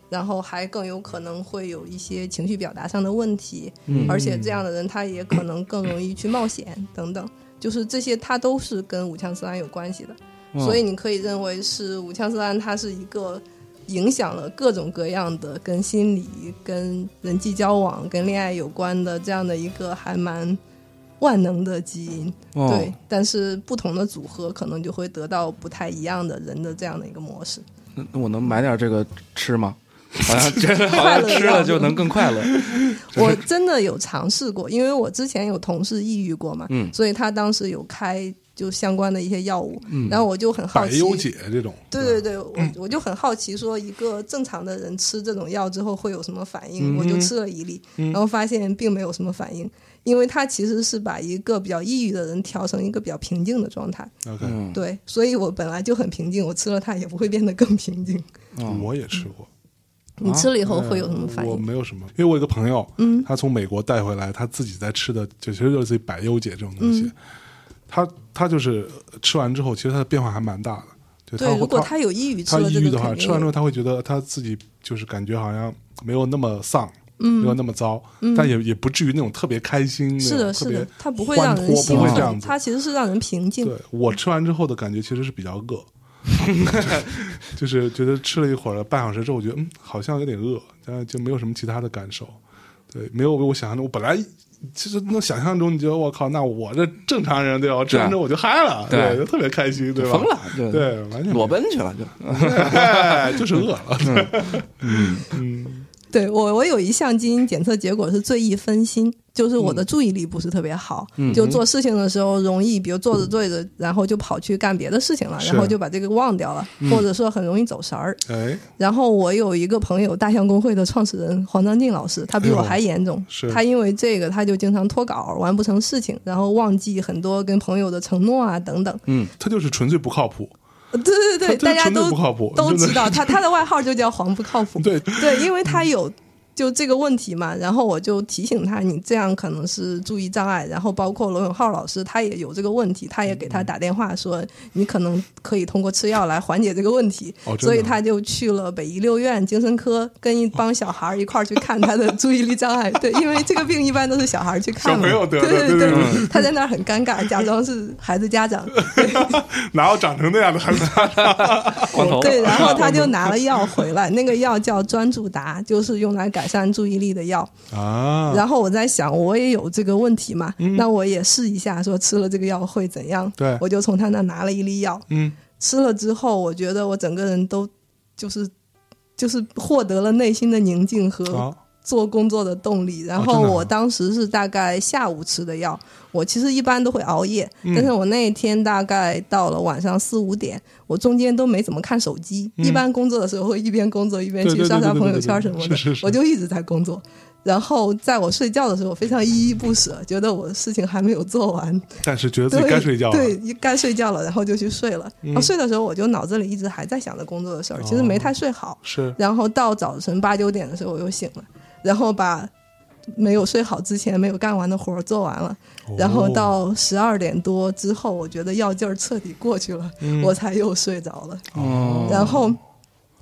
Speaker 3: 然后还更有可能会有一些情绪表达上的问题，
Speaker 1: 嗯
Speaker 3: 而且这样的人他也可能更容易去冒险等等，就是这些它都是跟五羟色胺有关系的，
Speaker 1: 嗯
Speaker 3: 所以你可以认为是五羟色胺它是一个。影响了各种各样的跟心理、跟人际交往、跟恋爱有关的这样的一个还蛮万能的基因，
Speaker 1: 哦
Speaker 3: 对，但是不同的组合可能就会得到不太一样的人的这样的一个模式。
Speaker 1: 那那我能买点这个吃 吗？好像觉得好像吃了就能更快乐。
Speaker 3: 我真的有尝试过，因为我之前有同事抑郁过嘛，
Speaker 1: 嗯
Speaker 3: 所以他当时有开就相关的一些药物，然后我就很
Speaker 2: 嗯
Speaker 3: 好
Speaker 2: 百
Speaker 3: 奇，
Speaker 2: 忧解嗯这种，
Speaker 3: 对对对，我我就很好奇，说一个正常的人吃这种药之后会有什么反
Speaker 2: 嗯
Speaker 3: 应？我就吃了一粒，然后发现并没有什么反应，因为它其实是把一个比较抑郁的人调成一个比较平静的状态。
Speaker 2: ，OK，
Speaker 1: 嗯，
Speaker 3: 对，所以我本来就很平静，我吃了它也不会变得更平静。
Speaker 2: 啊
Speaker 1: 哦
Speaker 2: 我也吃过，
Speaker 3: 你吃了以后会有什么反
Speaker 2: 我
Speaker 3: 应？
Speaker 2: 没有什么，因为我有一个朋友，嗯，他从美国带回来，他自己在吃的，就其实就是百忧解这种东西，
Speaker 3: 嗯
Speaker 2: 他他就是呃吃完之后，其实他的变化还蛮大的，就他
Speaker 3: 对，如
Speaker 2: 会
Speaker 3: 果
Speaker 2: 他
Speaker 3: 他有抑郁，吃
Speaker 2: 他
Speaker 3: 了
Speaker 2: 抑
Speaker 3: 这
Speaker 2: 郁
Speaker 3: 个
Speaker 2: 的话，
Speaker 3: 肯
Speaker 2: 吃
Speaker 3: 定
Speaker 2: 完之
Speaker 3: 有
Speaker 2: 后他会觉得他自己就是感觉好像没有那么丧，嗯，没有那么糟，但也也不至于那种特别开心，
Speaker 3: 是
Speaker 2: 那种
Speaker 3: 的，是
Speaker 2: 特别
Speaker 3: 的，它不会让
Speaker 2: 欢
Speaker 3: 人
Speaker 2: 脱
Speaker 3: 兴
Speaker 2: 不会
Speaker 1: 奋
Speaker 2: 这样
Speaker 3: 奋，
Speaker 2: 子。
Speaker 3: 它其实是让人平静
Speaker 2: 对。我吃完之后的感觉其实是比较 饿，就是觉得吃了一会儿半小时之后，我觉得嗯好像有点饿，但是就没有什么其他的感受。对，没有我想象中，我本来其实能想象中，你觉得我靠，那我这正常人对吧？我吃完之后我就嗨了，
Speaker 1: 对
Speaker 2: 就特别开心，对吧？
Speaker 1: 疯了，就
Speaker 2: 对，完全
Speaker 1: 裸奔去了，就
Speaker 2: 哎就是饿了，
Speaker 3: 嗯对我，我有一项基因检测结果是最易分心，就是我
Speaker 2: 嗯
Speaker 3: 的注意力不是特别好，就做事情的时候容易，比如做着做着，然后就跑去干别的事情了，
Speaker 2: 是嗯
Speaker 3: 然后就把这个忘掉了，或者说很容易走神儿。
Speaker 2: 哎，
Speaker 3: 然后我有一个朋友，大象公会的创始人黄章进老师，他比我还严重，
Speaker 2: 哎是
Speaker 3: 他因为这个他就经常脱稿，完不成事情，然后忘记很多跟朋友的承诺啊等等。
Speaker 2: 他就是纯粹不靠谱，
Speaker 3: 对对对，
Speaker 2: 他
Speaker 3: 大
Speaker 2: 真的
Speaker 3: 家
Speaker 2: 纯粹
Speaker 3: 都
Speaker 2: 不靠谱，
Speaker 3: 都
Speaker 2: 真的
Speaker 3: 知道他，他的外号就叫黄不靠谱。
Speaker 2: 对，
Speaker 3: 对，因为他有就这个问题嘛，然后我就提醒他，你这样可能是注意障碍。然后包括罗永浩老师，他也有这个问题，他也给他
Speaker 2: 嗯
Speaker 3: 打电话说，你可能可以通过吃药来缓解这个问题。
Speaker 2: 哦真的哦
Speaker 3: 所以他就去了北医六院精神科，跟一帮小孩儿一块儿去看他的注意力障碍。对，因为这个病一般都是小孩儿去看
Speaker 2: 小
Speaker 3: 嘛，
Speaker 2: 朋友得的，
Speaker 3: 对
Speaker 2: 对
Speaker 3: 对
Speaker 2: 对，
Speaker 3: 他在那儿很尴尬，假装是孩子 家长。
Speaker 2: 哪有长成那样的 孩子？
Speaker 1: 光头，
Speaker 3: 对，然后他就拿了药回来， 那个药叫专注达，就是用来改善注意力的药。
Speaker 2: 啊，
Speaker 3: 然后我在想，我也有这个问题嘛，那我也试一下，说吃了这个药会怎样？
Speaker 2: 对
Speaker 3: 我就从他那拿了一粒药，
Speaker 2: 嗯，
Speaker 3: 吃了之后，我觉得我整个人都就是就是获得了内心的宁静和
Speaker 2: 好，
Speaker 3: 做工作的动力。然
Speaker 2: 真
Speaker 3: 后
Speaker 2: 的啊
Speaker 3: 我当时是大概下午吃的药，我其实一般都会熬夜，
Speaker 2: 嗯
Speaker 3: 但是我那一天大概到了晚上四五点，我中间都没怎么看手机。一般工作的时候会一边工作一边
Speaker 2: 对对嗯
Speaker 3: 去
Speaker 2: 对
Speaker 3: 刷刷
Speaker 2: 对对
Speaker 3: 朋友
Speaker 2: 对
Speaker 3: 圈
Speaker 2: 对
Speaker 3: 什么
Speaker 2: 是
Speaker 3: 的
Speaker 2: 是，是
Speaker 3: 我就一直在工作。然后在我睡觉的时候，我非常依依不舍，觉得我事情还没有做完，
Speaker 2: 但是觉得自
Speaker 3: 对
Speaker 2: 己该睡觉了，嗯
Speaker 3: 对，一该睡觉了，然后就去睡了。然后睡的时候，我就脑子里一直还在想着工作的事儿，
Speaker 2: 哦
Speaker 3: 其实没太睡好。
Speaker 2: 是
Speaker 3: 然后到早晨八九点的时候我又醒了，然后把没有睡好之前没有干完的活儿做完了，
Speaker 2: 哦
Speaker 3: 然后到十二点多之后，我觉得药劲儿彻底过去了，
Speaker 2: 嗯
Speaker 3: 我才又睡着了。
Speaker 1: 哦
Speaker 3: 然后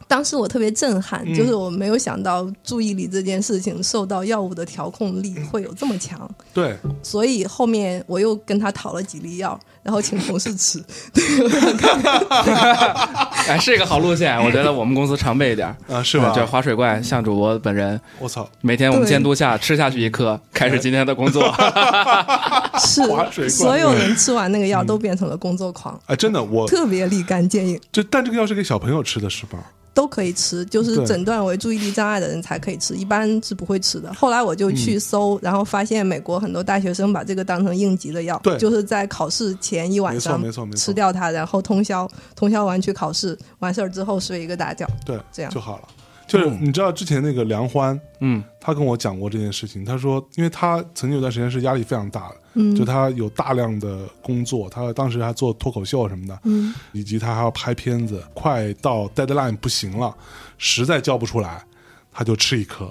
Speaker 3: 当时我特别震撼，
Speaker 2: 嗯
Speaker 3: 就是我没有想到注意力这件事情受到药物的调控
Speaker 2: 嗯
Speaker 3: 力会有这么强，
Speaker 2: 对，
Speaker 3: 所以后面我又跟他讨了几粒药，然后请同事吃。
Speaker 1: 哎，是一个好路线，我觉得我们公司常备一点儿，嗯
Speaker 2: 啊， 是吧
Speaker 1: 这？滑水怪像主播本人，
Speaker 2: 我操，
Speaker 1: 每天我们监督下吃下去一颗，开始今天的工 作。
Speaker 3: 是
Speaker 2: 划水怪
Speaker 3: 所有人吃完那个药都变成了工作狂，
Speaker 2: 哎，真的，我
Speaker 3: 特别立竿见影，
Speaker 2: 这但这个药是给小朋友吃的，是吧？
Speaker 3: 都可以吃，就是
Speaker 2: 对
Speaker 3: 诊断为注意力障碍的人才可以吃，一般是不会吃的。后来我就
Speaker 2: 嗯
Speaker 3: 去搜，然后发现美国很多大学生把这个当成应急的药，
Speaker 2: 对
Speaker 3: 就是在考试前一晚上
Speaker 2: 没错没错没错
Speaker 3: 吃掉它，然后通宵，通宵完去考试，完事儿之后睡一个大觉。
Speaker 2: 对，
Speaker 3: 这样
Speaker 2: 就好了。就是
Speaker 1: 嗯
Speaker 2: 你知道之前那个梁欢，
Speaker 1: 嗯，
Speaker 2: 他跟我讲过这件事情，他说，因为他曾经有段时间是压力非常大的，嗯，就他有大量的工作，他当时还做脱口秀什么的，嗯，以及他还要拍片子，快到 deadline 不行了，实在交不出来，他就吃一颗，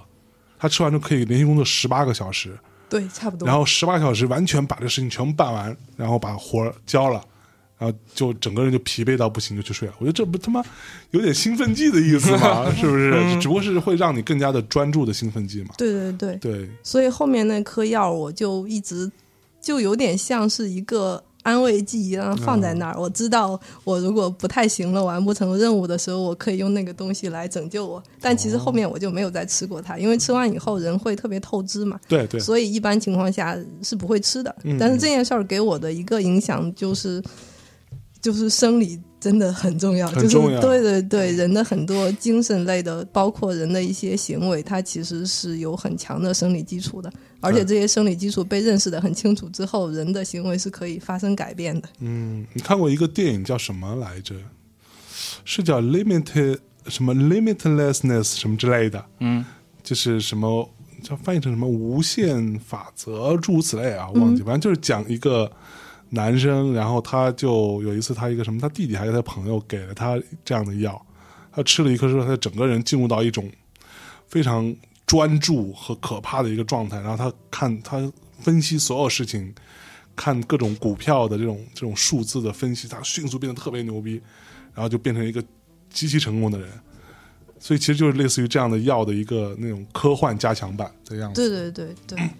Speaker 2: 他吃完就可以连续工作十八个小时，
Speaker 3: 对，差不多。
Speaker 2: 然后十八小时完全把这事情全部办完，然后把活儿交了。然后就整个人就疲惫到不行，就去睡了。我觉得这不他妈有点兴奋剂的意思吗？是不是？只不过是会让你更加的专注的兴奋剂嘛。
Speaker 3: 对对对，
Speaker 2: 对，
Speaker 3: 所以后面那颗药我就一直就有点像是一个安慰剂一样放在那儿。我知道我如果不太行了，完不成任务的时候，我可以用那个东西来拯救我。但其实后面我就没有再吃过它，因为吃完以后人会特别透支嘛，
Speaker 2: 对对，
Speaker 3: 所以一般情况下是不会吃的。
Speaker 2: 嗯
Speaker 3: 但是这件事儿给我的一个影响就是，就是生理真的很重要，
Speaker 2: 很重要
Speaker 3: 就是对对对，人的很多精神类的，包括人的一些行为，它其实是有很强的生理基础的，而
Speaker 2: 嗯
Speaker 3: 且这些生理基础被认识的很清楚之后，人的行为是可以发生改变的。
Speaker 2: 嗯，你看过一个电影叫什么来着？是叫 Limited 什么 Limitlessness 什么之类的。
Speaker 1: 嗯，
Speaker 2: 就是什么叫翻译成什么无限法则，诸如此类啊，忘记。反正就是讲一个男生，然后他就有一次他一个什么，他弟弟还是他朋友给了他这样的药，他吃了一颗之后，他就整个人进入到一种非常专注和可怕的一个状态。然后他看他分析所有事情，看各种股票的这种这种数字的分析，他迅速变得特别牛逼，然后就变成一个极其成功的人。所以其实就是类似于这样的药的一个那种科幻加强版的样子。
Speaker 3: 对对对对。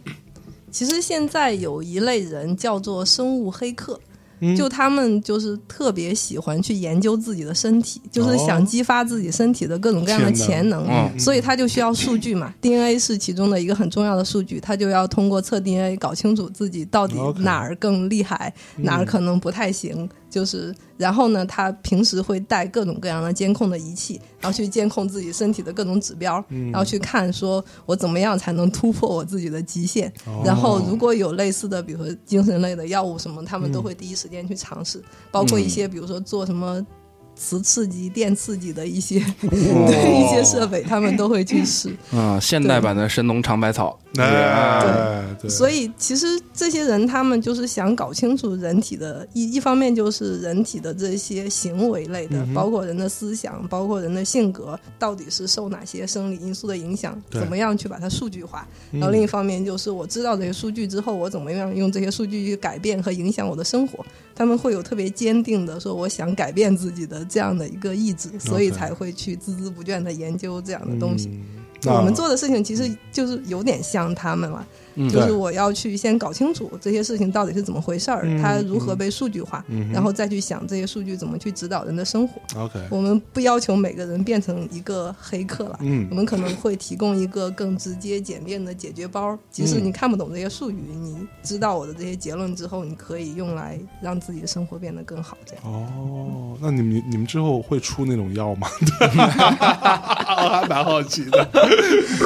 Speaker 3: 其实现在有一类人叫做生物黑客，
Speaker 2: 嗯
Speaker 3: 就他们就是特别喜欢去研究自己的身体，就是
Speaker 2: 哦
Speaker 3: 想激发自己身体的各种各样的
Speaker 2: 潜
Speaker 3: 潜能，
Speaker 1: 嗯
Speaker 3: 所以他就需要数据嘛。DNA 是其中的一个很重要的数据，他就要通过测 DNA 搞清楚自己到底
Speaker 2: OK 嗯
Speaker 3: 哪儿更厉害，哪儿可能不太行。就是，然后呢，他平时会带各种各样的监控的仪器，然后去监控自己身体的各种指标，
Speaker 2: 嗯
Speaker 3: 然后去看说我怎么样才能突破我自己的极限。
Speaker 2: 哦
Speaker 3: 然后如果有类似的，比如说精神类的药物什么，他
Speaker 2: 嗯
Speaker 3: 们都会第一时间去尝试，包括一些比如说做什么。磁刺激、电刺激的一些 对一些设备，他们都会去试。
Speaker 1: 嗯，现代版的神农尝百草，啊
Speaker 2: 哎，对，
Speaker 3: 所
Speaker 2: 以
Speaker 3: 以其实这些人他们就是想搞清楚人体的一一方面就是人体的这些行为类的，
Speaker 2: 嗯哼
Speaker 3: 包括人的思想，包括人的性格到底是受哪些生理因素的影响，
Speaker 2: 对嗯
Speaker 3: 怎么样去把它数据化。然后另一方面就是我知道这些数据之后，我怎么样用这些数据去改变和影响我的生活。他们会有特别坚定的说我想改变自己的这样的一个意志，所以
Speaker 2: OK
Speaker 3: 才会去孜孜不倦的研究这样的东西。
Speaker 2: 嗯那
Speaker 3: 我们做的事情其实就是有点像他们嘛，
Speaker 1: 嗯
Speaker 3: 就是
Speaker 2: 对
Speaker 3: 我要去先搞清楚这些事情到底是怎么回事儿，
Speaker 2: 嗯
Speaker 3: 它如何被数据化，
Speaker 2: 嗯哼
Speaker 3: 然后再去想这些数据怎么去指导人的生活。
Speaker 2: OK，
Speaker 3: 我们不要求每个人变成一个黑客了，
Speaker 2: 嗯
Speaker 3: 我们可能会提供一个更直接、简便的解决包。即
Speaker 2: 嗯
Speaker 3: 使你看不懂这些术语，你知道我的这些结论之后，你可以用来让自己的生活变得更好。这样，
Speaker 2: 哦，那你们你们之后会出那种 药吗？我还蛮好奇的。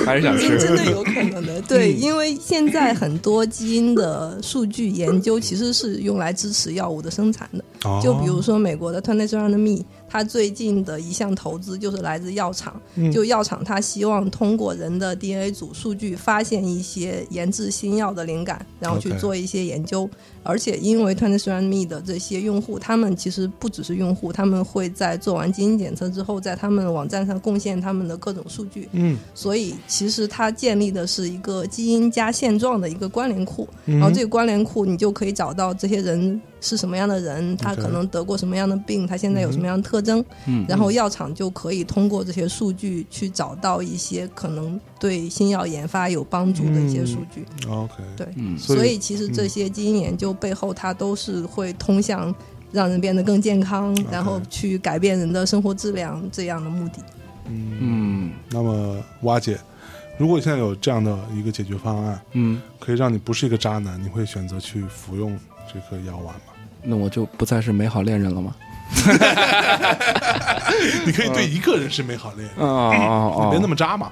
Speaker 1: 还是想
Speaker 3: 这
Speaker 1: 吃
Speaker 3: 真的有可能的，对，因为现在很多基因的数据研究其实是用来支持药物的生产的。
Speaker 2: 哦
Speaker 3: 就比如说美国的 Twenty One and Me，它最近的一项投资就是来自药厂，
Speaker 2: 嗯
Speaker 3: 就药厂它希望通过人的 DNA 组数据发现一些研制新药的灵感，然后去
Speaker 2: OK
Speaker 3: 做一些研究。而且因为 Twenty One and Me 的这些用户，他们其实不只是用户，他们会在做完基因检测之后，在他们网站上贡献他们的各种数据。
Speaker 2: 嗯，
Speaker 3: 所以其实它建立的是一个基因加现状的一个关联库，
Speaker 2: 嗯
Speaker 3: 然后这个关联库你就可以找到这些人是什么样的人，他
Speaker 2: OK
Speaker 3: 可能得过什么样的病，他现在有什么样的特征，
Speaker 1: 嗯
Speaker 3: 然后药厂就可以通过这些数据去找到一些可能对新药研发有帮助的一些数据。
Speaker 2: OK，
Speaker 3: 对，
Speaker 1: 嗯
Speaker 2: 所以
Speaker 3: 所以其实这些基因研究背后，它都是会通向。让人变得更健康，然后去改变人的生活质量，这样的目的。
Speaker 1: 嗯
Speaker 2: 那么蛙姐，如果现在有这样的一个解决方案，
Speaker 1: 嗯，
Speaker 2: 可以让你不是一个渣男，你会选择去服用这颗药丸吗？
Speaker 1: 那我就不再是美好恋人了吗？
Speaker 2: 你可以对一个人是美好恋人，
Speaker 1: 哦哦哦，
Speaker 2: 别那么渣嘛，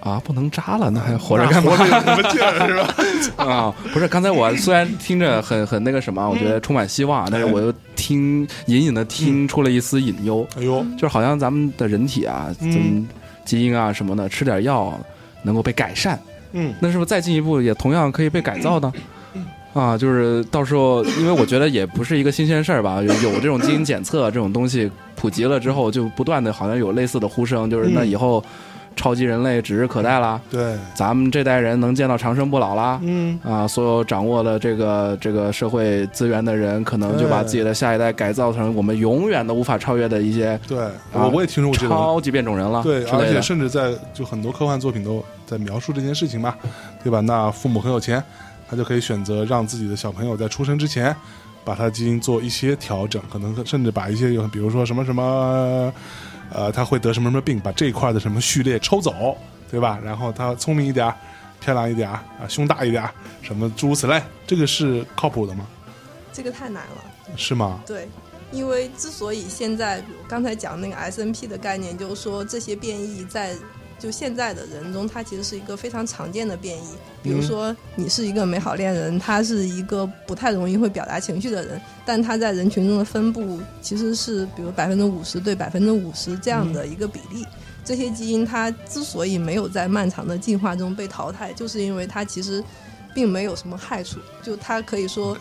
Speaker 2: 啊
Speaker 1: 啊，不能渣了，那还活着干嘛
Speaker 2: 活着有什么劲儿是 吧？
Speaker 1: 啊？不是，刚才我虽然听着很很那个什么，我觉得充满希望，但是我又听隐隐的听出了一丝隐忧，
Speaker 2: 哎呦，
Speaker 1: 就是好像咱们的人体啊，
Speaker 2: 嗯
Speaker 1: 咱们基因啊什么的，吃点药能够被改善，
Speaker 2: 嗯
Speaker 1: 那是不是再进一步也同样可以被改造呢？啊，就是到时候，因为我觉得也不是一个新鲜事儿吧，有有这种基因检测这种东西普及了之后，就不断的好像有类似的呼声，就是那
Speaker 2: 嗯
Speaker 1: 以后超级人类指日可待啦，
Speaker 2: 对，
Speaker 1: 咱们这代人能见到长生不老啦。
Speaker 2: 嗯
Speaker 1: 啊，所有掌握了这个这个社会资源的人，可能就把
Speaker 2: 对
Speaker 1: 自己的下一代改造成我们永远都无法超越的一些
Speaker 2: 对，
Speaker 3: 啊
Speaker 2: 我我也听说过这种
Speaker 1: 超级变种人了，
Speaker 2: 对，
Speaker 1: 之
Speaker 2: 而
Speaker 1: 类
Speaker 2: 且
Speaker 1: 啊的。
Speaker 2: 甚至在就很多科幻作品都在描述这件事情嘛，对吧？那父母很有钱，他就可以选择让自己的小朋友在出生之前，把他基因做一些调整，可能甚至把一些有比如说什么什么，呃，他会得什么什么病，把这一块的什么序列抽走，对吧？然后他聪明一点儿，漂亮一点儿，啊，胸大一点儿，什么诸如此类，这个是靠谱的吗？
Speaker 3: 这个太难了。
Speaker 2: 是吗？
Speaker 3: 对，因为之所以现在，比如刚才讲那个 S N P 的概念，就是说这些变异在就现在的人中，它其实是一个非常常见的变异。比如说，你是一个美好恋人，他是一个不太容易会表达情绪的人，但他在人群中的分布其实是，比如百分之五十对百分之五十这样的一个比例。这些基因它之所以没有在漫长的进化中被淘汰，就是因为它其实并没有什么害处，就它可以说
Speaker 2: OK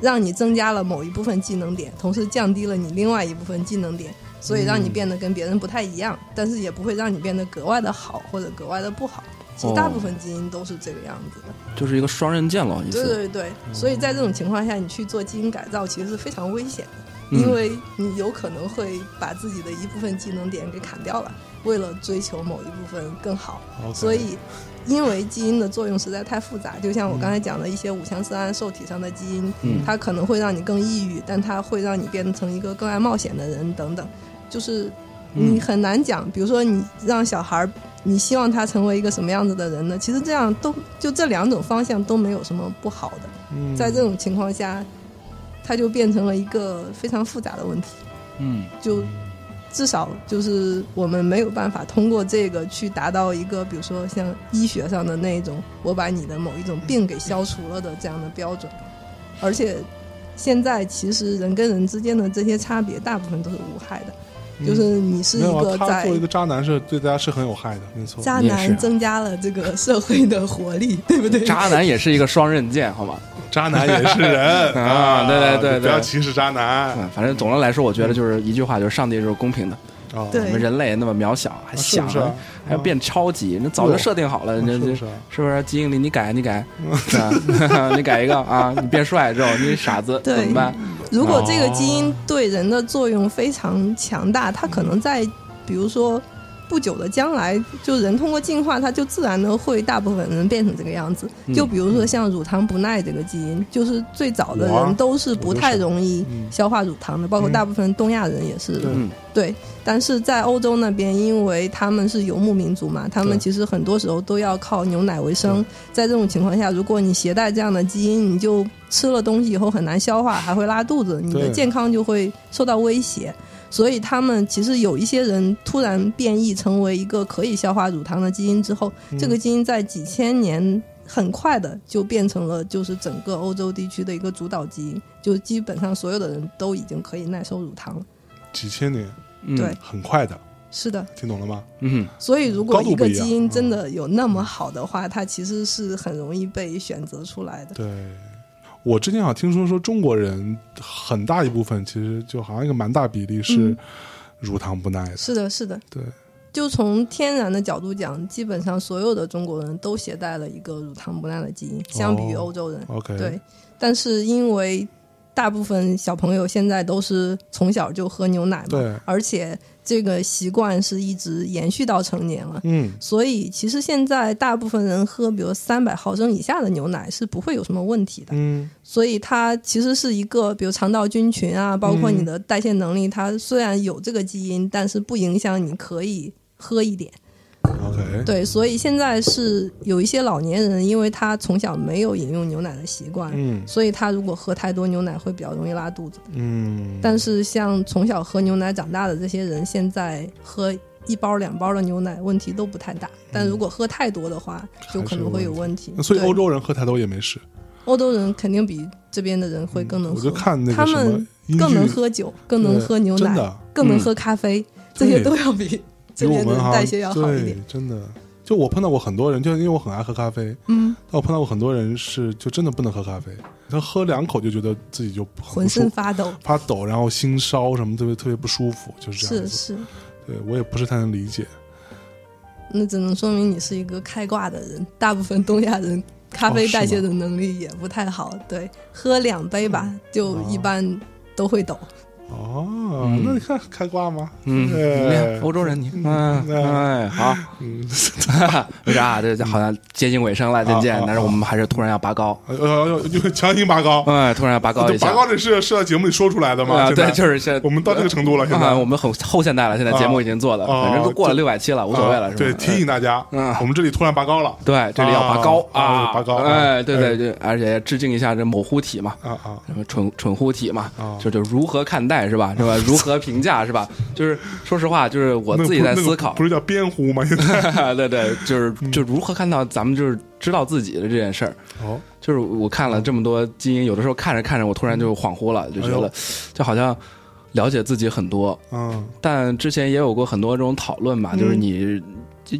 Speaker 3: 让你增加了某一部分技能点，同时降低了你另外一部分技能点，所以让你变得跟别人不太一样，但是也不会让你变得格外的好或者格外的不好。其实大部分基因都是这个样子的，
Speaker 1: 就是一个双刃剑了，意
Speaker 3: 对
Speaker 1: 思。
Speaker 3: 对对，所以在这种情况下，你去做基因改造其实是非常危险的。
Speaker 1: 嗯
Speaker 3: 因为你有可能会把自己的一部分技能点给砍掉了，为了追求某一部分更好。
Speaker 2: OK
Speaker 3: 所
Speaker 1: 嗯
Speaker 3: 以，因为基因的作用实在太复杂，就像我刚才讲的一些五羟色胺受体上的基因，
Speaker 1: 嗯
Speaker 3: 它可能会让你更抑郁，但它会让你变成一个更爱冒险的人等等，就是
Speaker 1: 嗯
Speaker 3: 你很难讲。比如说，你让小孩儿，你希望他成为一个什么样子的人呢？其实这样都就这两种方向都没有什么不好的。
Speaker 2: 嗯
Speaker 3: 在这种情况下，它就变成了一个非常复杂的问题。
Speaker 1: 嗯
Speaker 3: 就至少就是我们没有办法通过这个去达到一个，比如说像医学上的那一种，我把你的某一种病给消除了的这样的标准。而且现在其实人跟人之间的这些差别，大部分都是无害的，就是你是一
Speaker 2: 嗯没有
Speaker 3: 个
Speaker 2: 啊他
Speaker 3: 在
Speaker 2: 做一个渣男是对大家是很有害的，没错。
Speaker 3: 渣
Speaker 1: 你也是
Speaker 3: 男增加了这个社会的活力，对不对？
Speaker 1: 渣男也是一个双刃剑，好吗？
Speaker 2: 渣男也是 人
Speaker 1: 啊对对对对
Speaker 2: 不要歧视渣男
Speaker 1: 嗯，反正总的来说，我觉得就是一句话，就是上帝就是公平的。
Speaker 2: 啊。
Speaker 3: 对
Speaker 1: 我们人类那么渺小，还
Speaker 2: 是
Speaker 1: 想
Speaker 2: 不是啊
Speaker 1: 还要变超级，那早就设定好了，人
Speaker 2: 是
Speaker 1: 家
Speaker 2: 不
Speaker 1: 就是
Speaker 2: 啊？
Speaker 1: 是不是基因里你改你改，啊你改一个啊，你变帅之后你傻子
Speaker 3: 对
Speaker 1: 怎么办？
Speaker 3: 如果这个基因对人的作用非常强大，它可能在比如说不久的将来，就人通过进化，它就自然的会大部分人变成这个样子。
Speaker 1: 嗯
Speaker 3: 就比如说像乳糖不耐这个基因，就是最早的
Speaker 2: 我啊
Speaker 3: 人都是不太容易
Speaker 2: 嗯
Speaker 3: 消化乳糖的，包括大部分东亚人也是。
Speaker 2: 对
Speaker 1: 嗯
Speaker 3: 对，但是在欧洲那边，因为他们是游牧民族嘛，他
Speaker 2: 对
Speaker 3: 们其实很多时候都要靠牛奶为生。在这种情况下，如果你携带这样的基因，你就吃了东西以后很难消化，还会拉肚子，你的
Speaker 2: 对
Speaker 3: 健康就会受到威胁。所以他们其实有一些人突然变异成为一个可以消化乳糖的基因之后，
Speaker 2: 嗯
Speaker 3: 这个基因在几千年很快的就变成了就是整个欧洲地区的一个主导基因，就基本上所有的人都已经可以耐受乳糖了。
Speaker 2: 几千年，
Speaker 1: 嗯
Speaker 3: 对
Speaker 2: 很快的，
Speaker 3: 是的，
Speaker 2: 听懂了吗？
Speaker 1: 嗯
Speaker 3: 所以，如果
Speaker 2: 高度
Speaker 3: 一
Speaker 2: 不
Speaker 3: 个
Speaker 2: 一样嗯
Speaker 3: 基因真的有那么好的话，它其实是很容易被选择出来的。
Speaker 2: 对，我之前好像听说说中国人很大一部分其实就好像一个蛮大比例是
Speaker 3: 嗯
Speaker 2: 乳糖不耐的，
Speaker 3: 是的，是的。
Speaker 2: 对，
Speaker 3: 就从天然的角度讲，基本上所有的中国人都携带了一个乳糖不耐的基因，相比于欧洲人。
Speaker 2: 哦 OK，
Speaker 3: 对，但是因为大部分小朋友现在都是从小就喝牛奶嘛，
Speaker 2: 对，
Speaker 3: 而且这个习惯是一直延续到成年了。
Speaker 2: 嗯，
Speaker 3: 所以，其实现在大部分人喝，比如三百毫升以下的牛奶是不会有什么问题的。
Speaker 2: 嗯，
Speaker 3: 所以它其实是一个，比如肠道菌群
Speaker 2: 嗯
Speaker 3: 啊，包括你的代谢能力，它虽然有这个基因，但是不影响你可以喝一点。
Speaker 2: OK，
Speaker 3: 对，所以现在是有一些老年人，因为他从小没有饮用牛奶的习惯，
Speaker 2: 嗯
Speaker 3: 所以他如果喝太多牛奶会比较容易拉肚子。
Speaker 2: 嗯，
Speaker 3: 但是像从小喝牛奶长大的这些人，现在喝一包两包的牛奶问题都不太大，但如果喝太多的话，就可能会有问题
Speaker 2: 嗯那。所以
Speaker 3: 对
Speaker 2: 欧洲人喝太多也没事，
Speaker 3: 欧洲人肯定比这边的人会更能
Speaker 2: 嗯我
Speaker 3: 喝，
Speaker 2: 就看那
Speaker 3: 他
Speaker 2: 个什么
Speaker 3: 们
Speaker 2: 英
Speaker 3: 更能
Speaker 2: 剧，
Speaker 3: 喝酒，更能
Speaker 2: 对
Speaker 3: 喝牛
Speaker 2: 真
Speaker 3: 奶，
Speaker 2: 的嗯
Speaker 3: 更能喝咖啡，这些都要比
Speaker 2: 比
Speaker 3: 这
Speaker 2: 我
Speaker 3: 边的
Speaker 2: 们
Speaker 3: 人
Speaker 2: 哈
Speaker 3: 代谢要好一点。
Speaker 2: 对，真的。就我碰到过很多人，就因为我很爱喝咖啡，
Speaker 3: 嗯，
Speaker 2: 但我碰到过很多人是就真的不能喝咖啡，他喝两口就觉得自己就很不
Speaker 3: 浑
Speaker 2: 舒服
Speaker 3: 身发抖，
Speaker 2: 发抖，然后心烧什么，特别特别不舒服，就是这样
Speaker 3: 是
Speaker 2: 子。
Speaker 3: 是，
Speaker 2: 对我也不是太能理解。
Speaker 3: 那只能说明你是一个开挂的人。大部分东亚人咖
Speaker 2: 哦
Speaker 3: 啡
Speaker 2: 是
Speaker 3: 代谢
Speaker 2: 吗
Speaker 3: 的能力也不太好，对，喝两杯吧，
Speaker 2: 嗯
Speaker 3: 就一般都会抖。
Speaker 2: 哦，
Speaker 1: 嗯
Speaker 2: 那你看开挂吗？
Speaker 1: 嗯，
Speaker 2: 哎
Speaker 1: 你看欧洲人你嗯哎好，
Speaker 2: 嗯，
Speaker 1: 为啥这这好像接近尾声了，渐渐
Speaker 2: 啊啊，
Speaker 1: 但是我们还是突然要拔高，
Speaker 2: 哎呦哎呦，又强行拔高，
Speaker 1: 哎，突然要拔高一下
Speaker 2: 哦拔，高这是是在节目里说出来的吗？
Speaker 1: 啊，
Speaker 2: 现在
Speaker 1: 对，就是现在
Speaker 2: 我们到这个程度了，现
Speaker 1: 啊，我
Speaker 2: 在
Speaker 1: 们很后现代了，现在节目已经做了，
Speaker 2: 啊
Speaker 1: 反正都过了
Speaker 2: 就
Speaker 1: 六百期了，无所谓了，
Speaker 2: 啊
Speaker 1: 是吧？
Speaker 2: 对，提醒大家，
Speaker 1: 嗯
Speaker 2: 我们这里突然拔高了
Speaker 1: 对，这里要拔高
Speaker 2: 啊
Speaker 1: 啊，
Speaker 2: 拔高
Speaker 1: 哎，对
Speaker 2: 哎
Speaker 1: 对对，而且致敬一下这某乎体嘛，
Speaker 2: 啊啊！
Speaker 1: 什么蠢蠢乎体嘛
Speaker 2: 啊，
Speaker 1: 就就如何看待是 吧？是吧？如何评价是吧？就是说实话，就是我自己在思
Speaker 2: 那个不那个嗯
Speaker 1: 考
Speaker 2: 不，是叫边呼吗？现在
Speaker 1: 对对，就是就如何看到咱们就是知道自己的这件事儿。
Speaker 2: 哦，
Speaker 1: 就是我看了这么多基因，有的时候看着看着，我突然就恍惚了，就觉
Speaker 2: 哎
Speaker 1: 得
Speaker 2: 呦
Speaker 1: 就好像了解自己很多，
Speaker 2: 嗯
Speaker 1: 但之前也有过很多这种讨论嘛，就是你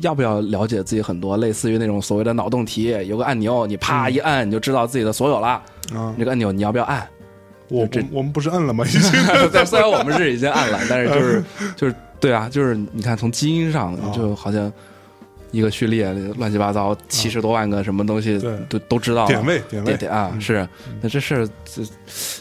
Speaker 1: 要不要了解自己很多，类似于那种所谓的脑洞题，有个按钮，你啪
Speaker 2: 嗯
Speaker 1: 一按，你就知道自己的所有了。
Speaker 2: 啊，
Speaker 1: 那个按钮你要不要 按？
Speaker 2: 我
Speaker 1: 这
Speaker 2: 我我们不是摁了吗？已经
Speaker 1: 对， 虽然我们 是已经按了，但是就是就是对啊，就是你看从基因上就好像一个序列，乱七八糟七十多万个什么东西
Speaker 2: 对
Speaker 1: 都都知道了
Speaker 2: 点位点位
Speaker 1: 点点啊，
Speaker 2: 嗯
Speaker 1: 是那这事儿这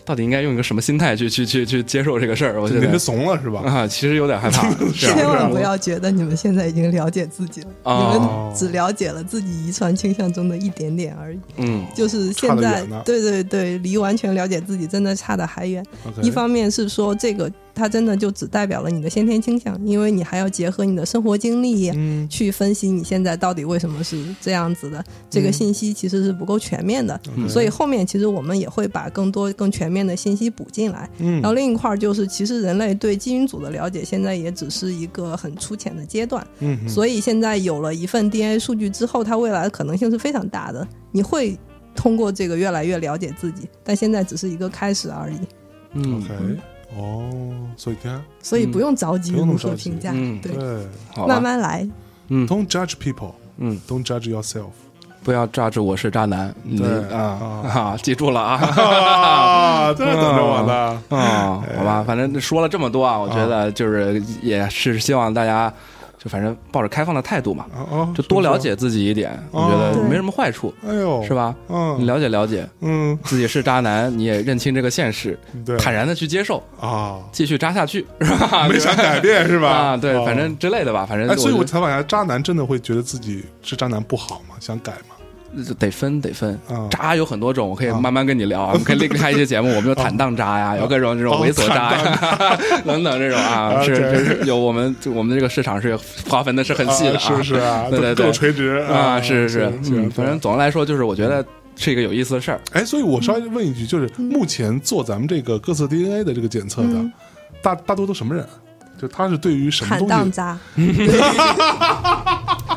Speaker 1: 到底应该用一个什么心态去去去去接受这个事儿？我觉
Speaker 2: 您
Speaker 1: 得
Speaker 2: 这怂了是吧？
Speaker 1: 啊，其实有点 害怕，是
Speaker 2: 啊
Speaker 1: 啊
Speaker 3: 千
Speaker 2: 是啊
Speaker 3: 万不要觉得你们现在已经了解自己了，
Speaker 1: 哦
Speaker 3: 你们只了解了自己遗传倾向中的一点点而已。
Speaker 1: 嗯
Speaker 3: 就是现
Speaker 2: 差得
Speaker 3: 在
Speaker 2: 远呢，
Speaker 3: 对对对，离完全了解自己真的差得还远。
Speaker 2: OK
Speaker 3: 一方面是说这个它真的就只代表了你的先天倾向，因为你还要结合你的生活经历。
Speaker 2: 嗯
Speaker 3: 去分析你现在到底为什么是这样子的，这
Speaker 2: 嗯
Speaker 3: 个信息其实是不够全面的，
Speaker 1: 嗯
Speaker 3: 所以后面其实我们也会把更多更全面的信息补进来。
Speaker 2: 嗯
Speaker 3: 然后另一块儿就是，其实人类对基因组的了解现在也只是一个很粗浅的阶段，
Speaker 2: 嗯
Speaker 3: 所以现在有了一份 DNA 数据之后，它未来的可能性是非常大的。你会通过这个越来越了解自己，但现在只是一个开始而已，
Speaker 1: 嗯
Speaker 2: OK 哦，所以你看
Speaker 3: 所以不用着急
Speaker 2: 嗯不用那
Speaker 3: 如
Speaker 2: 么
Speaker 3: 何
Speaker 2: 着急
Speaker 3: 评价，
Speaker 1: 嗯
Speaker 3: 对，
Speaker 2: 对
Speaker 1: 好吧
Speaker 3: 慢慢来。
Speaker 1: 嗯
Speaker 2: ，Don't judge people,
Speaker 1: 嗯，
Speaker 2: don't judge yourself。
Speaker 1: 不要榨着我是渣男，你
Speaker 2: 嗯对
Speaker 1: 啊
Speaker 2: 啊
Speaker 1: 啊，记住了 啊。
Speaker 2: 啊，这等着我呢。
Speaker 1: 啊、好
Speaker 2: 哎
Speaker 1: 吧，反正说了这么多啊，我觉得就是也是希望大家就反正抱着开放的态度嘛，
Speaker 2: 啊啊，
Speaker 1: 就多了解自己一点，我觉得没什么坏处，
Speaker 2: 是不是。哎呦，
Speaker 1: 是？吧？你
Speaker 2: 哦嗯
Speaker 1: 了解了解
Speaker 2: 嗯，
Speaker 1: 自己是渣男，你也认清这个现实，
Speaker 2: 对
Speaker 1: 坦然的去接受，
Speaker 2: 啊，
Speaker 1: 继续渣下去，是吧？
Speaker 2: 没想改变是吧？
Speaker 1: 啊，对，
Speaker 2: 哦
Speaker 1: 反正之类的吧，反正
Speaker 2: 哎，所以我
Speaker 1: 我
Speaker 2: 采访一下，渣男真的会觉得自己是渣男不好吗？想改吗？
Speaker 1: 就得分得分
Speaker 2: 啊，
Speaker 1: 渣有很多种，我可以
Speaker 2: 嗯
Speaker 1: 慢慢跟你 聊啊，我们可以另开一些节目，我们有坦荡渣呀，有各种这种
Speaker 2: 哦
Speaker 1: 猥琐渣呀， 等等这种啊，
Speaker 2: 啊
Speaker 1: 是
Speaker 2: 对
Speaker 1: 是有我们我们这个市场是划分的是很细的
Speaker 2: 啊
Speaker 1: 啊，
Speaker 2: 是不是啊？
Speaker 1: 对对
Speaker 2: 各
Speaker 1: 对
Speaker 2: 种垂直
Speaker 1: 啊，是是
Speaker 2: 是，
Speaker 1: 是，嗯，反正总的来说就是我觉得是一个有意思的事儿，
Speaker 2: 哎，所以我稍微问一句，就是
Speaker 1: 嗯
Speaker 2: 目前做咱们这个各自 DNA 的这个检测的
Speaker 3: 嗯，
Speaker 2: 大大多都什么人？就他是对于什么
Speaker 3: 坦
Speaker 2: 东
Speaker 3: 荡
Speaker 2: 西？
Speaker 3: 渣。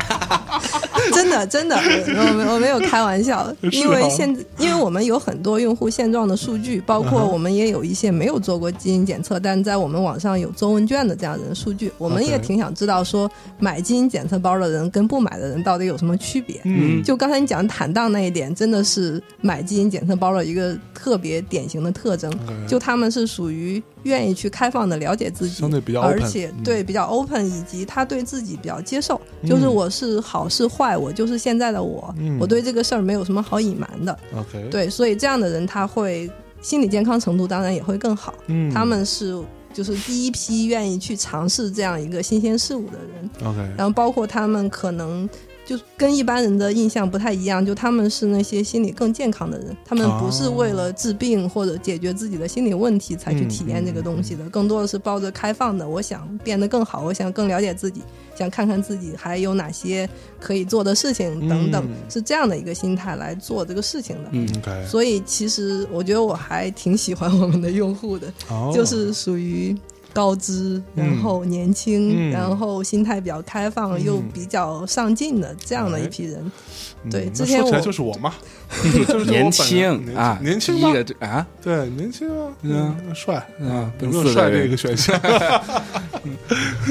Speaker 3: 真的，真的，我我没我没有开玩 笑，
Speaker 2: 啊
Speaker 3: 因为现因为我们有很多用户现状的数据，包
Speaker 2: 嗯
Speaker 3: 括我们也有一些没有做过基因检测，但在我们网上有做问卷的这样人数据，我们也
Speaker 2: OK
Speaker 3: 挺想知道说买基因检测包的人跟不买的人到底有什么区别。
Speaker 2: 嗯
Speaker 3: 就刚才你讲坦荡那一点，真的是买基因检测包的一个特别典型的特
Speaker 1: 嗯
Speaker 3: 征。
Speaker 2: 嗯 OK
Speaker 3: 就他们是属于愿意去开放的了解自己，
Speaker 2: 相对比较
Speaker 3: 而
Speaker 2: open，
Speaker 3: 且
Speaker 2: 嗯
Speaker 3: 对比较 open，以及他对自己比较接受，
Speaker 2: 嗯
Speaker 3: 就是我是好是坏，我就是现在的我，
Speaker 2: 嗯
Speaker 3: 我对这个事儿没有什么好隐瞒的，
Speaker 2: OK，，
Speaker 3: 对，所以这样的人他会心理健康程度当然也会更好，
Speaker 2: 嗯，
Speaker 3: 他们是就是第一批愿意去尝试这样一个新鲜事物的人，
Speaker 2: OK，
Speaker 3: 然后包括他们可能。就跟一般人的印象不太一样，就他们是那些心理更健康的人，他们不是为了治病或者解决自己的心理问题才去体验这个东西的，更多的是抱着开放的，我想变得更好，我想更了解自己，想看看自己还有哪些可以做的事情等等，
Speaker 2: 嗯
Speaker 3: 是这样的一个心态来做这个事情的。
Speaker 1: 嗯
Speaker 2: OK，
Speaker 3: 所以其实我觉得我还挺喜欢我们的用户的，
Speaker 2: 哦
Speaker 3: 就是属于高知，
Speaker 2: 嗯
Speaker 3: 然后年
Speaker 2: 嗯
Speaker 3: 轻，然后心态比较开放、
Speaker 2: 嗯
Speaker 3: 又比较上进的这样的一批人。
Speaker 2: 嗯
Speaker 3: 对
Speaker 2: 那
Speaker 3: 之前
Speaker 2: 说起来
Speaker 3: 我
Speaker 2: 就是我 嘛，就是就是我本人
Speaker 1: 年轻啊，
Speaker 2: 嗯年轻
Speaker 1: 一
Speaker 2: 嘛，
Speaker 1: 个这啊
Speaker 2: 对，年轻啊，
Speaker 1: 嗯
Speaker 2: 嗯，帅，
Speaker 1: 啊，
Speaker 2: 有
Speaker 1: 奔
Speaker 2: 没有
Speaker 1: 四的
Speaker 2: 帅这
Speaker 1: 人
Speaker 2: 个，选项？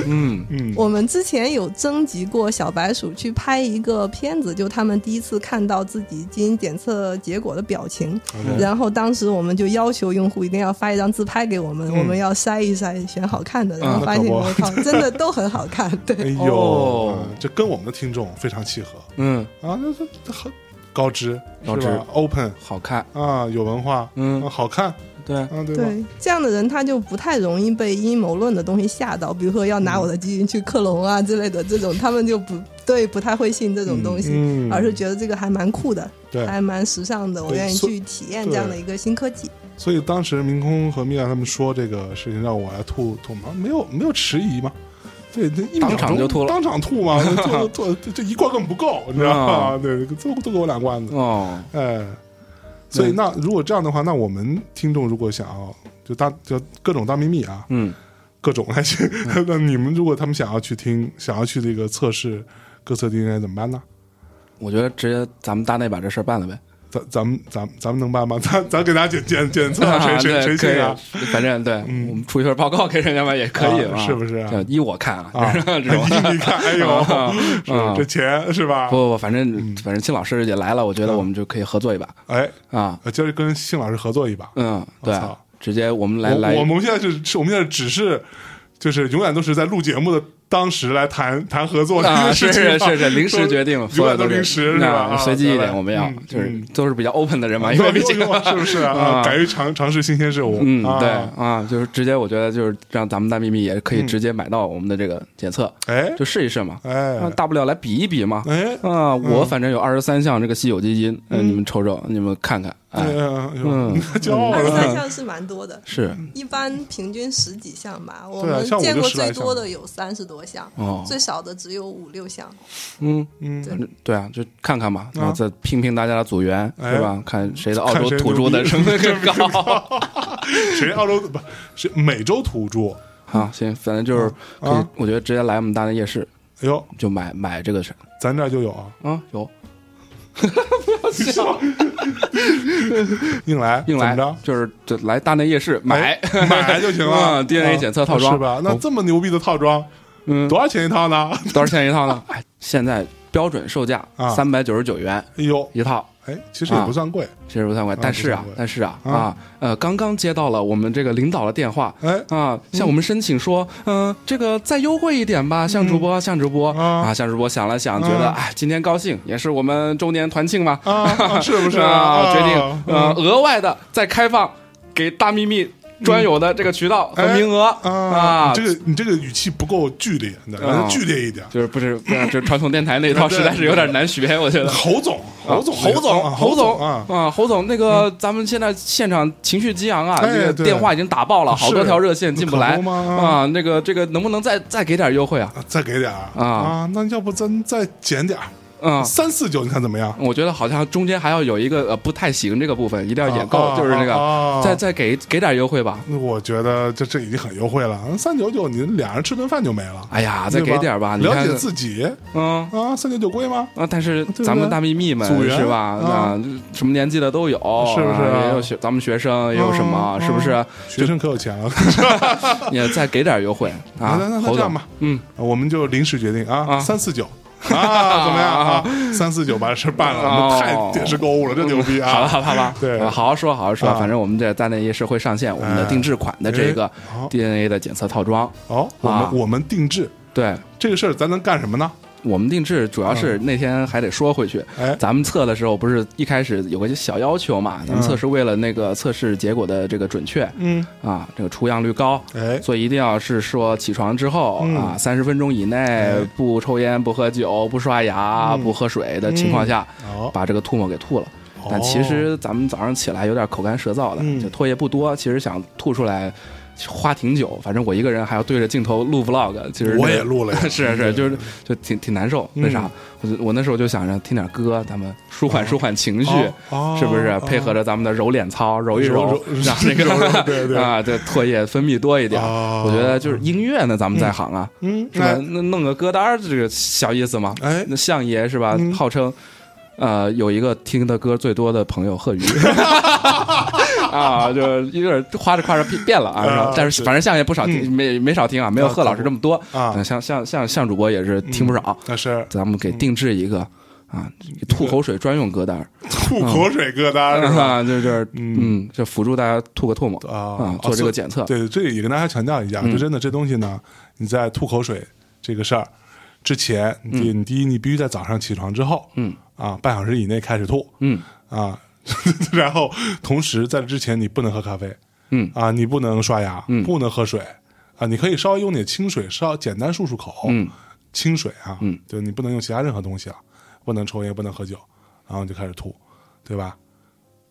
Speaker 1: 嗯
Speaker 2: 嗯，
Speaker 3: 我们之前有征集过小白鼠去拍一个片子，就他们第一次看到自己基因检测结果的表情。
Speaker 2: OK
Speaker 3: 然后当时我们就要求用户一定要发一张自拍给我们，
Speaker 2: 嗯啊
Speaker 3: 我们要筛一筛，选好看的。然
Speaker 1: 嗯
Speaker 3: 后发现，
Speaker 2: 那
Speaker 3: 我
Speaker 2: 可
Speaker 3: 靠，真的都很好看。
Speaker 2: 哎
Speaker 3: 对，
Speaker 2: 呦
Speaker 1: 哦，
Speaker 2: 这跟我们的听众非常契合
Speaker 1: 嗯，
Speaker 2: 啊，这这这很高知，
Speaker 1: 高知
Speaker 2: 是吧，open
Speaker 1: 好看，
Speaker 2: 啊，有文化，
Speaker 1: 嗯
Speaker 2: 啊，好看
Speaker 1: 对，
Speaker 2: 啊，对吧？
Speaker 3: 对，这样的人他就不太容易被阴谋论的东西吓到，比如说要拿我的基因去克隆啊之类的，这种他们就不对，不太会信这种东西，
Speaker 2: 嗯
Speaker 3: 而是觉得这个还蛮酷的，
Speaker 2: 对，
Speaker 3: 还蛮时尚的，我
Speaker 2: 对
Speaker 3: 愿意
Speaker 2: 所
Speaker 3: 去体验这样的一个新科技。
Speaker 2: 所以当时明空和米娅他们说这个事情让我来吐吐嘛，没有没有迟疑嘛，对，那一秒
Speaker 1: 当场就吐了
Speaker 2: 当场 吐嘛，吐吐这这一罐根本不够，你知道
Speaker 1: 啊
Speaker 2: 吗？对，都都给我两罐子，
Speaker 1: 哦，
Speaker 2: 哎，所以
Speaker 1: 嗯
Speaker 2: 那如果这样的话，那我们听众如果想要就大就各种大秘密啊，
Speaker 1: 嗯
Speaker 2: 各种来去， 那你们如果他们想要去听，想要去这个测试各测 DNA 怎么办呢？
Speaker 1: 我觉得直接咱们大内把这事儿办了呗。
Speaker 2: 咱咱们咱们咱们能办吗？咱咱给大家检 检检 测
Speaker 1: 啊
Speaker 2: 谁谁
Speaker 1: 对
Speaker 2: 谁
Speaker 1: 可以
Speaker 2: 信啊？
Speaker 1: 反正对，
Speaker 2: 嗯
Speaker 1: 我们出一份报告给人家嘛，也可以
Speaker 2: 啊
Speaker 1: 嘛
Speaker 2: 是不是啊
Speaker 1: 对依我看啊，
Speaker 2: 啊，
Speaker 1: 这 种。
Speaker 2: 你看，哎呦， 是
Speaker 1: 啊
Speaker 2: 这钱是吧
Speaker 1: 不？不不，反
Speaker 2: 嗯
Speaker 1: 正反正庆老师也来了，我觉得我们就可以合作一把
Speaker 2: 哎，
Speaker 1: 啊，
Speaker 2: 呃今儿跟辛老师合作一把。
Speaker 1: 嗯，对
Speaker 2: 我操，
Speaker 1: 直接我们来
Speaker 2: 我
Speaker 1: 来
Speaker 2: 我们现在是，是我们现在只是，就是永远都是在录节目的当时来谈谈合作这
Speaker 1: 啊，
Speaker 2: 个
Speaker 1: 是
Speaker 2: 事情
Speaker 1: 是
Speaker 2: 吧
Speaker 1: 是是，临时决定，所有
Speaker 2: 永远都
Speaker 1: 是
Speaker 2: 临时是吧？
Speaker 1: 啊
Speaker 2: 啊
Speaker 1: 随机一
Speaker 2: 对
Speaker 1: 点，
Speaker 2: 吧
Speaker 1: 我们要
Speaker 2: 嗯
Speaker 1: 就是
Speaker 2: 嗯
Speaker 1: 都是比较 open 的人嘛，因为毕 竟，
Speaker 2: 是不是啊？
Speaker 1: 啊
Speaker 2: 敢于尝尝试新鲜事物，
Speaker 1: 嗯，
Speaker 2: 啊
Speaker 1: 对，啊，就是直接，我觉得就是让咱们大秘密也可以
Speaker 2: 嗯
Speaker 1: 直接买到我们的这个检测，
Speaker 2: 哎
Speaker 1: 就试一试嘛，啊
Speaker 2: 哎
Speaker 1: 大不了来比一比嘛，
Speaker 2: 哎，
Speaker 1: 啊，我反正有二十三项这个稀有基因，嗯，你们瞅瞅，你们看看，
Speaker 2: 哎
Speaker 1: 哎，
Speaker 2: 呀，
Speaker 1: 嗯
Speaker 2: 嗯，骄傲
Speaker 3: 二十
Speaker 2: 了。
Speaker 3: 三项是蛮多的，
Speaker 1: 是
Speaker 3: 一般平均十几项吧。我
Speaker 2: 对啊
Speaker 3: 们
Speaker 2: 像我
Speaker 3: 见
Speaker 2: 就
Speaker 3: 过
Speaker 2: 10来
Speaker 3: 最
Speaker 2: 项
Speaker 3: 多的有三十多项，
Speaker 1: 哦，
Speaker 3: 最少的只有五六项。
Speaker 1: 嗯，
Speaker 2: 嗯，
Speaker 1: 反正对啊，就看看吧，然后
Speaker 2: 啊
Speaker 1: 再拼拼大家的组员，
Speaker 2: 哎
Speaker 1: 是吧？看谁的澳
Speaker 2: 看
Speaker 1: 洲
Speaker 2: 谁
Speaker 1: 土
Speaker 2: 牛
Speaker 1: 著的
Speaker 2: 逼
Speaker 1: 成分 更 高嗯
Speaker 2: 谁澳洲不是美洲土著？
Speaker 1: 啊。行，反正就是可以
Speaker 2: 啊，
Speaker 1: 我觉得直接来我们大连夜市
Speaker 2: 哎呦，
Speaker 1: 就买买这个是
Speaker 2: 咱这儿就有啊，
Speaker 1: 啊，有
Speaker 2: 硬来
Speaker 1: 硬来
Speaker 2: 怎么哎
Speaker 1: 就是就来大内夜市买，
Speaker 2: 着买就行 了
Speaker 1: 嗯。DNA
Speaker 2: 啊
Speaker 1: 检测套装
Speaker 2: 是吧？那
Speaker 1: 哦
Speaker 2: 这么牛逼的套装，
Speaker 1: 嗯，
Speaker 2: 多少钱一套呢？
Speaker 1: 多少钱一套呢？哎，现在标准售价
Speaker 2: 啊
Speaker 1: 三百九十九元
Speaker 2: 哎呦，
Speaker 1: 一套。
Speaker 2: 哎，其实也
Speaker 1: 啊
Speaker 2: 不算贵。
Speaker 1: 其实不算贵，但是啊
Speaker 2: 不算贵，
Speaker 1: 但是啊，
Speaker 2: 啊
Speaker 1: 啊，呃，刚刚接到了我们这个领导的电话，
Speaker 2: 哎，
Speaker 1: 啊，向我们申请说，嗯、这个再优惠一点吧，向主播，向主播
Speaker 2: 嗯啊
Speaker 1: 啊，向主播想了想，觉得
Speaker 2: 啊
Speaker 1: 哎，今天高兴，也是我们周年团庆嘛，
Speaker 2: 啊啊，是不是
Speaker 1: 啊，决
Speaker 2: 啊
Speaker 1: 定呃额外的再开放给大秘密专有的这个渠道和名额
Speaker 2: 嗯啊，
Speaker 1: 啊
Speaker 2: 你这，个你这个语气不够剧烈，你知道
Speaker 1: 啊
Speaker 2: 吗剧烈一点。
Speaker 1: 就是不是不是，就是传统电台 那一套实在是有点难学，我觉得。
Speaker 2: 侯总，侯总，
Speaker 1: 侯
Speaker 2: 啊
Speaker 1: 总，
Speaker 2: 侯
Speaker 1: 总
Speaker 2: 啊，嗯
Speaker 1: 啊，侯总，那个咱们现在现场情绪激昂啊，
Speaker 2: 哎
Speaker 1: 这个
Speaker 2: 对
Speaker 1: 电话已经打爆了，好多
Speaker 2: 是
Speaker 1: 条热线进不来
Speaker 2: 可不吗
Speaker 1: 啊，那个这个能不能再再给点优惠啊？
Speaker 2: 啊再给点儿
Speaker 1: 啊
Speaker 2: 啊，那要不咱再减点
Speaker 1: 啊
Speaker 2: 儿，，三四九，你看怎么样？
Speaker 1: 我觉得好像中间还要有一个呃不太行这个部分，一定要演够，
Speaker 2: 啊
Speaker 1: 就是那个
Speaker 2: 啊
Speaker 1: 再再给给点优惠吧。
Speaker 2: 我觉得这这已经很优惠了，三九九你俩人吃顿饭就没了。
Speaker 1: 哎呀，再给点吧，
Speaker 2: 对
Speaker 1: 你
Speaker 2: 了
Speaker 1: 看
Speaker 2: 解，自己
Speaker 1: 嗯。
Speaker 2: 啊，三九九贵吗？
Speaker 1: 啊！但是
Speaker 2: 对不对
Speaker 1: 咱们大秘密们
Speaker 2: 组员
Speaker 1: 是吧？
Speaker 2: 啊
Speaker 1: 啊，什么年纪的都有，
Speaker 2: 是不是啊
Speaker 1: 啊也有学咱们学生，也有什么
Speaker 2: 嗯，嗯
Speaker 1: 是不是？
Speaker 2: 学生可有钱了
Speaker 1: 也再给点优惠啊
Speaker 2: 那那！那
Speaker 1: 侯
Speaker 2: 这样
Speaker 1: 总，
Speaker 2: 吧，啊
Speaker 1: 嗯，
Speaker 2: 我们就临时决定
Speaker 1: 啊
Speaker 2: 啊，三 四九。啊，怎么样啊？三四九把事办了，我们
Speaker 1: 哦
Speaker 2: 太电视购物了，这 牛逼
Speaker 1: 好了
Speaker 2: 啊！
Speaker 1: 好了好了，
Speaker 2: 对
Speaker 1: 啊好好说好好说，
Speaker 2: 啊
Speaker 1: 反正我们这大内夜市会上线我们的
Speaker 2: 哎
Speaker 1: 定制款的这个
Speaker 2: 哎好
Speaker 1: DNA 的检测套装。
Speaker 2: 哦，我
Speaker 1: 啊
Speaker 2: 们我们定制
Speaker 1: 对
Speaker 2: 这个事儿，咱能干什么呢？
Speaker 1: 我们定制主要是那天还得说回去，
Speaker 2: 嗯哎，
Speaker 1: 咱们测的时候不是一开始有个小要求嘛？咱们测试为了那个测试结果的这个准确
Speaker 2: 嗯，
Speaker 1: 啊，这个出样率高，
Speaker 2: 哎，
Speaker 1: 所以一定要是说起床之后
Speaker 2: 嗯哎
Speaker 1: 啊，三十分钟以内不抽烟、不喝酒、不刷牙、不喝水的情况下，
Speaker 2: 嗯好，
Speaker 1: 把这个吐沫给吐了。
Speaker 2: 哦
Speaker 1: 但其实咱们早上起来有点口干舌燥的，
Speaker 2: 嗯
Speaker 1: 就唾液不多，其实想吐出来花挺久。反正我一个人还要对着镜头录 vlog，其实
Speaker 2: 我
Speaker 1: 这，
Speaker 2: 也录了呀
Speaker 1: 是是，
Speaker 2: 对
Speaker 1: 就是就挺挺难受。
Speaker 2: 嗯
Speaker 1: 为啥？我就我那时候就想着听点歌，咱们舒缓舒缓情绪，
Speaker 2: 哦
Speaker 1: 是不是
Speaker 2: 哦？
Speaker 1: 配合着咱们的揉脸操，揉一
Speaker 2: 揉
Speaker 1: 揉
Speaker 2: 揉，
Speaker 1: 让那
Speaker 2: 揉揉
Speaker 1: 个
Speaker 2: 对对
Speaker 1: 啊，这唾液分泌多一点。
Speaker 2: 哦
Speaker 1: 我觉得就是音乐呢，咱们在行啊，
Speaker 2: 嗯，
Speaker 1: 是吧
Speaker 2: 那？
Speaker 1: 那弄个歌单儿这个小意思吗？
Speaker 2: 哎，
Speaker 1: 那相爷是吧？
Speaker 2: 嗯
Speaker 1: 号称呃有一个听的歌最多的朋友 贺宇。啊，就有点夸着夸着变变了啊，
Speaker 2: 啊
Speaker 1: 然后但是
Speaker 2: 是嗯
Speaker 1: 反正相爷不少听，没没少听啊，没有
Speaker 2: 啊
Speaker 1: 贺老师这么多
Speaker 2: 啊嗯
Speaker 1: 嗯像像像像主播也是听不少，
Speaker 2: 那是
Speaker 1: 咱们给定制一个啊，吐口水专用歌
Speaker 2: 嗯
Speaker 1: 单儿，
Speaker 2: 吐
Speaker 1: 嗯
Speaker 2: 口水歌单是吧？
Speaker 1: 啊，就是
Speaker 2: 嗯
Speaker 1: 嗯，就辅助大家吐个唾沫
Speaker 2: 啊
Speaker 1: 嗯做这个
Speaker 2: 所以
Speaker 1: 检测
Speaker 2: 对，这个也跟大家强调一下，
Speaker 1: 嗯
Speaker 2: 就真的这东西呢，你在吐口水这个事儿之前，你第你第一，你必须在早上起床之后，
Speaker 1: 嗯
Speaker 2: 啊，半小时以内开始吐，
Speaker 1: 嗯
Speaker 2: 啊， 然后同时在这之前你不能喝咖啡，
Speaker 1: 嗯
Speaker 2: 啊，你不能刷牙，
Speaker 1: 嗯
Speaker 2: 不能喝水，啊，你可以稍微用点清水，稍简单漱漱口，
Speaker 1: 嗯，
Speaker 2: 清水啊，
Speaker 1: 嗯，
Speaker 2: 就你不能用其他任何东西了，啊不能抽烟，不能喝酒，然后你就开始吐，对吧？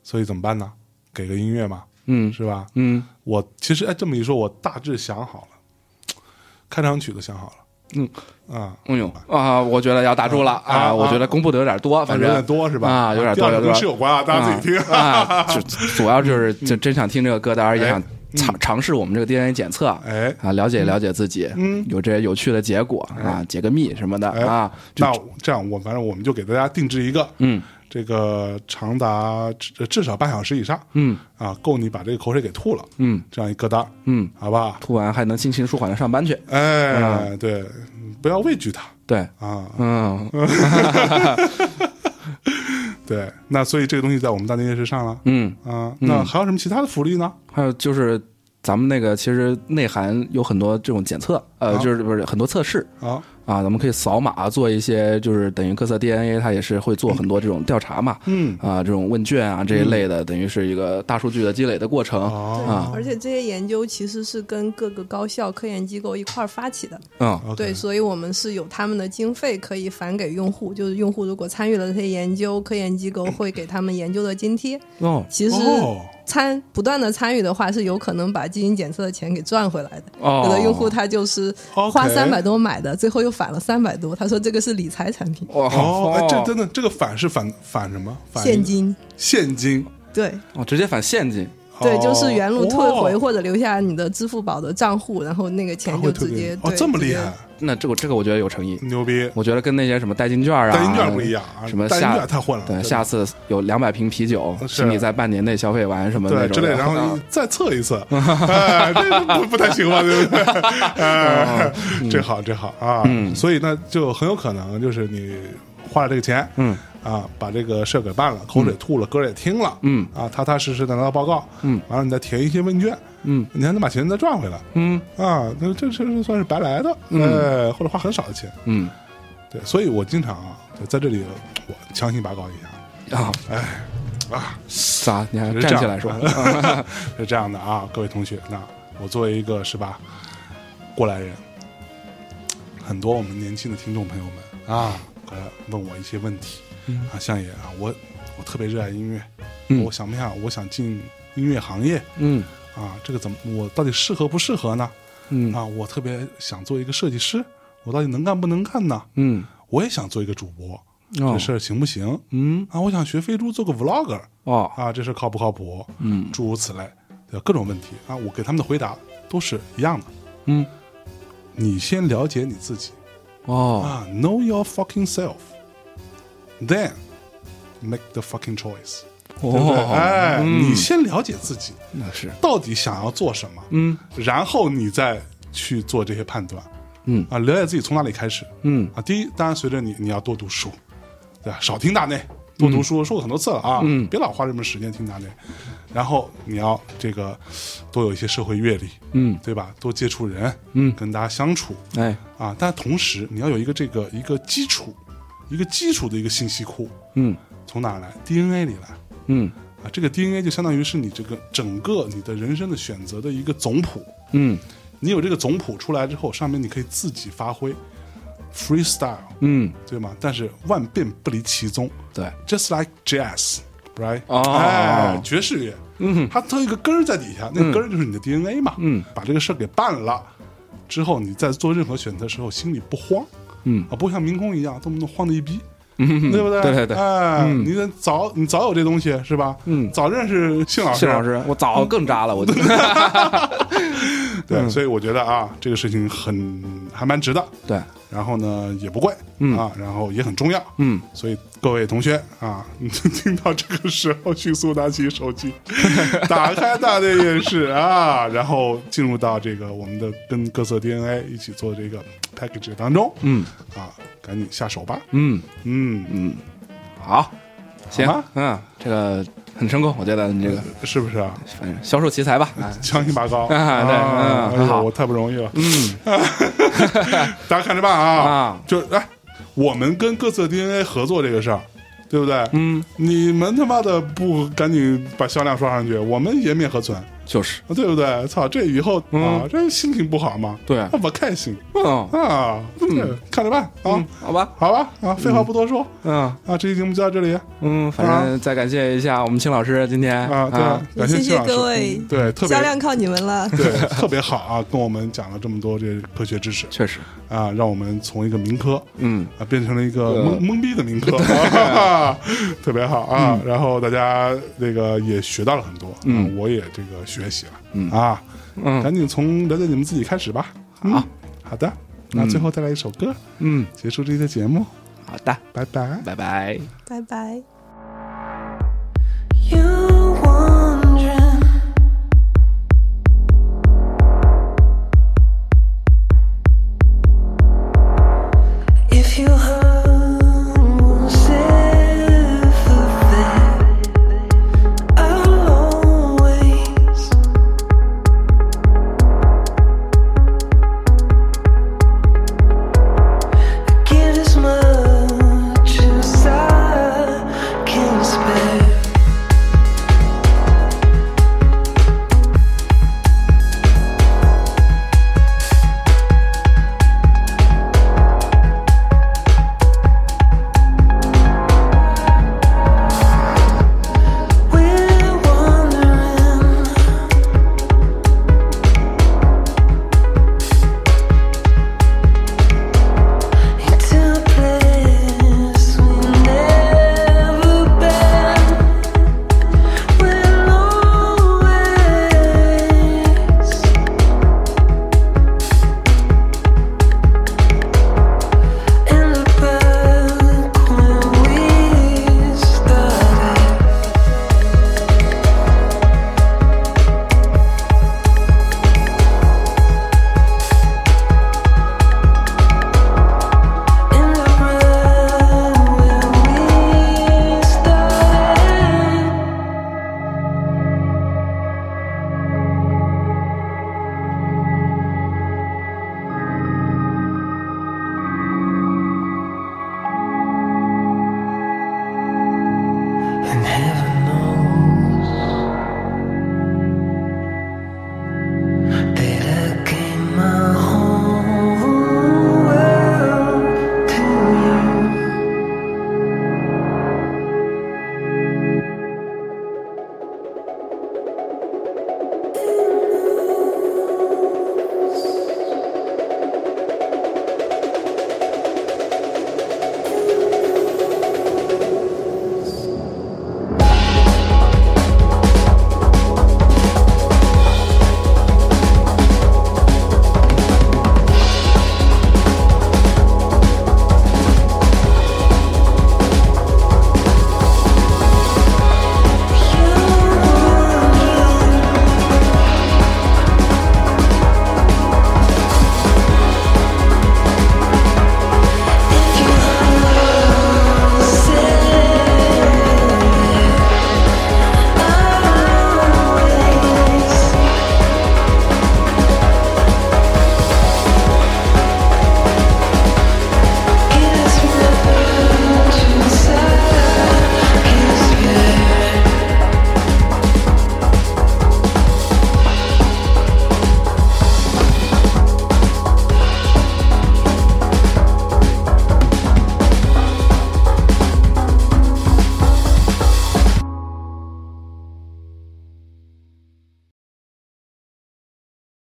Speaker 2: 所以怎么办呢？给个音乐嘛，
Speaker 1: 嗯
Speaker 2: 是吧？
Speaker 1: 嗯
Speaker 2: 我其实哎，这么一说，我大致想好了，开场曲都想好了，
Speaker 1: 嗯
Speaker 2: 啊，
Speaker 1: 哎呦啊，我觉得要打住了
Speaker 2: 啊
Speaker 1: 啊，
Speaker 2: 啊
Speaker 1: 我觉得公布的有点多，反
Speaker 2: 反正
Speaker 1: 正
Speaker 2: 有点多是吧？
Speaker 1: 啊，有点
Speaker 2: 第
Speaker 1: 多，
Speaker 2: 二
Speaker 1: 有
Speaker 2: 个
Speaker 1: 点
Speaker 2: 跟吃
Speaker 1: 多。
Speaker 2: 有关啊，大家自己听。
Speaker 1: 啊，就主要就是就真想听这个歌单，也想
Speaker 2: 嗯哎
Speaker 1: 尝尝试我们这个 DNA 检测，
Speaker 2: 哎，
Speaker 1: 啊，了解了解自己，
Speaker 2: 嗯
Speaker 1: 有这些有趣的结果啊，解个密什么的
Speaker 2: 哎
Speaker 1: 啊，就
Speaker 2: 那我这样我反正我们就给大家定制一个，
Speaker 1: 嗯
Speaker 2: 这个长达至至少半小时以上
Speaker 1: 嗯
Speaker 2: 啊，够你把这个口水给吐了，
Speaker 1: 嗯
Speaker 2: 这样一歌单，
Speaker 1: 嗯，
Speaker 2: 好吧？
Speaker 1: 吐完还能心情舒缓的上班去，啊
Speaker 2: 哎，对，不要畏惧它
Speaker 1: 对，
Speaker 2: 啊，
Speaker 1: 嗯
Speaker 2: 对。那所以这个东西在我们大内夜市上了
Speaker 1: 嗯，
Speaker 2: 啊，那还有什么其他的福利呢？
Speaker 1: 还有就是咱们那个其实内涵有很多这种检测，呃，
Speaker 2: 啊
Speaker 1: 就是不是很多测试
Speaker 2: 好，
Speaker 1: 啊，咱们可以扫码做一些，就是等于各色 DNA 它也是会做很多这种调查嘛，
Speaker 2: 嗯，
Speaker 1: 啊，这种问卷啊这一类的，等于是一个大数据的积累的过程，
Speaker 3: 对
Speaker 2: 啊，
Speaker 3: 而且这些研究其实是跟各个高校、科研机构一块儿发起的，
Speaker 1: 嗯
Speaker 2: OK
Speaker 3: 对，所以我们是有他们的经费可以返给用户，就是用户如果参与了这些研究，科研机构会给他们研究的津贴。
Speaker 1: 哦
Speaker 3: 其实
Speaker 2: 哦
Speaker 3: 参不断的参与的话，是有可能把基因检测的钱给赚回来的。
Speaker 1: 哦，
Speaker 3: 有的用户他就是花
Speaker 2: OK
Speaker 3: 三百多买的，最后又返了三百多，他说这个是理财产品，
Speaker 1: 哇
Speaker 2: 哦，哎这
Speaker 1: 这
Speaker 2: 真的这个反是反反什么？反
Speaker 3: 现金。
Speaker 2: 现金，
Speaker 3: 对
Speaker 1: 哦直接返现金，
Speaker 3: 对，
Speaker 2: 哦
Speaker 3: 就是原路退回
Speaker 2: 哦
Speaker 3: 或者留下你的支付宝的账户，然后那个
Speaker 2: 他
Speaker 3: 钱就
Speaker 2: 会退
Speaker 3: 直
Speaker 2: 给
Speaker 3: 接
Speaker 2: 你哦，
Speaker 3: 对
Speaker 2: 这么厉
Speaker 3: 直
Speaker 2: 害
Speaker 3: 接，
Speaker 1: 那这个这个我觉得有诚意，
Speaker 2: 牛逼！
Speaker 1: 我觉得跟那些什么代金券啊、
Speaker 2: 代金券不一样啊，
Speaker 1: 什么
Speaker 2: 代金
Speaker 1: 下
Speaker 2: 券太混了，
Speaker 1: 对，
Speaker 2: 真的
Speaker 1: 下次有两百瓶啤酒，
Speaker 2: 是
Speaker 1: 请你在半年内消费完什么那
Speaker 2: 对
Speaker 1: 种
Speaker 2: 之类，
Speaker 1: 的
Speaker 2: 然后
Speaker 1: 啊
Speaker 2: 再测一测， 哎，这不不太行吧？对不对？哎，
Speaker 1: 嗯
Speaker 2: 这好，这好啊！所以那就很有可能就是你花了这个钱，
Speaker 1: 嗯
Speaker 2: 啊，把这个事儿给办了，口水吐了，歌儿也听了，
Speaker 1: 嗯
Speaker 2: 啊，踏踏实实的拿到报告，
Speaker 1: 嗯，
Speaker 2: 完了你再填一些问卷，
Speaker 1: 嗯
Speaker 2: 你还能把钱再赚回来
Speaker 1: 嗯
Speaker 2: 啊？那这这这算是白来的，呃，或者花很少的钱，
Speaker 1: 嗯
Speaker 2: 对，所以我经常啊，在这里我强行拔高一下，
Speaker 1: 啊，
Speaker 2: 嗯啊，
Speaker 1: 啥？你还
Speaker 2: 是
Speaker 1: 站起来
Speaker 2: 这
Speaker 1: 说
Speaker 2: 样？ 是这样的啊，各位同学，那我作为一个是吧过来人，很多我们年轻的听众朋友们啊，过来问我一些问题、啊，相爷啊，我我特别热爱音乐，
Speaker 1: 嗯
Speaker 2: 我想不想我想进音乐行业
Speaker 1: 嗯
Speaker 2: 啊？这个怎么我到底适合不适合呢？
Speaker 1: 嗯
Speaker 2: 啊，我特别想做一个设计师，我到底能干不能干呢？
Speaker 1: 嗯，
Speaker 2: 我也想做一个主播，
Speaker 1: 哦
Speaker 2: 这事儿行不行？
Speaker 1: 嗯
Speaker 2: 啊，我想学飞猪做个 vlogger。
Speaker 1: 哦
Speaker 2: 啊，这事靠不靠谱？
Speaker 1: 嗯
Speaker 2: 诸如此类的各种问题啊，我给他们的回答都是一样的。
Speaker 1: 嗯
Speaker 2: 你先了解你自己
Speaker 1: 哦
Speaker 2: 啊，Know your fucking self，then make the fucking choice，对不对？
Speaker 1: 哦，
Speaker 2: 哎，
Speaker 1: 嗯
Speaker 2: 你先了解自己
Speaker 1: 那是
Speaker 2: 到底想要做什么，
Speaker 1: 嗯
Speaker 2: 然后你再去做这些判断
Speaker 1: 嗯
Speaker 2: 啊。了解自己从哪里开始
Speaker 1: 嗯
Speaker 2: 啊？第一，当然随着你你要多读书，对吧？少听大内，多读书，说过很多次了啊，
Speaker 1: 嗯
Speaker 2: 别老花这么时间听大内。然后你要这个多有一些社会阅历，
Speaker 1: 嗯
Speaker 2: 对吧？多接触人，
Speaker 1: 嗯
Speaker 2: 跟大家相处
Speaker 1: 哎
Speaker 2: 啊。但同时你要有一个这个一个基础，一个基础的一个信息库，
Speaker 1: 嗯
Speaker 2: 从哪来？DNA 里来
Speaker 1: 嗯
Speaker 2: 啊。这个 DNA 就相当于是你这个整个你的人生的选择的一个总谱。
Speaker 1: 嗯
Speaker 2: 你有这个总谱出来之后，上面你可以自己发挥，freestyle，
Speaker 1: 嗯
Speaker 2: 对吗？但是万变不离其宗
Speaker 1: 对
Speaker 2: ，just like jazz，right？
Speaker 1: 哦
Speaker 2: 哎，爵士乐，
Speaker 1: 嗯
Speaker 2: 它都有一个根儿在底下，那个根儿就是你的 DNA 嘛。
Speaker 1: 嗯，
Speaker 2: 把这个事儿给办了之后，你在做任何选择的时候心里不慌
Speaker 1: 嗯
Speaker 2: 啊，不像民工一样动不动慌的一逼，
Speaker 1: 嗯
Speaker 2: 对不对？
Speaker 1: 对对对，
Speaker 2: 哎，你得早你早有这东西是吧？
Speaker 1: 嗯
Speaker 2: 早认识信老师，
Speaker 1: 谢老师，我早更渣了，我觉得
Speaker 2: 对，
Speaker 1: 嗯
Speaker 2: 所以我觉得啊，这个事情很还蛮值的。
Speaker 1: 对，
Speaker 2: 然后呢，也不贵、
Speaker 1: 嗯
Speaker 2: 啊，然后也很重要。
Speaker 1: 嗯
Speaker 2: 所以各位同学啊， 你听到这个时候，迅速拿起手机， 打开大内夜视啊，然后进入到这个我们的跟各色 DNA 一起做这个 package 当中，
Speaker 1: 嗯
Speaker 2: 啊，赶紧下手吧，
Speaker 1: 嗯
Speaker 2: 嗯，
Speaker 1: 嗯，好，行
Speaker 2: 好吗，
Speaker 1: 嗯，这个很成功，我觉得你这个
Speaker 2: 是不是啊？
Speaker 1: 反正销售奇才吧，哎
Speaker 2: 强行拔高，
Speaker 1: 啊对嗯
Speaker 2: 哎呦
Speaker 1: 好
Speaker 2: 我太不容易了，嗯， 大家看着办啊
Speaker 1: 啊，
Speaker 2: 就哎，我们跟各色 DNA 合作这个事儿，对不对？
Speaker 1: 嗯，
Speaker 2: 你们他妈的不赶紧把销量刷上去，我们颜面何存？
Speaker 1: 就是，
Speaker 2: 对不对？操，这以后、啊
Speaker 1: 嗯，
Speaker 2: 这心情不好嘛，
Speaker 1: 对
Speaker 2: 那不开心
Speaker 1: 嗯
Speaker 2: 啊，嗯，看着办啊，
Speaker 1: 嗯，好吧，
Speaker 2: 好吧，啊，废话不多说、
Speaker 1: 嗯
Speaker 2: 啊，这期节目就到这里
Speaker 1: 嗯，反正再感谢一下我们秦老师今天
Speaker 2: 啊，对啊，感谢
Speaker 3: 谢
Speaker 2: 谢
Speaker 3: 谢各位
Speaker 2: 嗯对，特别
Speaker 3: 销量靠你 们了。
Speaker 2: 对，特别好啊，跟我们讲了这么多这科学知识
Speaker 1: 确实，
Speaker 2: 啊，让我们从一个民科。
Speaker 1: 嗯，
Speaker 2: 啊，变成了一个
Speaker 1: 对
Speaker 2: 懵懵逼的 民科， 啊特别好啊！然后大家那个也学到了很多，
Speaker 1: 嗯
Speaker 2: 啊我也这个学习了，
Speaker 1: 嗯
Speaker 2: 啊，
Speaker 1: 嗯
Speaker 2: 赶紧从了解你们自己开始吧。嗯
Speaker 1: 好，
Speaker 2: 好的，那最后带来一首歌，
Speaker 1: 嗯，
Speaker 2: 结束这期的节目，
Speaker 1: 好的，
Speaker 2: 拜拜。
Speaker 1: 拜拜。
Speaker 3: 拜拜。